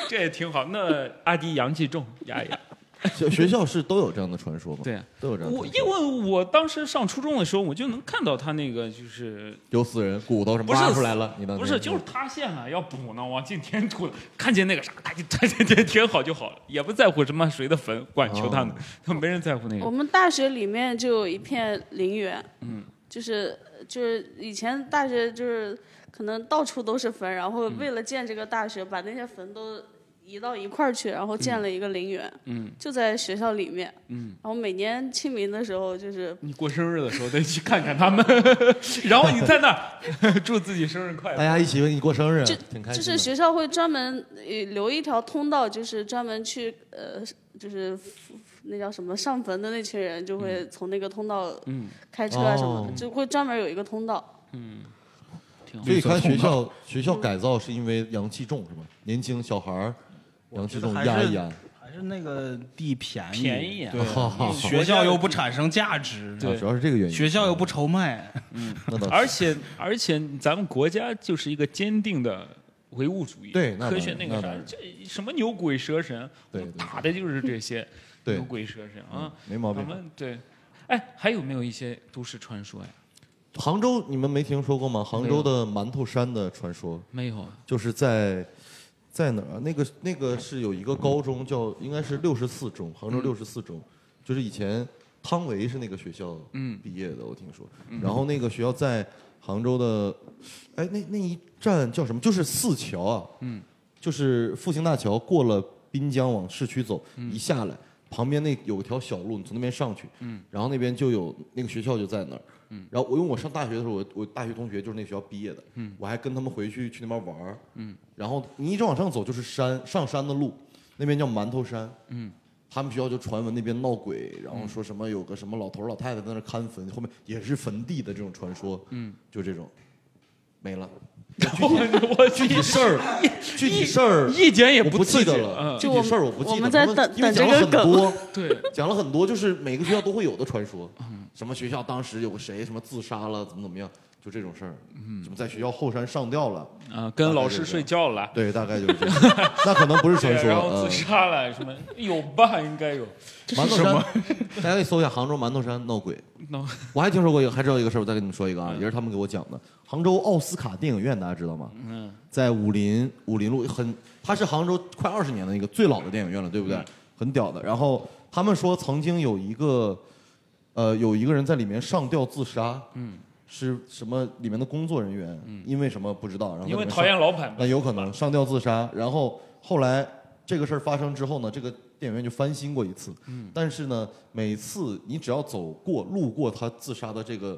[SPEAKER 1] 这也挺好。那阿迪阳气重，压一压。
[SPEAKER 4] 学学校是都有这样的传说吗？
[SPEAKER 11] 啊
[SPEAKER 1] 对，
[SPEAKER 4] 都有这样的
[SPEAKER 1] 我
[SPEAKER 4] 传
[SPEAKER 1] 因
[SPEAKER 4] 说。
[SPEAKER 1] 为我当时上初中的时候，我就能看到他那个就是
[SPEAKER 4] 有死人骨头什么
[SPEAKER 1] 不是
[SPEAKER 4] 挖出来了，你当时
[SPEAKER 1] 不是就是塌陷了要补呢，往进填土，看见那个啥，赶紧填填填填好就好了，也不在乎什么谁的坟，
[SPEAKER 4] 哦
[SPEAKER 1] 管球他呢，他没人在乎那
[SPEAKER 3] 我
[SPEAKER 1] 个。
[SPEAKER 3] 们大学里面就有一片陵园，
[SPEAKER 11] 嗯
[SPEAKER 3] 就是就是以前大学就是可能到处都是坟，然
[SPEAKER 11] 嗯
[SPEAKER 3] 后为了建这个大学，把那些坟都移到一块儿去，然后建了一个陵园，
[SPEAKER 1] 嗯
[SPEAKER 3] 就在学校里面，
[SPEAKER 1] 嗯，
[SPEAKER 3] 然后每年清明的时候
[SPEAKER 11] 嗯
[SPEAKER 3] 就是
[SPEAKER 1] 你过生日的时候得去看看他们， 然后你在那儿 祝自己生日快
[SPEAKER 4] 大
[SPEAKER 1] 乐。
[SPEAKER 4] 家一起为你过生日
[SPEAKER 3] 就，
[SPEAKER 4] 挺开
[SPEAKER 3] 就
[SPEAKER 4] 心
[SPEAKER 3] 是
[SPEAKER 4] 的。
[SPEAKER 3] 学校会专门呃留一条通道，就是专门去呃，就是那叫什么上坟的那群人，就会从那个通道
[SPEAKER 1] 嗯，
[SPEAKER 3] 开车啊什么的，
[SPEAKER 4] 哦
[SPEAKER 3] 就会专门有一个通道。
[SPEAKER 4] 嗯
[SPEAKER 9] 嗯
[SPEAKER 4] 所以看学校学校改造是因为阳气重是吗？年轻小孩儿阳气重
[SPEAKER 2] 我觉得
[SPEAKER 4] 压
[SPEAKER 2] 还是
[SPEAKER 4] 一压，
[SPEAKER 2] 还是那个地便宜，
[SPEAKER 1] 便宜啊
[SPEAKER 2] 对
[SPEAKER 4] 好好，好
[SPEAKER 2] 学校又不产生价值，
[SPEAKER 1] 对
[SPEAKER 4] 啊主要是这个原因。嗯
[SPEAKER 2] 学校又不愁卖，
[SPEAKER 4] 那倒是
[SPEAKER 1] 而且而且咱们国家就是一个坚定的唯物主义，
[SPEAKER 4] 对那
[SPEAKER 1] 科学
[SPEAKER 4] 当
[SPEAKER 1] 那
[SPEAKER 4] 然
[SPEAKER 1] 个
[SPEAKER 4] 那
[SPEAKER 1] 啥
[SPEAKER 4] 当然，
[SPEAKER 1] 这什么牛鬼蛇神，我
[SPEAKER 4] 对
[SPEAKER 1] 们
[SPEAKER 4] 对
[SPEAKER 1] 打的就是这些
[SPEAKER 4] 对嗯
[SPEAKER 1] 牛鬼蛇神啊。
[SPEAKER 4] 没毛
[SPEAKER 1] 咱
[SPEAKER 4] 病。
[SPEAKER 1] 们对，哎，还有没有一些都市传说呀？
[SPEAKER 4] 杭州你们没听说过吗？杭州的馒头山的传说
[SPEAKER 1] 没有啊，
[SPEAKER 4] 就是在在哪儿啊？那个那个是有一个高中叫应该是六十四中，杭州
[SPEAKER 1] 嗯
[SPEAKER 4] 六十四中，就是以前汤唯是那个学校
[SPEAKER 1] 嗯
[SPEAKER 4] 毕业的，我听说。然后那个学校在杭州的，哎，那那一站叫什么？就是四桥啊，
[SPEAKER 1] 嗯，
[SPEAKER 4] 就是复兴大桥过了滨江往市区走，一下来旁边那有一条小路，你从那边上去，
[SPEAKER 1] 嗯，
[SPEAKER 4] 然后那边就有那个学校就在那儿。嗯，然后我因为我上大学的时候，我我大学同学就是那学校毕业的，嗯，我还跟他们回去去那边玩儿，
[SPEAKER 1] 嗯，
[SPEAKER 4] 然后你一直往上走就是山，上山的路，那边叫馒头山，
[SPEAKER 1] 嗯，
[SPEAKER 4] 他们学校就传闻那边闹鬼，然后说什么有个什么老头儿老太太在那儿看坟，后面也是坟地的这种传说，
[SPEAKER 1] 嗯，
[SPEAKER 4] 就这种，没 了。
[SPEAKER 1] 我
[SPEAKER 4] 具体事儿，具体事儿
[SPEAKER 1] 一点也
[SPEAKER 4] 我不
[SPEAKER 1] 刺
[SPEAKER 4] 记
[SPEAKER 1] 激
[SPEAKER 4] 得了，
[SPEAKER 1] 嗯
[SPEAKER 4] 具
[SPEAKER 3] 就我们
[SPEAKER 4] 体事儿我不记得了。
[SPEAKER 3] 我们在
[SPEAKER 4] 因为
[SPEAKER 3] 等
[SPEAKER 4] 因为
[SPEAKER 3] 等
[SPEAKER 4] 讲
[SPEAKER 3] 这
[SPEAKER 4] 了
[SPEAKER 3] 个
[SPEAKER 4] 很多，
[SPEAKER 1] 对，嗯
[SPEAKER 4] 讲了很多，就是每个学校都会有的传说，什么学校当时有谁什么自杀了，怎么怎么样，就这种事儿，
[SPEAKER 1] 嗯
[SPEAKER 4] 什么在学校后山上吊了，
[SPEAKER 12] 啊，跟老师睡觉了，
[SPEAKER 4] 对，大概就是这样。那可能不是传
[SPEAKER 1] 对
[SPEAKER 4] 说，
[SPEAKER 1] 然后
[SPEAKER 4] 嗯
[SPEAKER 1] 自杀了什么？有吧，应该 有。
[SPEAKER 4] 馒头山， 大家可以搜一下杭州馒头山闹鬼。
[SPEAKER 1] 闹
[SPEAKER 4] 我还听说过一个，还知道一个事儿，我再跟你们说一个啊，也是他们给我讲的。杭州奥斯卡电影院，大家知道吗？
[SPEAKER 1] 嗯，
[SPEAKER 4] 在武林武林路很，它是杭州快二十年的一个最老的电影院了，对不
[SPEAKER 1] 嗯
[SPEAKER 4] 对？很屌的。然后他们说曾经有一个，呃，有一个人在里面上吊自杀，
[SPEAKER 1] 嗯，
[SPEAKER 4] 是什么里面的工作人员，因为什么不知道，然后在
[SPEAKER 1] 因为
[SPEAKER 4] 里面
[SPEAKER 1] 讨厌
[SPEAKER 4] 上
[SPEAKER 1] 老板嘛
[SPEAKER 4] 那有可能上吊自杀。然后后来这个事儿发生之后呢，这个电影院就翻新过一次，
[SPEAKER 1] 嗯
[SPEAKER 4] 但是呢，每次你只要走过路过他自杀的这个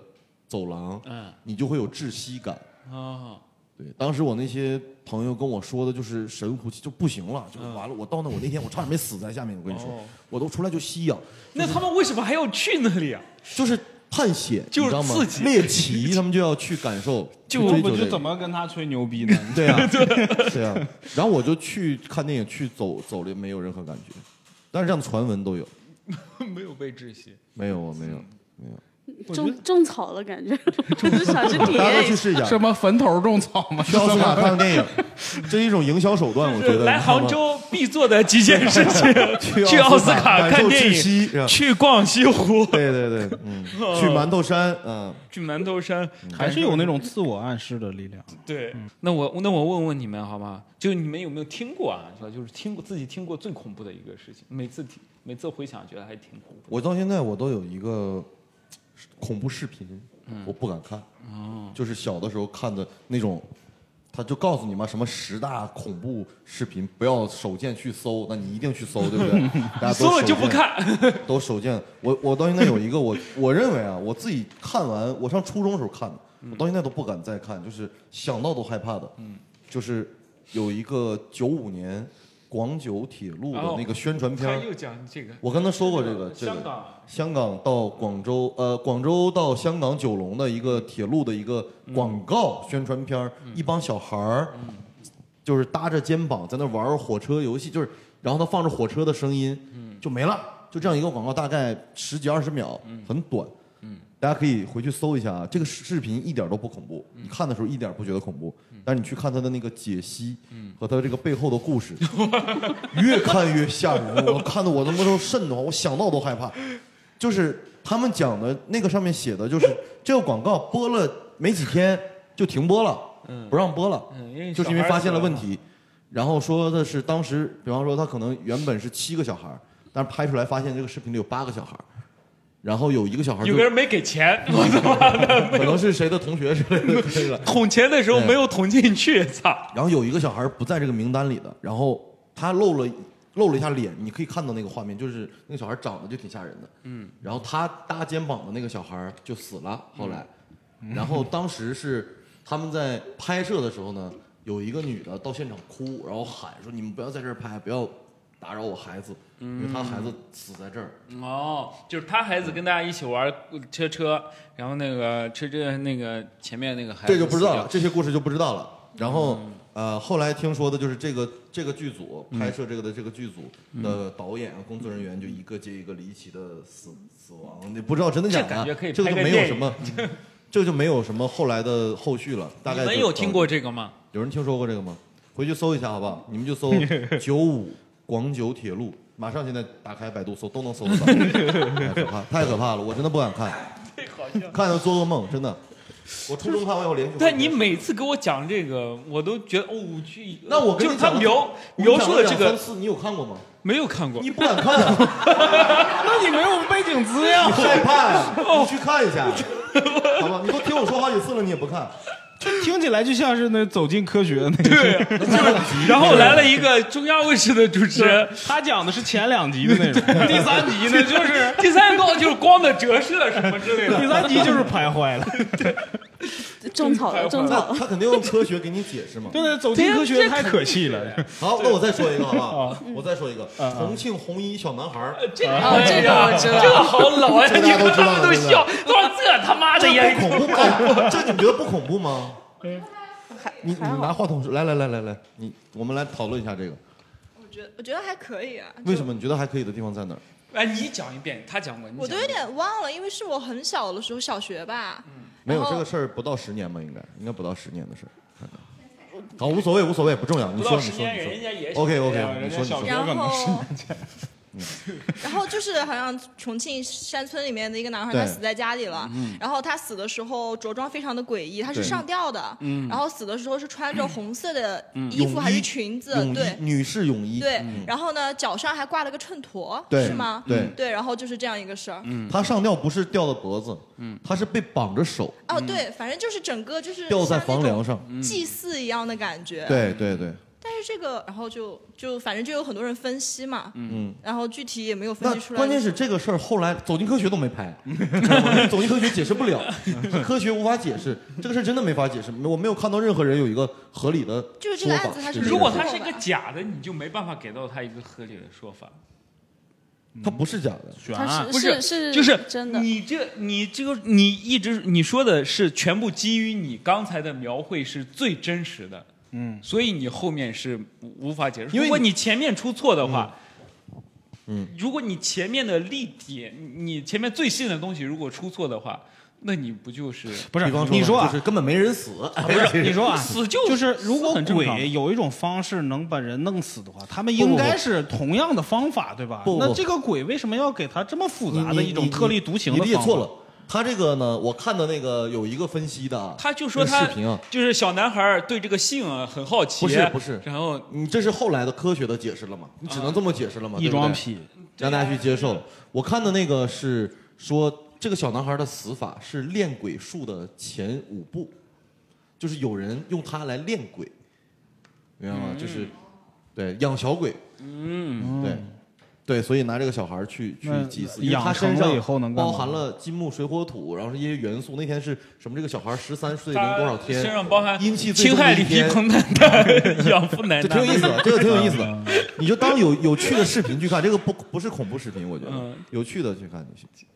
[SPEAKER 4] 走廊，
[SPEAKER 1] 嗯
[SPEAKER 4] 你就会有窒息感。
[SPEAKER 1] 啊，
[SPEAKER 4] 对，当时我那些朋友跟我说的就是神乎其就不行了，就完了。我到那我那天我差点没死在下面，我跟你说
[SPEAKER 1] 嗯哦，
[SPEAKER 4] 我都出来就吸氧，
[SPEAKER 1] 那他们为什么还要去那里啊？
[SPEAKER 4] 就是探险，
[SPEAKER 1] 就是
[SPEAKER 4] 你知道吗
[SPEAKER 1] 刺激
[SPEAKER 4] 猎奇，他们就要去 感受，
[SPEAKER 11] 就
[SPEAKER 4] 追
[SPEAKER 11] 我
[SPEAKER 4] 求
[SPEAKER 11] 就
[SPEAKER 4] 这个
[SPEAKER 11] 怎么跟他吹牛逼呢？
[SPEAKER 4] 对啊， 对啊。然后我就去看电影，去走走了，没有任何感觉。但是这样的传闻都有，
[SPEAKER 1] 没有被窒息。
[SPEAKER 4] 没有啊，没有，没有。
[SPEAKER 3] 种种草了感觉， 我就想去体
[SPEAKER 4] 大家都
[SPEAKER 3] 验
[SPEAKER 4] 去
[SPEAKER 3] 一
[SPEAKER 4] 试一
[SPEAKER 3] 下。
[SPEAKER 4] 下，
[SPEAKER 11] 什么坟头种草吗？
[SPEAKER 4] 去奥斯卡看看电影，这是一种营销手段，我觉得。
[SPEAKER 1] 来杭州必做的几件事 情：
[SPEAKER 4] 去
[SPEAKER 1] 奥
[SPEAKER 4] 奥
[SPEAKER 1] 斯
[SPEAKER 4] 斯卡
[SPEAKER 1] 卡
[SPEAKER 4] 感
[SPEAKER 1] 看
[SPEAKER 4] 受
[SPEAKER 1] 电
[SPEAKER 4] 窒息是
[SPEAKER 1] 影，
[SPEAKER 4] 吧
[SPEAKER 1] 去逛西湖，
[SPEAKER 4] 对对对， 嗯，去馒头山，嗯，
[SPEAKER 1] 去馒头山。
[SPEAKER 2] 还是有那种自我暗示的力量。
[SPEAKER 1] 对，那我呃那我问问你们好吗？就你们有没有听过啊？是吧？就是听过自己听过最恐怖的一个事情，每次听每次回想觉得还挺恐怖。
[SPEAKER 4] 我到现在我都有一个恐怖视频，我不敢看，
[SPEAKER 1] 嗯哦
[SPEAKER 4] 就是小的时候看的那种，他就告诉你嘛，什么十大恐怖视频，不要手贱去搜，那你一定去搜，对不对？ 大家都
[SPEAKER 1] 所以我就不
[SPEAKER 4] 手贱
[SPEAKER 1] 看，
[SPEAKER 4] 都手贱。我我到现在有一个我我认为啊，我自己看完，我上初中时候看的，
[SPEAKER 1] 嗯
[SPEAKER 4] 我到现在都不敢再看，就是想到都害怕的。就是有一个九五年广九铁路的那个宣传片
[SPEAKER 1] 哦他
[SPEAKER 4] 儿，
[SPEAKER 1] 又讲这个。
[SPEAKER 4] 我跟他说过这个这
[SPEAKER 1] 香
[SPEAKER 4] 个。
[SPEAKER 1] 港
[SPEAKER 4] 香港到广州，呃，广州到香港九龙的一个铁路的一个广
[SPEAKER 1] 嗯
[SPEAKER 4] 告宣传片儿，一帮小孩儿，就是搭着肩膀在那玩儿火车游戏，就是然后他放着火车的声音，
[SPEAKER 1] 嗯
[SPEAKER 4] 就没了，就这样一个广告，大概十几二十秒，
[SPEAKER 1] 嗯
[SPEAKER 4] 很短。
[SPEAKER 9] 嗯
[SPEAKER 4] 大家可以回去搜一下啊，这个视视频一点都不恐怖，你看的时候一点不觉得恐怖，
[SPEAKER 1] 嗯
[SPEAKER 4] 但是你去看他的那个解析
[SPEAKER 5] 嗯
[SPEAKER 4] 和他这个背后的故事， 越看越吓人，我看的我他妈都瘆得慌，我想到都害怕。就是他们讲的那个上面写的，就是这个广告播了没几天就停播了，不让播了，
[SPEAKER 1] 嗯因为
[SPEAKER 4] 就是因
[SPEAKER 1] 小
[SPEAKER 4] 为
[SPEAKER 1] 孩
[SPEAKER 4] 发现了
[SPEAKER 1] 子嘛
[SPEAKER 4] 问题。然后说的是当时，比方说他可能原本是七个小孩儿，但是拍出来发现这个视频里有八个小孩儿，然后有一个小孩儿就
[SPEAKER 1] 有个人没给钱，我操！
[SPEAKER 4] 可能是谁的同学之类的之类的。
[SPEAKER 1] 捅钱的时候
[SPEAKER 4] 对
[SPEAKER 1] 没有捅进去，操！
[SPEAKER 4] 哎然后有一个小孩不在这个名单里的，然后他露了露了一下脸，你可以看到那个画面，就是那个小孩长得就挺吓人的，嗯，然后他搭肩膀的那个小孩就死了，后来，
[SPEAKER 1] 嗯
[SPEAKER 4] 然后当时是他们在拍摄的时候呢，有一个女的到现场哭，然后喊说你们不要在这儿拍，不要打扰我孩子，因为他孩子死在这儿，
[SPEAKER 1] 哦，就是他孩子跟大家一起玩车车，然后那个车车那个前面那个孩子
[SPEAKER 4] 这就不知道
[SPEAKER 1] 死
[SPEAKER 4] 了，
[SPEAKER 1] 掉嗯
[SPEAKER 4] 这些故事就不知道了。然后、呃，后来听说的就是这个这个剧组
[SPEAKER 1] 嗯
[SPEAKER 4] 拍摄这个的这个剧组
[SPEAKER 2] 嗯
[SPEAKER 4] 的导演啊、工作人员就一个接一个离奇的死死亡，你不知道真的假的，
[SPEAKER 1] 这感觉可以
[SPEAKER 4] 这个
[SPEAKER 1] 拍
[SPEAKER 4] 就
[SPEAKER 1] 个
[SPEAKER 4] 没有
[SPEAKER 1] 电
[SPEAKER 4] 什
[SPEAKER 1] 影
[SPEAKER 4] 么，这个就没有什么后来的后续了。大概
[SPEAKER 1] 你们
[SPEAKER 4] 就
[SPEAKER 1] 有
[SPEAKER 4] 到
[SPEAKER 1] 听
[SPEAKER 4] 这
[SPEAKER 1] 过这个吗？
[SPEAKER 4] 有人听说过这个吗？回去搜一下好不好？你们 就搜九五广九铁路，马上现在打开百度搜都能搜得到，太可怕，太可怕了，我真的不敢看，看着做噩梦，真的。我初中看完以后连续回家。
[SPEAKER 1] 但你每次给我讲这个，我都觉得哦，去
[SPEAKER 4] 那我跟
[SPEAKER 1] 就
[SPEAKER 4] 你
[SPEAKER 1] 是他
[SPEAKER 4] 讲
[SPEAKER 1] 描描述的这
[SPEAKER 4] 三
[SPEAKER 1] 个
[SPEAKER 4] 次，你有看过吗？
[SPEAKER 1] 没有看过，
[SPEAKER 4] 你不敢看啊，
[SPEAKER 2] 那你没有背景资料
[SPEAKER 4] 你害怕呀、
[SPEAKER 1] 哦
[SPEAKER 4] 你去看 一下，好吧？你都听我说好几次了，你也不看，
[SPEAKER 2] 听起来 就像是那走进科学那个。
[SPEAKER 1] 对，就是然后来了一个中央卫视的主持人，
[SPEAKER 2] 他讲的是前两集的内 容，第三集呢就是
[SPEAKER 1] 第三个就是光的折射什么之类
[SPEAKER 2] 第
[SPEAKER 1] 的，
[SPEAKER 2] 三集就是拍坏 了。
[SPEAKER 3] 种草了，种草
[SPEAKER 4] 那
[SPEAKER 3] 了。
[SPEAKER 4] 他肯定用科学给你解释嘛。
[SPEAKER 2] 对对，走进科学太可气了。啊
[SPEAKER 4] 好，那我再说一个，好不好？我再说一个，重庆红衣小男孩儿，
[SPEAKER 1] 呃这个
[SPEAKER 4] 啊
[SPEAKER 3] 哦，这个我知
[SPEAKER 1] 这个
[SPEAKER 3] 道。
[SPEAKER 1] 好老呀！
[SPEAKER 4] 这
[SPEAKER 1] 你
[SPEAKER 4] 大家都
[SPEAKER 1] 看
[SPEAKER 4] 知
[SPEAKER 1] 他
[SPEAKER 4] 道
[SPEAKER 1] 们
[SPEAKER 4] 了
[SPEAKER 1] 都
[SPEAKER 4] 对不对
[SPEAKER 1] 笑，我说这他妈的
[SPEAKER 4] 这
[SPEAKER 1] 也
[SPEAKER 4] 不恐怖吗？这你觉得不恐怖吗？ 你你拿话筒来来来来来，你我们来讨论一下这个，
[SPEAKER 8] 我觉得我觉得还可以啊。就
[SPEAKER 4] 为什？么你觉得还可以的地方在哪儿？
[SPEAKER 1] 哎，你讲一遍，他讲过，你
[SPEAKER 8] 我都
[SPEAKER 1] 讲一
[SPEAKER 8] 有
[SPEAKER 1] 遍
[SPEAKER 8] 点忘了，因为是我很小的时候，小学吧。
[SPEAKER 4] 没有
[SPEAKER 10] 然后
[SPEAKER 4] 这个事儿不到十年吧，应该应该不到十年的事儿。看看好，无所谓，无所谓，不重要。你
[SPEAKER 1] 不
[SPEAKER 4] 说，
[SPEAKER 1] 到
[SPEAKER 4] 你
[SPEAKER 1] 十
[SPEAKER 4] 说，
[SPEAKER 1] 年
[SPEAKER 4] 你
[SPEAKER 1] 人家也
[SPEAKER 4] 说。OK
[SPEAKER 1] 小学啊
[SPEAKER 4] OK，你
[SPEAKER 1] 人家
[SPEAKER 4] 说，你
[SPEAKER 1] 小
[SPEAKER 4] 说。
[SPEAKER 1] 学
[SPEAKER 8] 然后
[SPEAKER 4] 前。
[SPEAKER 8] 然后就是好像重庆山村里面的一个男孩，
[SPEAKER 4] 对
[SPEAKER 8] 他死在家里了。
[SPEAKER 4] 嗯
[SPEAKER 8] 然后他死的时候着装非常的诡异，他是
[SPEAKER 4] 对
[SPEAKER 8] 上吊的。
[SPEAKER 4] 嗯
[SPEAKER 8] 然后死的时候是穿着红色的
[SPEAKER 4] 嗯
[SPEAKER 8] 衣服
[SPEAKER 4] 泳
[SPEAKER 8] 还是
[SPEAKER 4] 衣
[SPEAKER 8] 裙子？
[SPEAKER 4] 泳衣
[SPEAKER 8] 对，
[SPEAKER 4] 女士泳衣。
[SPEAKER 8] 对
[SPEAKER 4] 嗯。
[SPEAKER 8] 然后呢，脚上还挂了个秤砣，
[SPEAKER 4] 对
[SPEAKER 8] 是吗？嗯
[SPEAKER 4] 对
[SPEAKER 8] 对，然后就是这样一个事儿。
[SPEAKER 4] 嗯，他上吊不是吊的脖子，嗯，他是被绑着手。
[SPEAKER 8] 哦，对，反正就是整个就是
[SPEAKER 4] 吊嗯在
[SPEAKER 8] 像那
[SPEAKER 4] 房梁
[SPEAKER 8] 种
[SPEAKER 4] 上嗯
[SPEAKER 8] 祭祀一样的感觉。
[SPEAKER 4] 对对对，
[SPEAKER 8] 但是这个，然后就就反正就有很多人分析嘛，
[SPEAKER 4] 嗯。
[SPEAKER 8] 然后具体也没有分
[SPEAKER 4] 那
[SPEAKER 8] 析出来。
[SPEAKER 4] 关键是这个事儿后来走进科学都没拍， 我走进科学解释不了， 科学无法解释这个事儿，真的没法解释。我没有看到任何人有一个合理的
[SPEAKER 8] 就是这
[SPEAKER 4] 说
[SPEAKER 8] 个
[SPEAKER 4] 法
[SPEAKER 8] 案子它。是
[SPEAKER 4] 这
[SPEAKER 1] 如果
[SPEAKER 4] 件
[SPEAKER 1] 它
[SPEAKER 4] 事
[SPEAKER 1] 是一个假的，你就没办法给到他一个合理的说法。嗯
[SPEAKER 4] 它不是假的，
[SPEAKER 1] 悬
[SPEAKER 3] 它是
[SPEAKER 1] 不
[SPEAKER 3] 是是
[SPEAKER 1] 就是
[SPEAKER 3] 真的
[SPEAKER 1] 你这你这个你一直你说的是全部基于你刚才的描绘是最真实的，
[SPEAKER 2] 嗯，
[SPEAKER 1] 所以你后面是无无法解释。
[SPEAKER 4] 因为
[SPEAKER 1] 如果你前面出错的话，
[SPEAKER 4] 嗯，
[SPEAKER 1] 如果你前面的立体，你前面最信的东西如果出错的话，那你不就是
[SPEAKER 2] 不是
[SPEAKER 4] 比方
[SPEAKER 2] 你说啊
[SPEAKER 4] 就是根本没人死，
[SPEAKER 2] 不是你说啊，
[SPEAKER 1] 死就
[SPEAKER 2] 就是如果
[SPEAKER 1] 死很正常
[SPEAKER 2] 鬼有一种方式能把人弄死的话，他们
[SPEAKER 4] 不不
[SPEAKER 2] 应该是同样的方法，对吧？
[SPEAKER 4] 不不
[SPEAKER 2] 那这个鬼为什么要给他这么复
[SPEAKER 4] 你
[SPEAKER 2] 杂的
[SPEAKER 4] 你
[SPEAKER 2] 一种
[SPEAKER 4] 你
[SPEAKER 2] 特立独行
[SPEAKER 4] 你
[SPEAKER 2] 的
[SPEAKER 4] 理解
[SPEAKER 2] 方法？
[SPEAKER 4] 错了。他这个呢，我看的那个有一个分析的啊，
[SPEAKER 1] 他就说
[SPEAKER 4] 那
[SPEAKER 1] 他
[SPEAKER 4] 视频啊，
[SPEAKER 1] 就是小男孩儿对这个性啊很好奇，
[SPEAKER 4] 不是不是
[SPEAKER 1] 然后啊
[SPEAKER 4] 你这是后来的科学的解释了嘛？你只能这么解释了嘛？
[SPEAKER 2] 一
[SPEAKER 4] 对
[SPEAKER 2] 装
[SPEAKER 4] 不对
[SPEAKER 2] 痞，
[SPEAKER 4] 让大家去接受。我看的那个是说，这个小男孩的死法是练鬼术的前五步，就是有人用它来练鬼，明白吗？
[SPEAKER 1] 嗯
[SPEAKER 4] 就是对养小鬼，嗯，对。对，所以拿这个小孩去去
[SPEAKER 2] 那
[SPEAKER 4] 祭
[SPEAKER 2] 养
[SPEAKER 4] 祀，因为他身
[SPEAKER 2] 成
[SPEAKER 4] 上
[SPEAKER 2] 了以后能干嘛
[SPEAKER 4] 包含了金木水火土，然后这些元素。那天是什么？这个小孩十三岁零
[SPEAKER 1] 他
[SPEAKER 4] 多少天，
[SPEAKER 1] 身上包含
[SPEAKER 4] 阴气最
[SPEAKER 1] 侵
[SPEAKER 4] 重
[SPEAKER 1] 害
[SPEAKER 4] 的
[SPEAKER 1] 里
[SPEAKER 4] 一
[SPEAKER 1] 皮
[SPEAKER 4] 天
[SPEAKER 1] 彭蛋蛋、 养父奶嗯
[SPEAKER 4] 这挺有
[SPEAKER 1] 奶。
[SPEAKER 4] 意思的，这个挺有意思的，你就当有有趣的视频去看，这个不不是恐怖视频，我觉得
[SPEAKER 1] 嗯
[SPEAKER 4] 有趣的去看就行。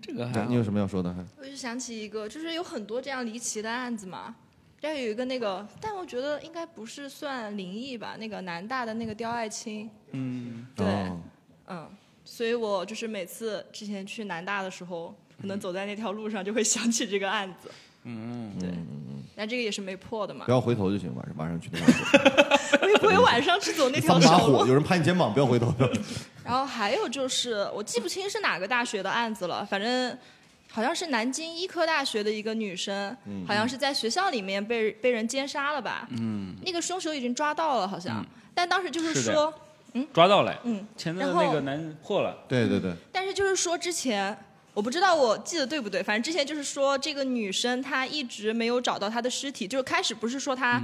[SPEAKER 1] 这个
[SPEAKER 4] 对你有什么要说的？还
[SPEAKER 8] 我就想起一个，就是有很多这样离奇的案子嘛。这有一个那个，但我觉得应该不是算灵异吧，那个南大的那个刁爱青，
[SPEAKER 1] 嗯，
[SPEAKER 8] 对
[SPEAKER 4] 哦
[SPEAKER 8] 嗯，所以我就是每次之前去南大的时候，可能走在那条路上就会想起这个案子。 嗯，对，但这个也是没破的嘛
[SPEAKER 4] 不，要回头就行，晚上晚上 去那块儿
[SPEAKER 8] 没破。有晚上去走那条
[SPEAKER 4] 放把
[SPEAKER 8] 小路
[SPEAKER 4] 火，，有人拍你肩膀，不要回头。
[SPEAKER 1] 嗯
[SPEAKER 8] 然后还有就是，我记不清是哪个大学的案子了，反正好像是南京医科大学的一个女生，好像是在学校里面被被人奸杀了吧？嗯，那个凶手已经抓到了，好像，但当时就是
[SPEAKER 1] 是的
[SPEAKER 8] 说，
[SPEAKER 1] 抓到了，
[SPEAKER 8] 嗯，
[SPEAKER 1] 前面
[SPEAKER 8] 然
[SPEAKER 1] 的
[SPEAKER 8] 后
[SPEAKER 1] 那个男破了，
[SPEAKER 4] 对对对，
[SPEAKER 8] 但是就是说之前。我不知道我记得对不对，反正之前就是说这个女生她一直没有找到她的尸体，就是开始不是说她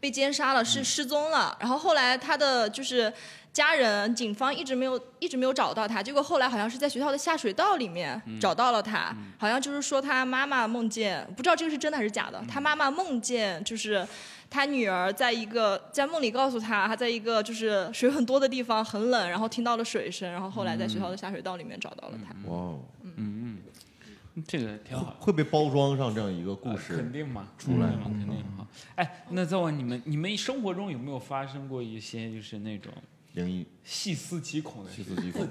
[SPEAKER 8] 被奸杀了，是失踪了，然后后来她的就是家人、警方一直没有一直没有找到她，结果后来好像是在学校的下水道里面找到了她，好像就是说她妈妈梦见，不知道这个是真的还是假的，她妈妈梦见就是。她女儿在一个在梦里告诉她，她在一个就是水很多的地方很冷，然后听到了水声，然后后来在学校的下水道里面找到了她。
[SPEAKER 4] 哇哦，
[SPEAKER 1] 嗯这个挺好，
[SPEAKER 4] 会被包装上这样一个故事
[SPEAKER 1] 呃肯。定嘛，
[SPEAKER 4] 出来嗯
[SPEAKER 1] 嘛，肯定好。哎，那再问你们，你们生活中有没有发生过一些就是那种
[SPEAKER 4] 灵异
[SPEAKER 1] 细思极恐的事
[SPEAKER 4] 细
[SPEAKER 1] 情？
[SPEAKER 4] 思极恐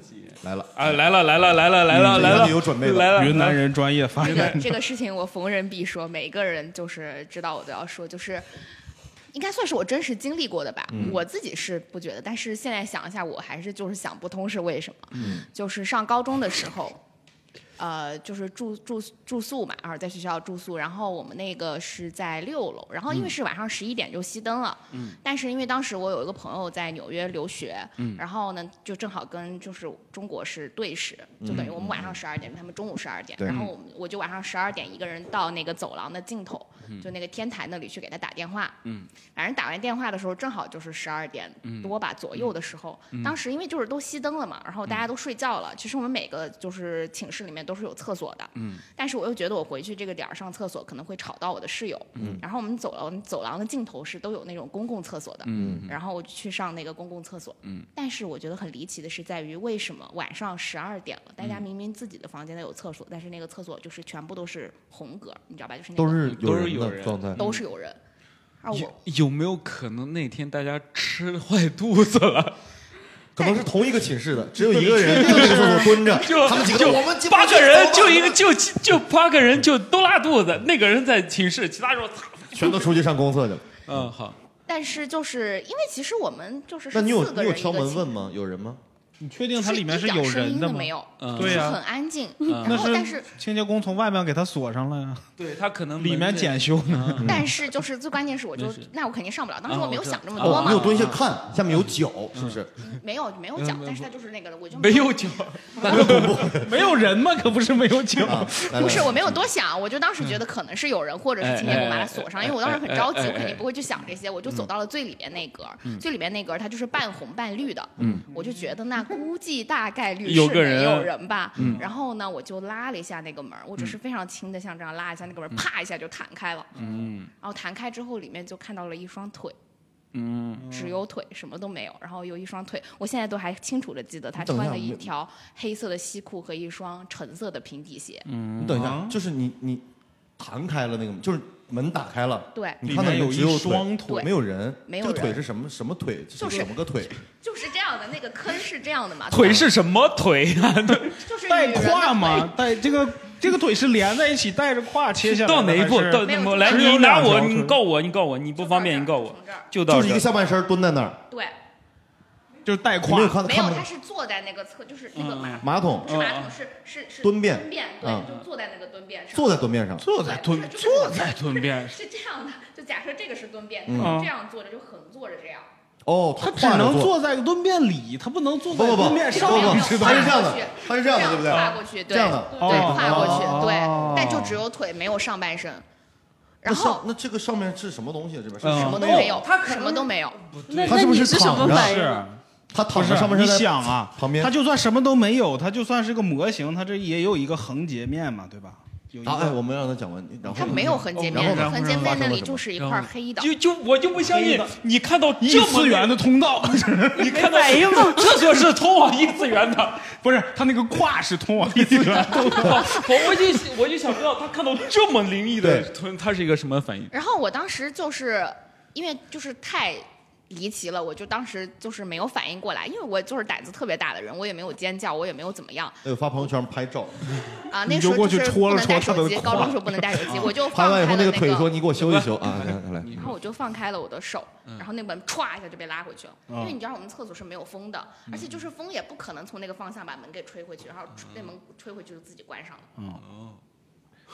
[SPEAKER 4] 来了，
[SPEAKER 1] 啊，来了来了来了来了
[SPEAKER 4] 嗯
[SPEAKER 1] 来
[SPEAKER 4] 这个
[SPEAKER 1] 了，
[SPEAKER 4] 你有准备的
[SPEAKER 1] 来了，
[SPEAKER 2] 云南
[SPEAKER 1] 来了
[SPEAKER 2] 人专业发
[SPEAKER 10] 这
[SPEAKER 2] 言。
[SPEAKER 10] 个 这个事情我逢人必说，每个人就是知道我都要说，就是应该算是我真实经历过的吧。我自己是不觉得，但是现在想一下，我还是就是想不通是为什么。
[SPEAKER 4] 嗯
[SPEAKER 10] 就是上高中的时候。呃，就是住住住宿嘛，然后在学校住宿，然后我们那个是在六楼，然后因为是晚上十一点就熄灯了，嗯，但是因为当时我有一个朋友在纽约留学，嗯，然后呢就正好跟就是中国是对时，就等于我们晚上十二点，他们中午十二点，
[SPEAKER 4] 对
[SPEAKER 10] 然后我们我就晚上十二点一个人到那个走廊的尽头，就那个天台那里去给他打电话，
[SPEAKER 1] 嗯，
[SPEAKER 10] 反正打完电话的时候正好就是十二点多吧左右的时候，当时因为就是都熄灯了嘛，然后大家都睡觉了。其实我们每个就是寝室里面都是有厕所的，嗯，但是我又觉得我回去这个点儿上厕所可能会吵到我的室友，嗯，然后我们走廊走廊的尽头是都有那种公共厕所的，嗯，然后我就去上那个公共厕所，嗯，但是我觉得很离奇的是在于为什么晚上十二点了，
[SPEAKER 4] 嗯
[SPEAKER 10] 大家明明自己的房间都有厕所，但是那个厕所就是全部都是红格，你知道吧？就是那个
[SPEAKER 4] 都是
[SPEAKER 1] 嗯都是
[SPEAKER 4] 人
[SPEAKER 1] 有
[SPEAKER 4] 的
[SPEAKER 1] 人
[SPEAKER 4] 状态，嗯
[SPEAKER 10] 都是有人。而我
[SPEAKER 1] 有有没有可能那天大家吃坏肚子了？
[SPEAKER 4] 可能是同一个寝室的，只有一个人就那个厕所蹲着，
[SPEAKER 1] 就
[SPEAKER 4] 他们几个
[SPEAKER 1] 就
[SPEAKER 4] 我们几
[SPEAKER 1] 八个人就一个就就八个人就都拉肚子，那个人在寝室，其他人我操，
[SPEAKER 4] 全都出去上公厕去了。
[SPEAKER 1] 嗯，好。
[SPEAKER 10] 但是就是因为其实我们就是
[SPEAKER 4] 那
[SPEAKER 10] 是
[SPEAKER 4] 你有
[SPEAKER 10] 四个
[SPEAKER 4] 你有
[SPEAKER 10] 人一
[SPEAKER 4] 敲
[SPEAKER 10] 个
[SPEAKER 4] 门
[SPEAKER 10] 寝
[SPEAKER 4] 问吗？有人吗？
[SPEAKER 2] 你确定它里面
[SPEAKER 10] 一
[SPEAKER 2] 是
[SPEAKER 10] 点
[SPEAKER 2] 有
[SPEAKER 10] 声
[SPEAKER 2] 人
[SPEAKER 10] 音
[SPEAKER 2] 的
[SPEAKER 10] 都
[SPEAKER 2] 吗
[SPEAKER 10] 没有？，
[SPEAKER 2] 对啊
[SPEAKER 10] 就是
[SPEAKER 2] 呀、
[SPEAKER 10] 很安静。
[SPEAKER 2] 嗯
[SPEAKER 10] 然后
[SPEAKER 2] 那
[SPEAKER 10] 但
[SPEAKER 2] 是
[SPEAKER 10] 是
[SPEAKER 2] 清洁工从外面给它锁上了呀，
[SPEAKER 1] 对他可能啊
[SPEAKER 2] 里面检修呢。
[SPEAKER 10] 但是就是最关键是，我
[SPEAKER 1] 嗯
[SPEAKER 10] 就
[SPEAKER 1] 没事
[SPEAKER 10] 那我肯定上不了。当时
[SPEAKER 1] 啊
[SPEAKER 10] 我没有
[SPEAKER 1] 我知道
[SPEAKER 10] 想这么多
[SPEAKER 4] 哦，
[SPEAKER 10] 嘛
[SPEAKER 4] 你有，蹲下看，下面有脚，
[SPEAKER 2] 嗯
[SPEAKER 4] 是不是？
[SPEAKER 10] 没有没有讲，但是他就是那个的，我就
[SPEAKER 1] 没有脚，
[SPEAKER 2] 没有人吗？可不是没有脚。
[SPEAKER 4] 来
[SPEAKER 10] 不是，我没有多想，我就当时觉得可能是有人或者是清洁工把它锁上，因为我当时很着急，我肯定不会去想这些，我就走到了最里边那格儿，
[SPEAKER 1] 嗯
[SPEAKER 10] 最里边那格儿它就是半红半绿的，
[SPEAKER 4] 嗯
[SPEAKER 10] 我就觉得那估计大概率
[SPEAKER 1] 有
[SPEAKER 10] 是
[SPEAKER 1] 个
[SPEAKER 10] 没
[SPEAKER 1] 人嗯
[SPEAKER 10] 有人吧，然后呢，我就拉了一下那个门儿，我只是非常轻的像这样拉一下那个门儿，啪一下就弹开了，
[SPEAKER 1] 嗯
[SPEAKER 10] 然后弹开之后里面就看到了一双腿。
[SPEAKER 1] 嗯，
[SPEAKER 10] 只有腿，什么都没有，然后有一双腿，我现在都还清楚的记得，他
[SPEAKER 4] 等一
[SPEAKER 10] 穿
[SPEAKER 4] 下
[SPEAKER 10] 了一
[SPEAKER 4] 没
[SPEAKER 10] 条黑色的西裤和一双橙色的平底鞋。
[SPEAKER 2] 嗯
[SPEAKER 4] 你等一下，
[SPEAKER 2] 啊
[SPEAKER 4] 就是你你弹开了那个门，就是门打开了，
[SPEAKER 10] 对，
[SPEAKER 4] 你看到
[SPEAKER 2] 里面有
[SPEAKER 4] 只有
[SPEAKER 2] 一双
[SPEAKER 10] 腿
[SPEAKER 4] 没有人，
[SPEAKER 10] 没有
[SPEAKER 4] 这个腿
[SPEAKER 10] 人
[SPEAKER 4] 是什么什么腿？
[SPEAKER 10] 就是
[SPEAKER 4] 怎么个腿？
[SPEAKER 10] 就是这样的，那个坑是这样的嘛？
[SPEAKER 1] 腿是什么腿啊？
[SPEAKER 10] 就是
[SPEAKER 2] 带
[SPEAKER 10] 女人的
[SPEAKER 2] 胯
[SPEAKER 10] 腿？
[SPEAKER 2] 嘛，带这个这个腿是连在一起，带着胯切下来的。
[SPEAKER 1] 到哪一步？
[SPEAKER 2] 还是
[SPEAKER 1] 到
[SPEAKER 10] 没有
[SPEAKER 1] 我来，
[SPEAKER 10] 就是
[SPEAKER 1] 你拿我，
[SPEAKER 2] 两条
[SPEAKER 1] 你
[SPEAKER 2] 腿
[SPEAKER 1] 告我，你告我，你不方便，你告我
[SPEAKER 10] 从，这儿
[SPEAKER 1] 就到
[SPEAKER 4] 就是
[SPEAKER 1] 这
[SPEAKER 4] 一个
[SPEAKER 1] 儿。
[SPEAKER 4] 下半身蹲在那儿，
[SPEAKER 10] 对，
[SPEAKER 2] 就是带
[SPEAKER 4] 你没有
[SPEAKER 2] 胯。
[SPEAKER 4] 看
[SPEAKER 10] 没
[SPEAKER 4] 看
[SPEAKER 10] 有，
[SPEAKER 4] 不
[SPEAKER 10] 他
[SPEAKER 4] 到
[SPEAKER 10] 是坐在那个侧，就是那个马，
[SPEAKER 4] 马桶
[SPEAKER 10] 不是马桶，是是是
[SPEAKER 4] 蹲便
[SPEAKER 10] 蹲便，
[SPEAKER 4] 嗯
[SPEAKER 10] 对，就坐在那个蹲便上。
[SPEAKER 4] 坐在蹲便上，
[SPEAKER 2] 坐在蹲，
[SPEAKER 10] 对就是
[SPEAKER 2] 坐在蹲
[SPEAKER 1] 蹲便，
[SPEAKER 10] 是这样的，就假设这个是蹲便，他
[SPEAKER 4] 嗯
[SPEAKER 10] 是这样坐着，就横坐着这样。
[SPEAKER 4] 哦，
[SPEAKER 2] 他只
[SPEAKER 4] 跨着
[SPEAKER 2] 能
[SPEAKER 4] 坐。
[SPEAKER 2] 坐在蹲便里，他不能坐
[SPEAKER 4] 不
[SPEAKER 2] 在
[SPEAKER 4] 不不，
[SPEAKER 2] 蹲
[SPEAKER 4] 不不，
[SPEAKER 2] 便上。
[SPEAKER 10] 面
[SPEAKER 4] 不他是这样的
[SPEAKER 10] 上面，
[SPEAKER 4] 他是这样的，对不对？
[SPEAKER 10] 跨过去，对，
[SPEAKER 4] 这样的
[SPEAKER 10] 对，
[SPEAKER 2] 哦
[SPEAKER 10] 跨过去，
[SPEAKER 2] 哦
[SPEAKER 10] 对，但就只有腿，没有上半身。
[SPEAKER 4] 那
[SPEAKER 10] 然
[SPEAKER 4] 上
[SPEAKER 10] 后
[SPEAKER 4] 那这个上面是什么东西？啊这边是
[SPEAKER 2] 嗯
[SPEAKER 10] 什么都
[SPEAKER 4] 没有
[SPEAKER 10] 没有，什么都没有。
[SPEAKER 3] 那
[SPEAKER 4] 他
[SPEAKER 3] 那
[SPEAKER 4] 是不
[SPEAKER 3] 你
[SPEAKER 4] 是
[SPEAKER 3] 是什么
[SPEAKER 4] 躺着
[SPEAKER 3] 反应？
[SPEAKER 2] 是，
[SPEAKER 4] 他躺
[SPEAKER 2] 不
[SPEAKER 4] 着
[SPEAKER 2] 是
[SPEAKER 4] 上半身
[SPEAKER 2] 你
[SPEAKER 4] 在
[SPEAKER 2] 想啊，
[SPEAKER 4] 旁边
[SPEAKER 2] 他就算什么都没有，他就算是个模型，他这也有一个横截面嘛，对吧？有一
[SPEAKER 4] 啊，哎，
[SPEAKER 2] 个
[SPEAKER 4] 我们让他讲完，然后
[SPEAKER 10] 它没有横截
[SPEAKER 4] 哦然后
[SPEAKER 10] 面
[SPEAKER 4] 呢
[SPEAKER 10] 的，横截
[SPEAKER 4] 发
[SPEAKER 10] 面
[SPEAKER 4] 生
[SPEAKER 10] 那
[SPEAKER 4] 了
[SPEAKER 10] 里
[SPEAKER 4] 什么
[SPEAKER 10] 就是一块黑的。
[SPEAKER 1] 就就我就不相信，你看到
[SPEAKER 2] 异
[SPEAKER 1] 这么
[SPEAKER 2] 次元的通道，
[SPEAKER 1] 你看到厕所是通往异次元的，
[SPEAKER 2] 不是他那个胯是通往异次 元的。
[SPEAKER 1] 我我就我就想知道他看到这么灵异的
[SPEAKER 4] 对
[SPEAKER 1] 吞，他是一个什么反应？
[SPEAKER 10] 然后我当时就是因为就是太离奇了，我就当时就是没有反应过来，因为我就是胆子特别大的人，我也没有尖叫，我也没有怎么样
[SPEAKER 4] 哎呦发朋友圈拍照，
[SPEAKER 10] 啊。那时候
[SPEAKER 2] 过去
[SPEAKER 10] 就是
[SPEAKER 2] 戳了
[SPEAKER 10] 不能带
[SPEAKER 2] 戳他
[SPEAKER 10] 手
[SPEAKER 2] 的
[SPEAKER 10] 机，
[SPEAKER 2] 胯
[SPEAKER 10] 高中时候不能带手机，我就
[SPEAKER 4] 啊拍
[SPEAKER 10] 放
[SPEAKER 4] 完
[SPEAKER 10] 开
[SPEAKER 4] 以后
[SPEAKER 10] 了
[SPEAKER 4] 那
[SPEAKER 10] 个
[SPEAKER 4] 个腿说：“你给我修一修 啊！”来来，
[SPEAKER 10] 然后我就放开了我的手，
[SPEAKER 1] 嗯
[SPEAKER 10] 然后那门歘一下就被拉回去了，
[SPEAKER 4] 嗯
[SPEAKER 10] 因为你知道我们厕所是没有风的，而且就是风也不可能从那个方向把门给吹回去，然后
[SPEAKER 1] 嗯
[SPEAKER 10] 吹那门吹回去就自己关上了。
[SPEAKER 2] 嗯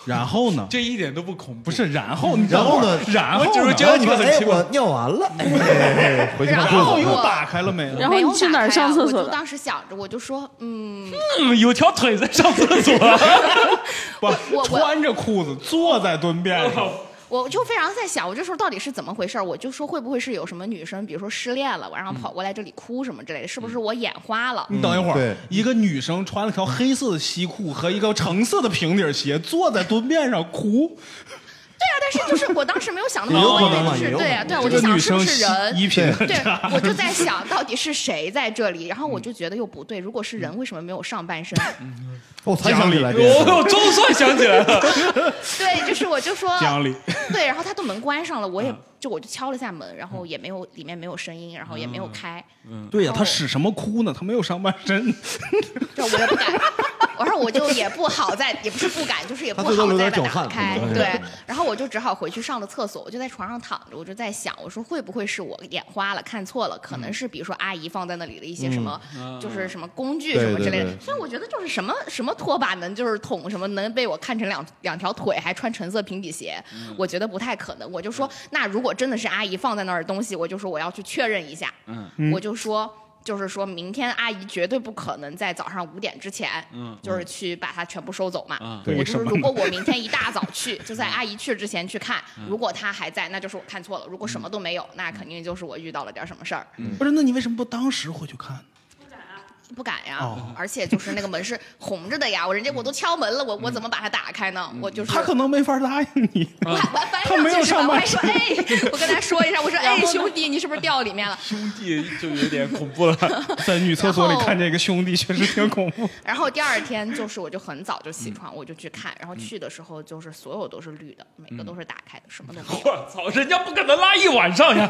[SPEAKER 2] 然后呢？
[SPEAKER 1] 这一点都不恐怖，
[SPEAKER 2] 不是，然后你
[SPEAKER 4] 然后呢
[SPEAKER 2] 等会儿然后
[SPEAKER 1] 我就是
[SPEAKER 2] 呢
[SPEAKER 1] 觉得
[SPEAKER 4] 你
[SPEAKER 1] 你
[SPEAKER 4] 看，
[SPEAKER 1] 们
[SPEAKER 4] 哎，
[SPEAKER 1] 奇怪
[SPEAKER 4] 我尿完了，哎哎哎回去看
[SPEAKER 10] 然
[SPEAKER 4] 厕
[SPEAKER 10] 后
[SPEAKER 4] 所
[SPEAKER 10] 又
[SPEAKER 4] 看。
[SPEAKER 2] 打开了没？
[SPEAKER 3] 然后
[SPEAKER 10] 没有
[SPEAKER 3] 你去
[SPEAKER 10] 打
[SPEAKER 3] 哪儿
[SPEAKER 10] 开
[SPEAKER 3] 上
[SPEAKER 10] 啊
[SPEAKER 3] 厕
[SPEAKER 10] 我
[SPEAKER 3] 所
[SPEAKER 10] 就
[SPEAKER 3] 的
[SPEAKER 10] 当时想着，我就说，嗯，
[SPEAKER 1] 嗯有条腿在上厕所。
[SPEAKER 2] 不
[SPEAKER 10] 我哦我
[SPEAKER 2] 穿着裤子坐在蹲便上，
[SPEAKER 10] 我就非常在想，我这时候到底是怎么回事儿？我就说会不会是有什么女生，比如说失恋了，我然后跑过来这里哭什么之类的，是不是我眼花了？
[SPEAKER 2] 你等一会
[SPEAKER 4] 嗯对
[SPEAKER 2] 儿，一个女生穿了条黑色的西裤和一个橙色的平底鞋，坐在蹲便上哭。
[SPEAKER 10] 啊但是就是我当时没有想那
[SPEAKER 4] 也
[SPEAKER 10] 么
[SPEAKER 4] 有
[SPEAKER 10] 多，因
[SPEAKER 4] 可能
[SPEAKER 10] 为
[SPEAKER 4] 嘛
[SPEAKER 10] 就是
[SPEAKER 4] 也有
[SPEAKER 10] 对
[SPEAKER 4] 可
[SPEAKER 10] 啊
[SPEAKER 4] 能
[SPEAKER 10] 对
[SPEAKER 2] 这
[SPEAKER 10] 啊，我就
[SPEAKER 2] 个
[SPEAKER 10] 想
[SPEAKER 2] 女
[SPEAKER 10] 是不
[SPEAKER 2] 生
[SPEAKER 10] 是人。
[SPEAKER 2] 衣品很
[SPEAKER 10] 对
[SPEAKER 2] 差。，
[SPEAKER 10] 我就在想到底是谁在这里，然后我就觉得又不对，如果是人，为什么没有上半身？
[SPEAKER 4] 哦我才想起来这件事，
[SPEAKER 1] 我
[SPEAKER 2] 哦
[SPEAKER 1] 我总算想起来了，
[SPEAKER 10] 对，就是我就说，
[SPEAKER 2] 讲理，
[SPEAKER 10] 对，然后他都门关上了，我也就我就敲了下门，然后也没有里面没有声音，然后也没有开，
[SPEAKER 1] 嗯
[SPEAKER 2] 对呀、
[SPEAKER 10] 哦
[SPEAKER 2] 她使什么哭呢？她没有上半身，
[SPEAKER 10] 就我也不敢，然后我就也不好再，也不是不敢，就是也不
[SPEAKER 4] 他最多
[SPEAKER 10] 好
[SPEAKER 4] 流
[SPEAKER 10] 再
[SPEAKER 4] 点
[SPEAKER 10] 把
[SPEAKER 4] 脚汗
[SPEAKER 10] 打开
[SPEAKER 4] 可能，
[SPEAKER 10] 对，然后我就只好回去上了厕所，我就在床上躺着，我就在想，我说会不会是我眼花了，看错了，可能
[SPEAKER 4] 嗯
[SPEAKER 10] 是比如说阿姨放在那里的一些什么，就是什么工具什么之类
[SPEAKER 4] 对对
[SPEAKER 10] 的
[SPEAKER 4] 对，
[SPEAKER 10] 所以我觉得就是什么什么拖把能就是捅什么能被我看成两两条腿，还穿橙色平底鞋，我觉得不太可能，我就说那如果真的是阿姨放在那儿的东西，我就说我要去确认一下，
[SPEAKER 6] 嗯
[SPEAKER 1] 嗯
[SPEAKER 2] 嗯
[SPEAKER 10] 我就说。就是说明天阿姨绝对不可能在早上五点之前，就是去把它全部收走嘛。
[SPEAKER 2] 对
[SPEAKER 10] 我就
[SPEAKER 2] 什
[SPEAKER 10] 是
[SPEAKER 2] 么
[SPEAKER 10] 如果我明天一大早去，就在阿姨去之前去看，如果她还在，那就是我看错了；如果什么都
[SPEAKER 1] 嗯
[SPEAKER 10] 没有，那肯定就是我遇到了点什么事儿。
[SPEAKER 2] 不是？那你为什么不当时回去看？
[SPEAKER 10] 不敢呀，
[SPEAKER 2] 哦
[SPEAKER 10] 而且就是那个门是红着的呀，我人家我都敲门了，我我怎么把它打开呢？我就是啊
[SPEAKER 2] 他可能没法答应你。
[SPEAKER 10] 他
[SPEAKER 2] 没有上
[SPEAKER 10] 我
[SPEAKER 2] 半
[SPEAKER 10] 还说
[SPEAKER 2] 身
[SPEAKER 10] 哎，我跟他说一下，我 说
[SPEAKER 1] 然
[SPEAKER 10] 哎
[SPEAKER 1] 后呢
[SPEAKER 10] 兄弟，你是不是掉里面了？
[SPEAKER 1] 兄弟就有点恐怖了，
[SPEAKER 11] 在女厕所里看见一个兄弟，确实挺恐怖。
[SPEAKER 10] 然后第二天就是我就很早就起床，我就去看，然后去的时候就是所有都是绿的，每个都是打开的，什么都没有。
[SPEAKER 1] 我操，人家不可能拉一晚上呀！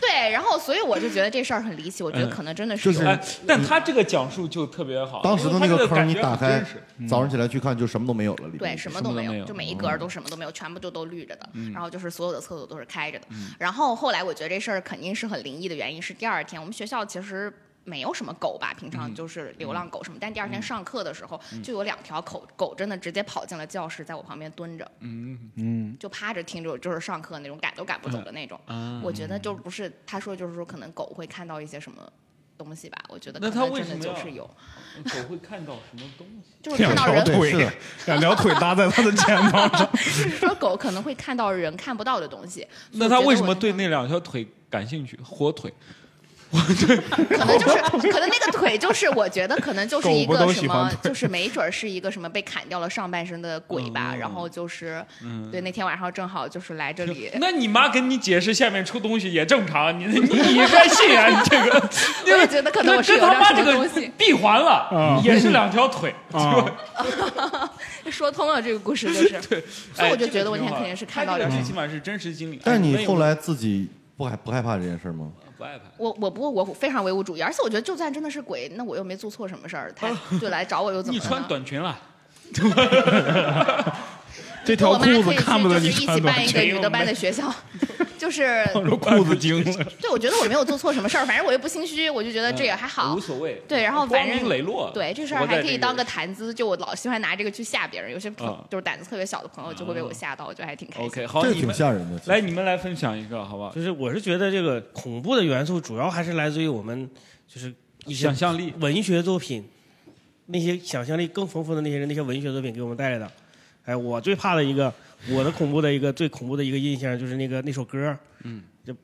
[SPEAKER 10] 对，然后所以我就觉得这事儿很离奇，我觉得可能真的嗯是有。
[SPEAKER 2] 嗯
[SPEAKER 1] 哎 但他这个讲述就特别好，
[SPEAKER 4] 当时的那
[SPEAKER 1] 因为他
[SPEAKER 4] 个
[SPEAKER 1] 这
[SPEAKER 4] 坑
[SPEAKER 1] 感
[SPEAKER 4] 你
[SPEAKER 1] 觉
[SPEAKER 4] 打
[SPEAKER 1] 很
[SPEAKER 4] 开
[SPEAKER 1] 真嗯实，
[SPEAKER 4] 早上起来去看就什么都没有了，里面
[SPEAKER 10] 对，什么都没有，嗯就每一格都什么都没有，全部就都绿着的。然后就是所有的厕所都是开着的。
[SPEAKER 1] 嗯
[SPEAKER 10] 然后后来我觉得这事儿肯定是很灵异的原因是第二天我们学校其实。没有什么狗吧，平常就是流浪狗什么，但第二天上课的时候，就有两条狗狗真的直接跑进了教室，在我旁边蹲着，
[SPEAKER 1] 嗯
[SPEAKER 4] 嗯，
[SPEAKER 10] 就趴着听着，就是上课那种，赶都赶不走的那种。
[SPEAKER 1] 啊
[SPEAKER 10] 我觉得就不是他说，就是说可能狗会看到一些什么东西吧。我觉得
[SPEAKER 1] 那
[SPEAKER 10] 可
[SPEAKER 1] 他
[SPEAKER 10] 能
[SPEAKER 1] 为
[SPEAKER 10] 真
[SPEAKER 1] 什
[SPEAKER 10] 的
[SPEAKER 1] 么
[SPEAKER 10] 就
[SPEAKER 1] 要
[SPEAKER 10] 是有，
[SPEAKER 1] 狗会看到什么东西？
[SPEAKER 10] 就是看到人，
[SPEAKER 11] 腿， 两条腿搭在他的肩膀上。
[SPEAKER 10] 就是说狗可能会看到人看不到的东西。所
[SPEAKER 1] 那
[SPEAKER 10] 以我
[SPEAKER 1] 他
[SPEAKER 10] 觉得
[SPEAKER 1] 为什
[SPEAKER 10] 我
[SPEAKER 1] 么对那两条腿感兴趣？火腿，
[SPEAKER 10] 可能就是 可能那个腿就是，我觉得可能就是一
[SPEAKER 1] 狗不
[SPEAKER 10] 个
[SPEAKER 1] 都
[SPEAKER 10] 什
[SPEAKER 1] 喜欢
[SPEAKER 10] 么
[SPEAKER 1] 腿，
[SPEAKER 10] 就是没准儿是一个什么被砍掉了上半身的鬼吧。然后就是，
[SPEAKER 11] 嗯
[SPEAKER 10] 对，那天晚上正好就是来这里。
[SPEAKER 1] 那你妈跟你解释下面出东西也正常，你 你你应该信啊，你这个，
[SPEAKER 10] 我也觉得 可能我是
[SPEAKER 1] 跟
[SPEAKER 10] 有
[SPEAKER 1] 他妈这
[SPEAKER 10] 点什
[SPEAKER 1] 个
[SPEAKER 10] 么东西。
[SPEAKER 1] 闭环
[SPEAKER 11] 啊
[SPEAKER 1] 了，也是两条腿，
[SPEAKER 10] 说通了这个故事 就是，所以我就觉得我那天肯定是看到
[SPEAKER 1] 哎这
[SPEAKER 10] 人
[SPEAKER 1] 个
[SPEAKER 10] 了。
[SPEAKER 1] 最起码是真实经历。
[SPEAKER 4] 嗯但
[SPEAKER 1] 哎
[SPEAKER 4] 你
[SPEAKER 1] 们有
[SPEAKER 4] 后
[SPEAKER 1] 没有
[SPEAKER 4] 来自己不害不害怕这件事吗？
[SPEAKER 1] 不爱拍，
[SPEAKER 10] 我我不过我非常唯物主义，而且我觉得就算真的是鬼，那我又没做错什么事儿，他就来找我又怎
[SPEAKER 1] 哦你
[SPEAKER 10] 么了
[SPEAKER 1] 穿
[SPEAKER 10] 呢？
[SPEAKER 1] 短裙了，
[SPEAKER 11] 这
[SPEAKER 10] 那
[SPEAKER 11] 条
[SPEAKER 10] 我妈
[SPEAKER 11] 裤
[SPEAKER 10] 可
[SPEAKER 11] 子
[SPEAKER 10] 以
[SPEAKER 11] 看不得你
[SPEAKER 10] 去就是一
[SPEAKER 11] 穿短
[SPEAKER 10] 起办一个
[SPEAKER 11] 裙
[SPEAKER 10] 女，的班 的学校，就是
[SPEAKER 11] 这裤子精了。
[SPEAKER 10] 对，我觉得我没有做错什么事儿，反正我又不心虚，我就觉得呃这也还好
[SPEAKER 1] 嗯无。所谓。
[SPEAKER 10] 对然后
[SPEAKER 1] 光
[SPEAKER 10] 反正
[SPEAKER 1] 明磊落，
[SPEAKER 10] 对，这事
[SPEAKER 1] 活
[SPEAKER 10] 儿
[SPEAKER 1] 在
[SPEAKER 10] 还可以
[SPEAKER 1] 这个
[SPEAKER 10] 当个谈资，就我老喜欢拿这个去吓别人，有些朋
[SPEAKER 1] 啊
[SPEAKER 10] 就是胆子特别小的朋友就会被我吓到，我就还挺开心。
[SPEAKER 1] 嗯 OK，好，
[SPEAKER 4] 这个
[SPEAKER 1] 你
[SPEAKER 4] 挺
[SPEAKER 1] 们
[SPEAKER 4] 吓人的。其实
[SPEAKER 1] 来，你们来分享一个好不好？
[SPEAKER 6] 就是我是觉得这个恐怖的元素主要还是来自于我们就是一些
[SPEAKER 1] 想象力，
[SPEAKER 6] 文学作品，那些想象力更丰富的那些人，那些文学作品给我们带来的。哎，我最怕的一个，我的恐怖的一个最恐怖的一个印象就是那个那首歌，
[SPEAKER 1] 嗯，
[SPEAKER 6] 这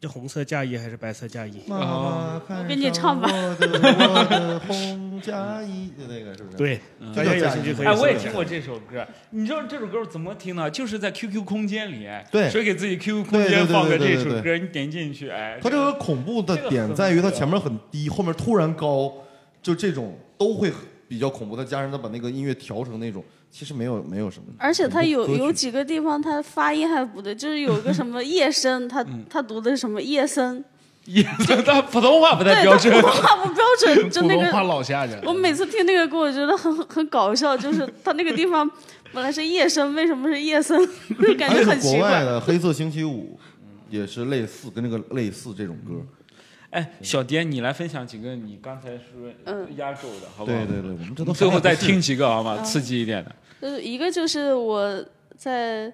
[SPEAKER 6] 这红色嫁衣还是白色嫁衣？
[SPEAKER 1] 哦
[SPEAKER 4] 妈妈看
[SPEAKER 3] 给你唱吧
[SPEAKER 4] 上我的我的红嫁衣，就那个是不是？，
[SPEAKER 6] 对，大家有兴趣可以
[SPEAKER 1] 哎，
[SPEAKER 6] 搜一下。
[SPEAKER 1] 我也听过这首歌，你知道这首歌我怎么听呢？就是在 QQ 空间里，哎
[SPEAKER 4] 对
[SPEAKER 1] 谁给自己 QQ 空
[SPEAKER 4] 对对
[SPEAKER 1] 间
[SPEAKER 4] 对
[SPEAKER 1] 放个
[SPEAKER 4] 对
[SPEAKER 1] 这
[SPEAKER 4] 对
[SPEAKER 1] 首
[SPEAKER 4] 对
[SPEAKER 1] 歌，你点进去，哎，
[SPEAKER 4] 它这个恐怖的点在于它前面很低，后面突然高，就这种都会比较恐怖。再加上它把那个音乐调成那种，其实没有没有什么。
[SPEAKER 3] 而且他有
[SPEAKER 4] 歌曲
[SPEAKER 3] 有几个地方他发音还不对，就是有一个什么夜深，他
[SPEAKER 4] 嗯
[SPEAKER 3] 他读的是什么夜深，
[SPEAKER 1] 也，他普通话不
[SPEAKER 3] 对
[SPEAKER 1] 太标准
[SPEAKER 3] 他。普通话不标准，就
[SPEAKER 11] 普
[SPEAKER 3] 那
[SPEAKER 11] 通话
[SPEAKER 3] 个
[SPEAKER 11] 老吓人。
[SPEAKER 3] 我每次听那个歌，我觉得很很搞笑，就是他那个地方本来是夜深，为什么是夜深，就感
[SPEAKER 4] 还
[SPEAKER 3] 觉
[SPEAKER 4] 有
[SPEAKER 3] 很
[SPEAKER 4] 国
[SPEAKER 3] 奇
[SPEAKER 4] 外
[SPEAKER 3] 怪。
[SPEAKER 4] 的《黑色星期五》，也是类似跟这个类似这种歌。
[SPEAKER 1] 哎，小蝶，你来分享几个你刚才说
[SPEAKER 3] 嗯
[SPEAKER 1] 压轴的，好不好
[SPEAKER 4] 对？对对，我
[SPEAKER 1] 我
[SPEAKER 4] 们这都
[SPEAKER 1] 们最后再
[SPEAKER 4] 还不是
[SPEAKER 1] 听 几个好吗？刺激一点的。
[SPEAKER 3] 就是一个就是我在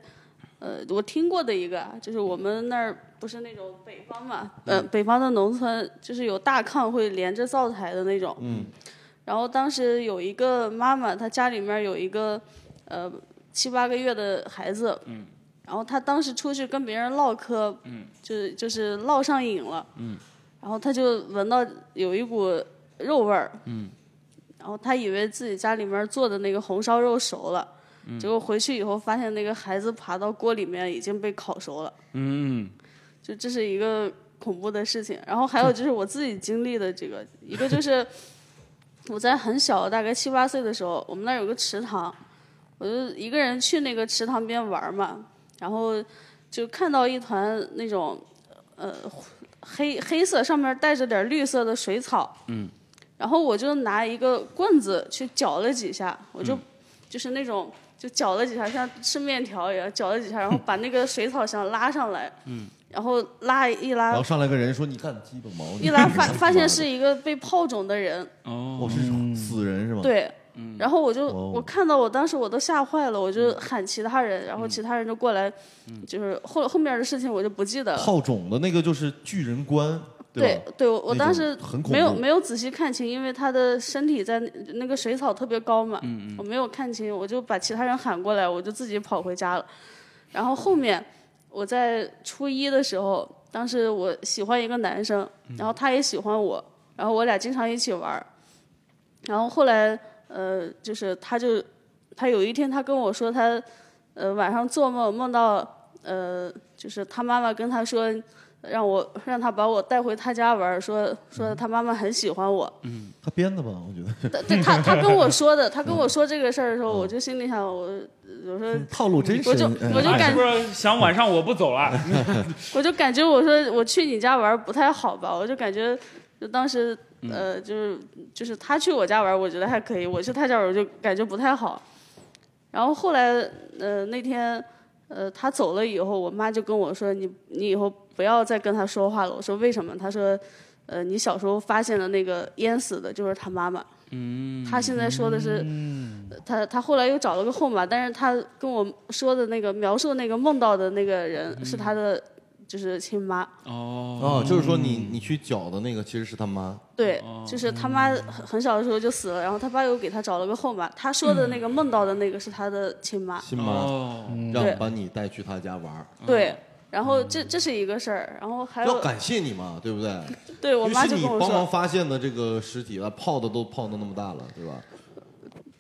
[SPEAKER 3] 呃我听过的一个啊，就是我们那儿不是那种北方嘛，
[SPEAKER 4] 嗯
[SPEAKER 3] 呃北方的农村就是有大炕会连着灶台的那种，
[SPEAKER 4] 嗯，
[SPEAKER 3] 然后当时有一个妈妈，她家里面有一个呃七八个月的孩子，嗯，然后她当时出去跟别人唠嗑，嗯，就就是唠上瘾了，嗯，然后她就闻到有一股肉味儿，嗯，然后她以为自己家里面做的那个红烧肉熟了。结果回去以后，发现那个孩子爬到锅里面已经被烤熟了，
[SPEAKER 1] 嗯，
[SPEAKER 3] 就这是一个恐怖的事情。然后还有就是我自己经历的这个，一个就是我在很小，大概七八岁的时候，我们那儿有个池塘，我就一个人去那个池塘边玩嘛，然后就看到一团那种呃黑黑色上面带着点绿色的水草，嗯，然后我就拿一个棍子去搅了几下，我就、就是那种。就搅了几下，像吃面条一样搅了几下，然后把那个水草想拉上来，嗯，然后拉一
[SPEAKER 4] 然后
[SPEAKER 3] 拉
[SPEAKER 4] 上来个人说：“你干鸡巴毛！”你
[SPEAKER 3] 一拉
[SPEAKER 4] 干
[SPEAKER 3] 发
[SPEAKER 4] 鸡巴
[SPEAKER 3] 发
[SPEAKER 4] 毛
[SPEAKER 3] 现是一个被泡肿的人，
[SPEAKER 1] 哦，
[SPEAKER 4] 我是死人是吗？，
[SPEAKER 3] 对，然后我就、
[SPEAKER 4] 哦
[SPEAKER 3] 我看到我当时我都吓坏了，我就喊其他人，然后
[SPEAKER 4] 嗯
[SPEAKER 3] 其他人就过来，就是后后面的事情我就不记得了。
[SPEAKER 4] 泡肿的那个就是巨人观，
[SPEAKER 3] 对
[SPEAKER 4] 吧？
[SPEAKER 3] 对，我我
[SPEAKER 4] 那
[SPEAKER 3] 当
[SPEAKER 4] 种
[SPEAKER 3] 时
[SPEAKER 4] 很恐
[SPEAKER 3] 没有
[SPEAKER 4] 怖
[SPEAKER 3] 没有仔细看清，因为他的身体在那那个水草特别高嘛，
[SPEAKER 4] 嗯
[SPEAKER 3] 我没有看清，我就把其他人喊过来，我就自己跑回家了。然后后面我在初一的时候，
[SPEAKER 4] 嗯
[SPEAKER 3] 当时我喜欢一个男生，然后他也喜欢我，然后我俩经常一起玩儿。然后后来呃，就是他就他有一天他跟我说他呃晚上做梦梦到呃就是他妈妈跟他说让我让他把我带回他家玩儿，说说他妈妈很喜欢 我。
[SPEAKER 4] 嗯，他编的吧？我觉得。
[SPEAKER 3] 对他他跟 我说的，他跟我说这个事儿的时候，我就心里想，我我说
[SPEAKER 4] 哦套路真
[SPEAKER 3] 我就
[SPEAKER 4] 深
[SPEAKER 3] 我就
[SPEAKER 1] 哎
[SPEAKER 3] 感
[SPEAKER 1] 是不是想晚上我不走 了？
[SPEAKER 3] 我就感觉我说我去你家玩儿不太好吧，我就感觉就当时呃就是就是他去我家玩儿，我觉得还可以，我去他家玩儿我就感觉不太好。然后后来呃那天呃他走了以后，我妈就跟我说你你以后不要再跟他说话了。我说为什么？他说呃你小时候发现的那个淹死的就是他妈妈。
[SPEAKER 11] 嗯
[SPEAKER 3] 他现在说的是，呃他他后来又找了个后妈，但是他跟我说的那个描述那个梦到的那个人是他的，就是亲妈，
[SPEAKER 4] 哦，就是说你你去搅的那个其实是他妈。
[SPEAKER 3] 对，
[SPEAKER 4] 哦嗯
[SPEAKER 3] 就是他妈很很小的时候就死了，然后他爸又给他找了个后妈，他说的那个梦到的那个是他的亲妈，
[SPEAKER 4] 亲嗯妈、
[SPEAKER 3] 对
[SPEAKER 4] 让把你带去他家玩儿，
[SPEAKER 3] 嗯对，然后这这是一个事儿，然后还
[SPEAKER 4] 要
[SPEAKER 3] 有
[SPEAKER 4] 感谢你嘛，对不对？
[SPEAKER 3] 对我
[SPEAKER 4] 因为
[SPEAKER 3] 妈
[SPEAKER 4] 是
[SPEAKER 3] 就
[SPEAKER 4] 你
[SPEAKER 3] 跟我
[SPEAKER 4] 帮忙
[SPEAKER 3] 说，
[SPEAKER 4] 发现的这个尸体了，泡的都泡的那么大了，对吧？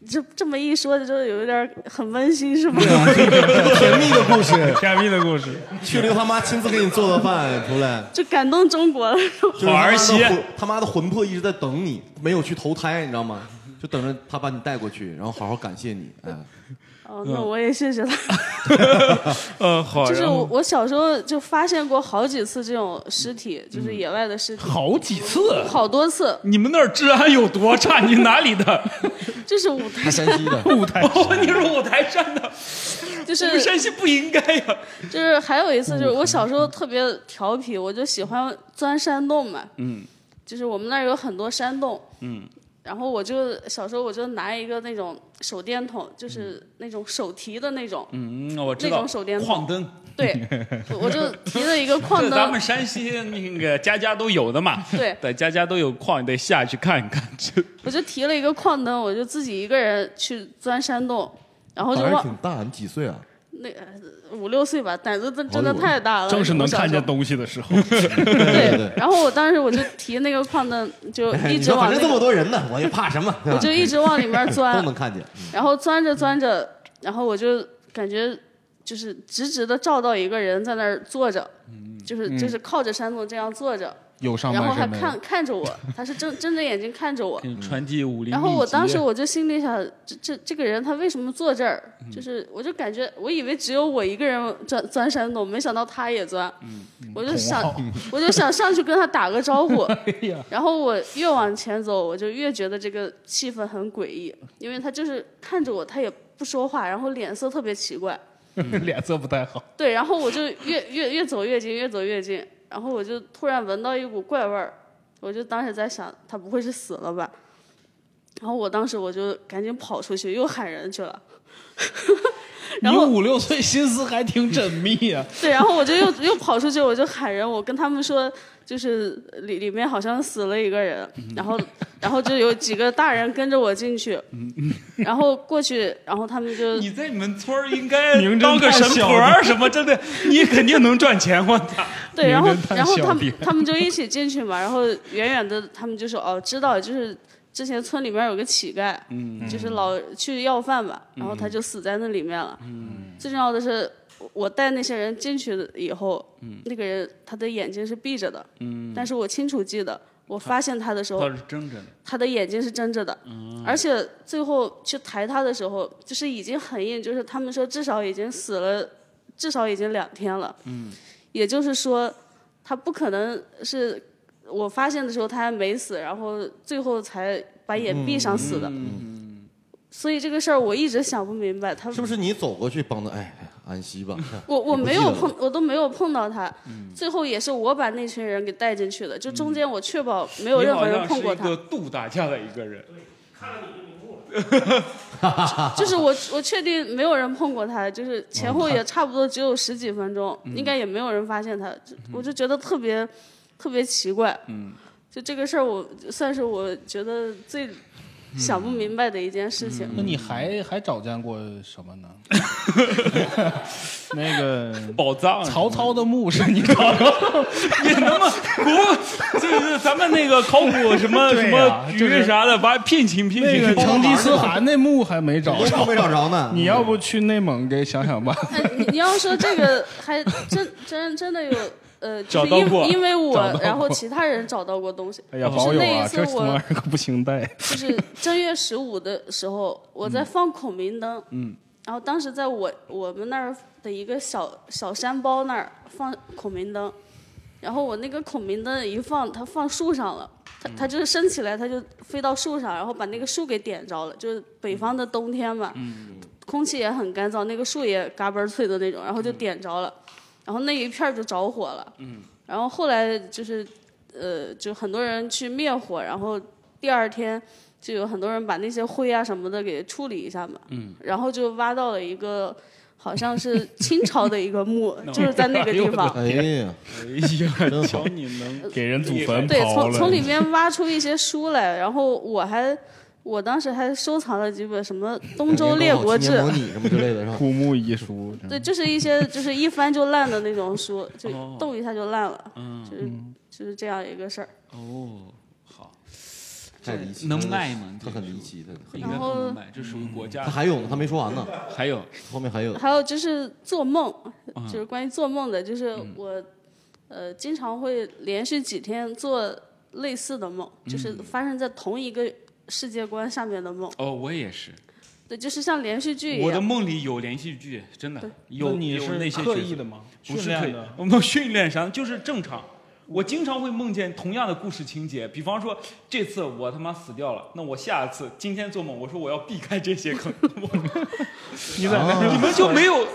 [SPEAKER 3] 这这么一说就有一点儿很温馨是吗？
[SPEAKER 4] 啊甜蜜的 故事，
[SPEAKER 6] 甜蜜的故事，
[SPEAKER 4] 去留他妈亲自给你做的饭出来，
[SPEAKER 3] 就感动中国了，
[SPEAKER 4] 就是他妈的魂，他妈的魂魄一直在等你，没有去投胎，你知道吗？就等着他把你带过去，然后好好感谢你，哎，
[SPEAKER 3] 哦，
[SPEAKER 4] 嗯
[SPEAKER 3] 那 我也谢谢他。
[SPEAKER 1] 呃，好，
[SPEAKER 3] 就是
[SPEAKER 1] 然后
[SPEAKER 3] 我我小时候就发现过好几次这种尸体，就是野外的尸体，
[SPEAKER 1] 嗯好几次。啊
[SPEAKER 4] 啊
[SPEAKER 3] 好多次，
[SPEAKER 1] 你们那儿治安有多差？你哪里的？
[SPEAKER 3] 这是舞台上，
[SPEAKER 4] 西的，
[SPEAKER 11] 舞台
[SPEAKER 1] 哦，你是五台山的，
[SPEAKER 3] 就
[SPEAKER 1] 我们
[SPEAKER 3] 是
[SPEAKER 1] 山西不应该啊嗯呀。
[SPEAKER 3] 就是还有一次就是我小时候特别调皮，我就喜欢钻山洞嘛，
[SPEAKER 11] 嗯
[SPEAKER 3] 就是我们那儿有很多山洞，
[SPEAKER 11] 嗯，
[SPEAKER 3] 然后我就小时候我就拿一个那种手电筒，就是那种手提的那种，
[SPEAKER 1] 嗯，我知
[SPEAKER 3] 那
[SPEAKER 1] 道
[SPEAKER 3] 种手电筒
[SPEAKER 1] 矿灯，
[SPEAKER 3] 对，我我就提了一 个矿
[SPEAKER 1] 这咱
[SPEAKER 3] 灯
[SPEAKER 1] 们，山西那个家家都有的嘛。
[SPEAKER 3] 对
[SPEAKER 1] 对，家家都有矿，你得下去看一看。这
[SPEAKER 3] 我就提了一个矿灯，我就自己一个人去钻山洞，然后就
[SPEAKER 4] 胆儿
[SPEAKER 3] 忘
[SPEAKER 4] 挺大，你几岁啊？
[SPEAKER 3] 那个五六岁吧，胆子真真的太大了，
[SPEAKER 11] 正是能
[SPEAKER 3] 我小时候
[SPEAKER 11] 看见东西的时候。
[SPEAKER 4] 对
[SPEAKER 3] 对，，然后我当时我就提那个矿灯， 就
[SPEAKER 4] 哎
[SPEAKER 3] 一
[SPEAKER 4] 你
[SPEAKER 3] 直
[SPEAKER 4] 说
[SPEAKER 3] 往
[SPEAKER 4] 反
[SPEAKER 3] 那
[SPEAKER 4] 正这么
[SPEAKER 3] 个，
[SPEAKER 4] 多人呢，我也怕什么？对吧
[SPEAKER 3] 我就一直往里面
[SPEAKER 4] 都
[SPEAKER 3] 钻，
[SPEAKER 4] 能看见，嗯
[SPEAKER 3] 然后钻着钻着，然后我就感觉就是直直的照到一个人在那儿坐着，就是就是靠着山洞这样坐着，
[SPEAKER 11] 嗯有上
[SPEAKER 3] 然后
[SPEAKER 11] 半
[SPEAKER 3] 还
[SPEAKER 11] 身没有？
[SPEAKER 3] 看看着我，他是睁睁着眼睛看着 我
[SPEAKER 1] 给，你传递武林秘籍。
[SPEAKER 3] 然后我当时我就心里想，这这这个人他为什么坐这儿？就是我就感觉，我以为只有我一个人钻钻山洞，没想到他也钻。我就想，我就想上去跟他打个招呼。然后我越往前走，我就越觉得这个气氛很诡异，因为他就是看着我，他也不说话，然后脸色特别奇怪。
[SPEAKER 11] 脸色不太好。
[SPEAKER 3] 对，然后我就越越越走越近，越走越近，然后我就突然闻到一股怪味儿，我就当时在想，他不会是死了吧？然后我当时我就赶紧跑出去，又喊人去了。然后
[SPEAKER 11] 你五六岁心思还挺缜密啊。
[SPEAKER 3] 对，然后我就又又跑出去，我就喊人，我跟他们说，就是里里面好像死了一个人，然后然后就有几个大人跟着我进去，然后过去，然后他们就
[SPEAKER 1] 你在你们村儿应该
[SPEAKER 11] 名侦探
[SPEAKER 1] 当个神
[SPEAKER 11] 小
[SPEAKER 1] 婆儿什么，真的，你肯定能赚钱。我操！
[SPEAKER 3] 对，然后
[SPEAKER 11] 名侦探
[SPEAKER 3] 然后
[SPEAKER 11] 小
[SPEAKER 3] 他们
[SPEAKER 11] 兵
[SPEAKER 3] 他们就一起进去嘛，然后远远的他们就说哦，知道就是之前村里面有个乞丐，就是老去要饭吧，然后他就死在那里面了。最重要的是，我我带那些人进去以后，
[SPEAKER 9] 嗯
[SPEAKER 3] 那个人他的眼睛是闭着的，
[SPEAKER 8] 嗯
[SPEAKER 3] 但是我清楚记得。我发现他的时候
[SPEAKER 1] 倒，是真真的，嗯
[SPEAKER 3] 他的眼睛是睁着的，
[SPEAKER 8] 嗯
[SPEAKER 3] 而且最后去抬他的时候，就是已经很硬，就是他们说至少已经死了，至少已经两天了。嗯，也就是说，他不可能是我发现的时候他还没死，然后最后才把眼闭上死的。所以这个事儿我一直想不明白，他
[SPEAKER 4] 嗯是不是你走过去帮他？哎，安息吧。
[SPEAKER 3] 我我
[SPEAKER 4] 你不
[SPEAKER 3] 没
[SPEAKER 4] 记
[SPEAKER 3] 有
[SPEAKER 4] 得
[SPEAKER 3] 碰
[SPEAKER 4] 了，
[SPEAKER 3] 我都没有碰到他。最后也是我把那群人给带进去的，就中间我确保没有
[SPEAKER 1] 你
[SPEAKER 3] 任
[SPEAKER 1] 好
[SPEAKER 3] 何人
[SPEAKER 1] 像是
[SPEAKER 3] 碰
[SPEAKER 1] 一
[SPEAKER 3] 过他。
[SPEAKER 1] 个度大家的一 个人，
[SPEAKER 3] 就是我我确定没有人碰过他，就是前后也差不多只有十几分钟，应该也没有人发现他，就我就觉得特别
[SPEAKER 9] 嗯
[SPEAKER 3] 特别奇怪。就这个事儿，我算是我觉得最
[SPEAKER 11] 嗯
[SPEAKER 3] 想不明白的一件事
[SPEAKER 1] 嗯
[SPEAKER 3] 情。
[SPEAKER 11] 那你还还找见过什么呢？ 那个
[SPEAKER 1] 宝藏，啊
[SPEAKER 11] 曹操的墓是 你找着？
[SPEAKER 1] 你能不能不，就是咱们那个考古什么 什
[SPEAKER 11] 对呀
[SPEAKER 1] 么
[SPEAKER 11] 就
[SPEAKER 1] 局
[SPEAKER 11] 是
[SPEAKER 1] 啥的，把聘请聘
[SPEAKER 11] 那
[SPEAKER 1] 请
[SPEAKER 11] 个
[SPEAKER 1] 去。
[SPEAKER 11] 成吉思汗那墓还没找着，
[SPEAKER 4] 没找着呢
[SPEAKER 11] 你要不去内蒙给想想办法？
[SPEAKER 3] 哎，你你要说这个还真真真的有。呃，就
[SPEAKER 11] 找
[SPEAKER 3] 是
[SPEAKER 11] 到
[SPEAKER 3] 因
[SPEAKER 11] 过
[SPEAKER 3] 因为
[SPEAKER 11] 找到
[SPEAKER 3] 我
[SPEAKER 11] 过，
[SPEAKER 3] 然后其他人找到过东西。
[SPEAKER 11] 哎呀，
[SPEAKER 3] 就
[SPEAKER 11] 保
[SPEAKER 3] 是
[SPEAKER 11] 佑
[SPEAKER 3] 那
[SPEAKER 11] 啊，
[SPEAKER 3] 一次
[SPEAKER 11] 这他妈
[SPEAKER 3] 我
[SPEAKER 11] 是个不行 带。
[SPEAKER 3] 就是正月十五的时候，我在放孔明灯，
[SPEAKER 11] 嗯
[SPEAKER 3] 然后当时在我我们那儿的一个小小山包那儿放孔明灯，然后我那个孔明灯一放，它放树上了，它
[SPEAKER 6] 嗯
[SPEAKER 3] 它就是升起来，它就飞到树上，然后把那个树给点着了，就是北方的冬天嘛，
[SPEAKER 9] 嗯
[SPEAKER 3] 空气也很干燥，那个树也嘎嘣儿脆的那种，然后就点着了，然后那一片儿就着火了，
[SPEAKER 1] 嗯
[SPEAKER 3] 然后后来就是，呃，就很多人去灭火，然后第二天就有很多人把那些灰啊什么的给处理一下嘛，
[SPEAKER 1] 嗯，
[SPEAKER 3] 然后就挖到了一个好像是清朝的一个墓就是在那个 地方。呃
[SPEAKER 4] 哎呀，
[SPEAKER 1] 哎呀，瞧你能
[SPEAKER 11] 给人祖坟
[SPEAKER 3] 对，
[SPEAKER 11] 刨
[SPEAKER 3] 从
[SPEAKER 11] 了
[SPEAKER 3] 从里
[SPEAKER 4] 哎
[SPEAKER 3] 面挖出一些书来，然后我还我当时还收藏了几本什么《东周列国志
[SPEAKER 4] 年》，模拟什么之类的是吧？
[SPEAKER 11] 古墓遗书，
[SPEAKER 3] 对，就是一些就是一翻就烂的那种书，就
[SPEAKER 1] 哦
[SPEAKER 3] 动一下就烂了，
[SPEAKER 1] 嗯
[SPEAKER 3] 就是就是这样一个事儿。
[SPEAKER 1] 哦，好，
[SPEAKER 4] 太离奇了，
[SPEAKER 1] 能卖吗？
[SPEAKER 4] 他很离奇，他很
[SPEAKER 1] 应
[SPEAKER 4] 离
[SPEAKER 1] 该
[SPEAKER 4] 奇。
[SPEAKER 1] 不能卖，这属于国家
[SPEAKER 4] 他
[SPEAKER 1] 的。
[SPEAKER 4] 还有呢，他没说完呢，
[SPEAKER 1] 还有
[SPEAKER 4] 后面还有。
[SPEAKER 3] 还有就是做梦，
[SPEAKER 1] 嗯
[SPEAKER 3] 就是关于做梦的，就是我、呃经常会连续几天做类似的梦，就是
[SPEAKER 1] 嗯
[SPEAKER 3] 发生在同一个世界观下面的梦，
[SPEAKER 1] 哦，我也是，
[SPEAKER 3] 对，就是像连续剧一
[SPEAKER 1] 我的
[SPEAKER 3] 样。
[SPEAKER 1] 梦里有连续剧，真的有
[SPEAKER 2] 那你
[SPEAKER 1] 有那
[SPEAKER 2] 是
[SPEAKER 1] 些
[SPEAKER 2] 刻
[SPEAKER 1] 角
[SPEAKER 2] 意
[SPEAKER 1] 色
[SPEAKER 2] 的吗？
[SPEAKER 1] 不是
[SPEAKER 2] 训练
[SPEAKER 1] 退
[SPEAKER 2] 的，
[SPEAKER 1] 我们训练啥，就是正常。我经常会梦见同样的故事情节，比方说这次我他妈死掉了，那我下次今天做梦，我说我要避开这些坑，
[SPEAKER 11] 你在那
[SPEAKER 1] 你们就没有，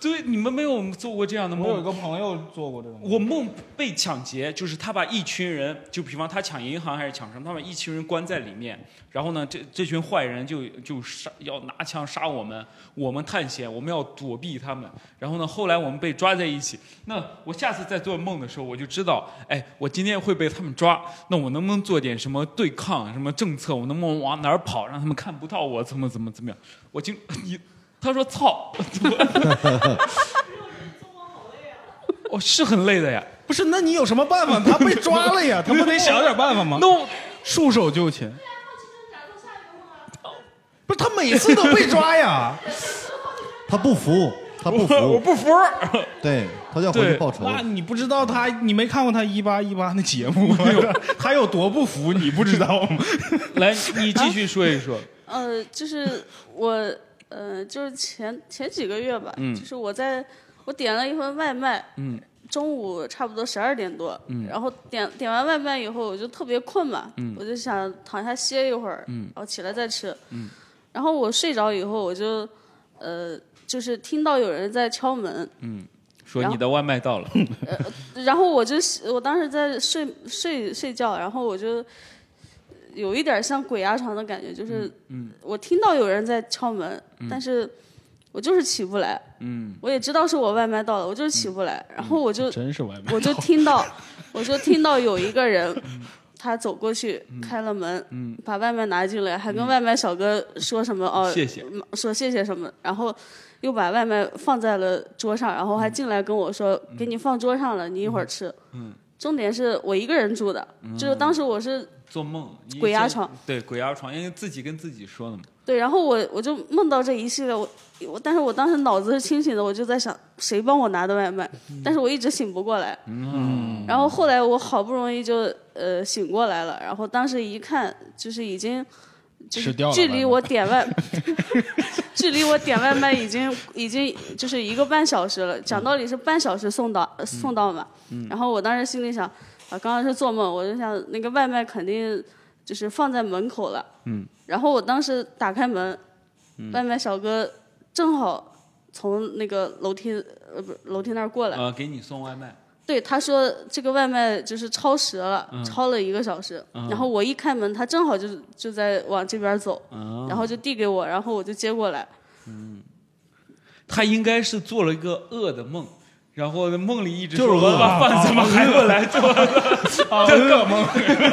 [SPEAKER 1] 对，你们没有做过这样的
[SPEAKER 2] 我有一
[SPEAKER 1] 梦。
[SPEAKER 2] 个朋友做过这种，
[SPEAKER 1] 我梦被抢劫，就是他把一群人，就比方他抢银行还是抢什么，他把一群人关在里面，然后呢，这这群坏人就就杀要拿枪杀我们，我们探险，我们要躲避他们，然后呢，后来我们被抓在一起。那我下次在做梦的时候，我就知道，哎，我今天会被他们抓，那我能不能做点什么对抗，什么政策？我能不能往哪儿跑，让他们看不到我？怎么怎么怎么样？我经你，他说操，我哦是很累的呀。
[SPEAKER 11] 不是？那你有什么办法？他被抓了 呀，他不得想点办法吗？
[SPEAKER 1] 那我
[SPEAKER 11] 束手就擒。不是他每次都被抓呀，
[SPEAKER 4] 他不服，他不
[SPEAKER 1] 我
[SPEAKER 4] 服，
[SPEAKER 1] 不服。
[SPEAKER 4] 对他就要回
[SPEAKER 1] 对
[SPEAKER 4] 去报仇。
[SPEAKER 11] 那你不知道他，你没看过他一八一八那节目吗？他有多不服，你不知道 吗？
[SPEAKER 1] 来，你继续说一说。
[SPEAKER 3] 呃，就是我呃，就是前前几个月吧，就是我在我点了一份外卖，
[SPEAKER 1] 嗯
[SPEAKER 3] 中午差不多十二点多，然后点点完外卖以后，我就特别困嘛，我就想躺下歇一会儿，然后起来再吃，然后我睡着以后，我就呃，就是听到有人在敲门，
[SPEAKER 1] 嗯说
[SPEAKER 3] 然后嗯
[SPEAKER 1] 你的外卖到了，
[SPEAKER 3] 然后我就我当时在睡睡睡觉，然后我就有一点像鬼压床的感觉，就是
[SPEAKER 1] 嗯
[SPEAKER 3] 我听到有人在敲门，
[SPEAKER 11] 嗯
[SPEAKER 3] 但是我就是起不来，
[SPEAKER 1] 嗯，
[SPEAKER 3] 我也知道是我外卖到了，我就是起不来，然后我就
[SPEAKER 11] 嗯真是外卖，嗯
[SPEAKER 3] 我就听到， 我就听到有一个人，他走过去开了门，
[SPEAKER 1] 嗯
[SPEAKER 3] 把外卖拿进来，还跟外卖小哥说什么哦，
[SPEAKER 1] 谢谢
[SPEAKER 3] 嗯说谢谢什么，然后又把外卖放在了桌上，然后
[SPEAKER 11] 嗯
[SPEAKER 3] 还进来跟我说，给你放桌上了，你一会儿吃。
[SPEAKER 1] 嗯
[SPEAKER 3] 重点是我一个人住的，
[SPEAKER 11] 嗯
[SPEAKER 3] 就是当时我是
[SPEAKER 1] 做梦，你
[SPEAKER 3] 鬼压
[SPEAKER 1] 先
[SPEAKER 3] 床，
[SPEAKER 1] 对，鬼压床，因为自己跟自己说的嘛。
[SPEAKER 3] 对，然后我我就梦到这一系列，我我但是我当时脑子是清醒的，我就在想谁帮我拿的外卖，
[SPEAKER 11] 嗯
[SPEAKER 3] 但是我一直醒不过来。然后后来我好不容易就呃醒过来了，然后当时一看就是已经就是
[SPEAKER 11] 吃掉了
[SPEAKER 3] 距
[SPEAKER 11] 外卖
[SPEAKER 3] 离我点外， 距离我点外卖已经已经就是一个半小时了。讲道理是半小时送到、呃
[SPEAKER 11] 嗯
[SPEAKER 3] 送到嘛，
[SPEAKER 1] 嗯
[SPEAKER 3] 然后我当时心里想啊，刚刚是做梦，我就想那个外卖肯定就是放在门口了。
[SPEAKER 5] 嗯
[SPEAKER 3] 然后我当时打开门，外卖小哥正好从那个楼梯呃不是楼梯那儿过来，
[SPEAKER 1] 呃，给你送外卖，
[SPEAKER 3] 对他说这个外卖就是超时了，超了一个小时。然后我一开门，他正好就就在往这边走，
[SPEAKER 1] 啊嗯
[SPEAKER 3] 然后就递给我，然后我就接过来。
[SPEAKER 1] 他应该是做了一个恶的梦，然后梦里一直
[SPEAKER 12] 就是
[SPEAKER 1] 说
[SPEAKER 12] 饿
[SPEAKER 1] 把饭怎么还不来做？这
[SPEAKER 11] 噩梦，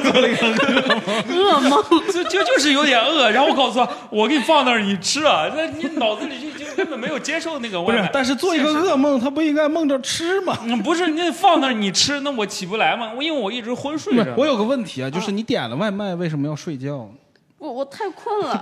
[SPEAKER 1] 做了一个噩梦，噩梦，这这就是有点饿。然后我告诉他，我给你放那儿，你吃啊。那你脑子里就就根本没有接受那个
[SPEAKER 2] 不
[SPEAKER 1] 外
[SPEAKER 2] 是
[SPEAKER 1] 卖。，
[SPEAKER 2] 但是做一个噩梦，他不应该梦着吃吗？
[SPEAKER 1] 嗯不是，那放那儿你吃，那我起不来嘛？因为我一直昏睡着。
[SPEAKER 2] 我有个问题啊，就是你点了外卖，为什么要睡觉？
[SPEAKER 3] 我我太困了，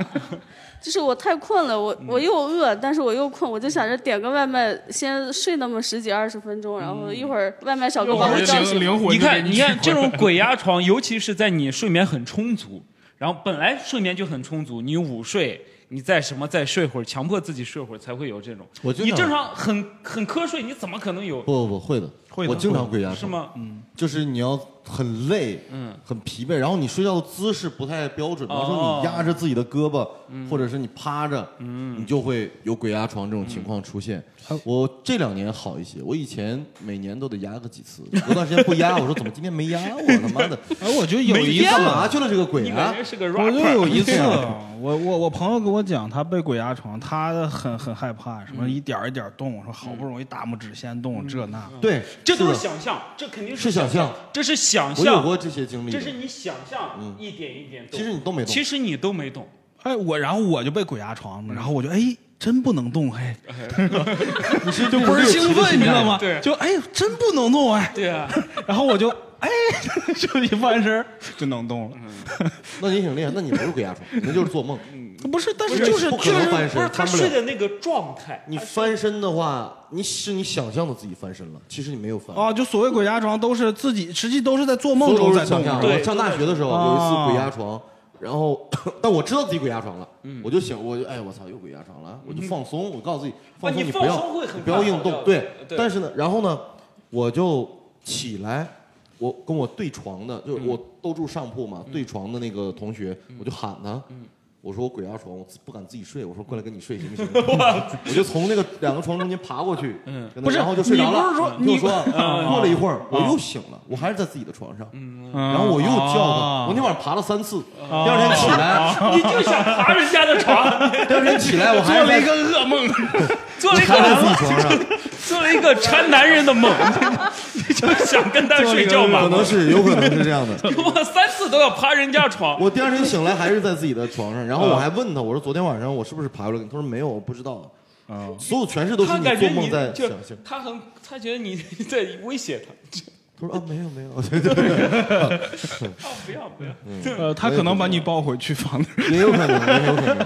[SPEAKER 3] 就是我太困了，我我又饿，但是我又困，我就想着点个外卖，先睡那么十几二十分钟，然后一会儿外卖小哥把我叫醒。
[SPEAKER 1] 你看，你看这种 鬼压床，尤其是在你睡眠很充足，然后本来睡眠就很充足，你午睡，你再什么再睡会儿，强迫自己睡会儿，才会有这种。
[SPEAKER 4] 我经
[SPEAKER 1] 你
[SPEAKER 4] 常
[SPEAKER 1] 正常很很瞌睡，你怎么可能有？
[SPEAKER 4] 不不不会的，
[SPEAKER 1] 会的
[SPEAKER 4] 我经常鬼压床，
[SPEAKER 1] 是吗？嗯，
[SPEAKER 4] 就是你要很累，
[SPEAKER 1] 嗯，
[SPEAKER 4] 很疲惫，然后你睡觉的姿势不太标准，比方说
[SPEAKER 1] 哦
[SPEAKER 4] 你压着自己的胳膊，
[SPEAKER 1] 嗯
[SPEAKER 4] 或者是你趴着，
[SPEAKER 1] 嗯
[SPEAKER 4] 你就会有鬼压床这种情况出现。我这两年好一些，我以前每年都得压个几次，有段时间不压，我说怎么今天没压？我他妈 的！
[SPEAKER 2] 哎，我就有一次
[SPEAKER 4] 干嘛去了这个鬼啊？
[SPEAKER 2] 我就有一次，啊我我我朋友跟我讲，他被鬼压床，他很很害怕，
[SPEAKER 1] 嗯
[SPEAKER 2] 什么一点儿一点儿动，说好不容易大拇指先动，这那，
[SPEAKER 4] 对，
[SPEAKER 1] 嗯这都是想象，这肯定
[SPEAKER 4] 是想
[SPEAKER 1] 象
[SPEAKER 4] 象，
[SPEAKER 1] 这是想
[SPEAKER 4] 我
[SPEAKER 1] 象。
[SPEAKER 4] 有过这些经历的
[SPEAKER 1] 这是你想象一点一点动。
[SPEAKER 4] 其实你都没动
[SPEAKER 1] 其实你都没动。嗯
[SPEAKER 2] 哎，我然后我就被鬼压床了，然后我就哎，真不能 动，嘿，
[SPEAKER 4] 你是
[SPEAKER 1] 这
[SPEAKER 2] 就
[SPEAKER 1] 种
[SPEAKER 2] 倍儿
[SPEAKER 1] 猎奇的
[SPEAKER 2] 兴奋，
[SPEAKER 1] 心
[SPEAKER 2] 你知道
[SPEAKER 1] 态
[SPEAKER 2] 吗？
[SPEAKER 1] 对
[SPEAKER 2] 就哎，真不能动哎。
[SPEAKER 1] 对啊，
[SPEAKER 2] 然后我就哎， 就一翻身儿就能动
[SPEAKER 1] 嗯
[SPEAKER 2] 了。
[SPEAKER 4] 那你挺厉害，那你不是 鬼压床，那就是做梦。
[SPEAKER 1] 嗯
[SPEAKER 2] 不是，但
[SPEAKER 4] 不
[SPEAKER 2] 是
[SPEAKER 4] 是
[SPEAKER 2] 就是
[SPEAKER 4] 不可
[SPEAKER 2] 就
[SPEAKER 4] 能
[SPEAKER 2] 是
[SPEAKER 4] 翻身
[SPEAKER 2] 不是
[SPEAKER 4] 翻不了
[SPEAKER 1] 那个状 态
[SPEAKER 4] 你翻身的话，你是你想象的自己翻身了，其实你没有翻。
[SPEAKER 2] 啊，就所谓鬼压床都是自己，实际都是在做梦
[SPEAKER 4] 所有
[SPEAKER 2] 中
[SPEAKER 4] 都
[SPEAKER 2] 在
[SPEAKER 4] 是
[SPEAKER 2] 动
[SPEAKER 4] 想
[SPEAKER 2] 的。
[SPEAKER 4] 象。我上大学的时候有一次鬼压
[SPEAKER 2] 啊
[SPEAKER 4] 床，然后但我知道自己鬼压床了，
[SPEAKER 2] 嗯
[SPEAKER 4] 我就醒，我就哎我操又鬼压床了，我就放松，我告诉自己
[SPEAKER 2] 啊
[SPEAKER 4] 放
[SPEAKER 1] 你
[SPEAKER 4] 松，
[SPEAKER 1] 放
[SPEAKER 4] 不要
[SPEAKER 1] 松会很
[SPEAKER 4] 你不要
[SPEAKER 1] 快
[SPEAKER 4] 硬
[SPEAKER 1] 好
[SPEAKER 4] 动
[SPEAKER 1] 掉，的对
[SPEAKER 4] 但是呢，然后呢，我就起来。我跟我对床的，
[SPEAKER 2] 嗯
[SPEAKER 4] 就是我都住上铺嘛，对床的那个同学，我就喊他，
[SPEAKER 2] 嗯
[SPEAKER 4] 我说我鬼压床，我自不敢自己睡，我说过来跟你睡行 不行？我就从那个两个床中间爬过去，跟他
[SPEAKER 2] 嗯不是
[SPEAKER 4] 然后就睡着了。
[SPEAKER 2] 你不是说
[SPEAKER 4] 听我
[SPEAKER 2] 你
[SPEAKER 4] 说
[SPEAKER 2] 啊
[SPEAKER 4] 过了一会儿
[SPEAKER 2] 啊
[SPEAKER 4] 我又醒了，我还是在自己的床上，
[SPEAKER 1] 嗯
[SPEAKER 4] 然后我又叫他，
[SPEAKER 1] 哦
[SPEAKER 2] 啊
[SPEAKER 4] 我那晚上爬了三次，第二天起 来，
[SPEAKER 1] 你就想爬人哦家的床。
[SPEAKER 4] 第二天起来我还
[SPEAKER 1] 做
[SPEAKER 4] 是
[SPEAKER 1] 了一
[SPEAKER 4] 在
[SPEAKER 1] 个噩 梦，做了一
[SPEAKER 4] 还在自
[SPEAKER 1] 个
[SPEAKER 4] 己床上，
[SPEAKER 1] 做了一个馋男人 的梦，你就想跟他睡觉嘛？
[SPEAKER 4] 可能是有可能是这样的。
[SPEAKER 1] 我三次都要爬人家床。
[SPEAKER 4] 我第二天醒来还是在自己的 床上，然后我还问他，我说昨天晚上我是不是爬过来跟你？他说没有，我不知道。所有全是都是
[SPEAKER 1] 哦他
[SPEAKER 4] 你
[SPEAKER 1] 感觉
[SPEAKER 4] 做
[SPEAKER 1] 你
[SPEAKER 4] 梦在
[SPEAKER 1] 就
[SPEAKER 4] 想象。
[SPEAKER 1] 他很，他觉得你在威胁他。哦
[SPEAKER 4] 他说啊，没 有没有，对对对，
[SPEAKER 2] 哦
[SPEAKER 1] 不要不要，
[SPEAKER 2] 呃，他可能把你抱回去放那儿，
[SPEAKER 4] 嗯 也有可能，也有可能。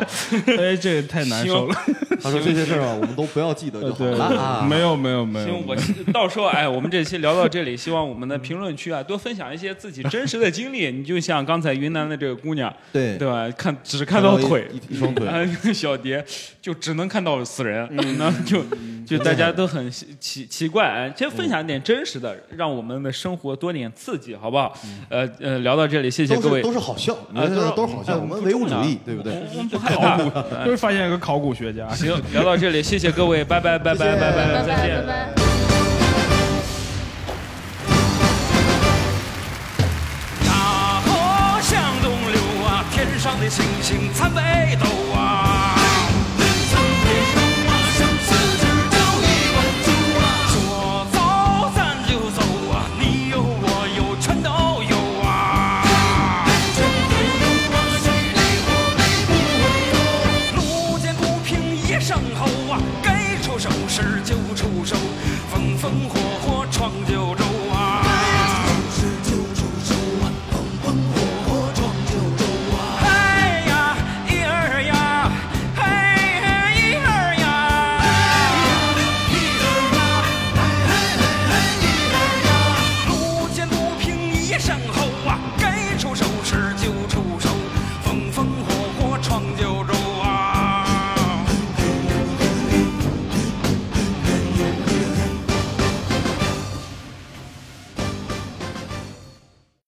[SPEAKER 2] 哎，这也太难受了。
[SPEAKER 4] 他说这些 事儿啊，我们都不要记得就好
[SPEAKER 2] 对
[SPEAKER 4] 了啊。
[SPEAKER 2] 没有没有没有。
[SPEAKER 1] 行，我是到时候哎，我们这期聊到这里，希望我们的评论区啊多分享一些自己真实的经历。你就像刚才云南的这个姑娘，
[SPEAKER 4] 对
[SPEAKER 1] 对吧？看只看到腿，
[SPEAKER 4] 一一 双腿嗯
[SPEAKER 1] 啊，小蝶就只能看到死人，那就就大家都很奇奇奇怪。哎先分享一点真实的，让我们的生活多点刺激，好不好？呃呃，聊到这里，谢谢
[SPEAKER 4] 都
[SPEAKER 1] 各
[SPEAKER 4] 是
[SPEAKER 1] 位，
[SPEAKER 4] 都是好笑，你
[SPEAKER 1] 啊
[SPEAKER 4] 看都是好笑，我们唯物主
[SPEAKER 1] 哎
[SPEAKER 4] 义，对不对？
[SPEAKER 1] 我们不害怕。 哎
[SPEAKER 11] 就是发现一个考古学家。
[SPEAKER 1] 行，聊到这里，谢谢各位，拜拜拜拜拜拜，再见。
[SPEAKER 13] 大河向东流啊，天上的星星参北斗啊。人生天空啊，像是只就一碗粥啊。说走咱就走啊，你有我有全都有啊。人生天空啊，谁离我离不回头。路见不平一声吼啊，该出手时就出手，风风火火闯九州啊。
[SPEAKER 1] 啊
[SPEAKER 2] 啊啊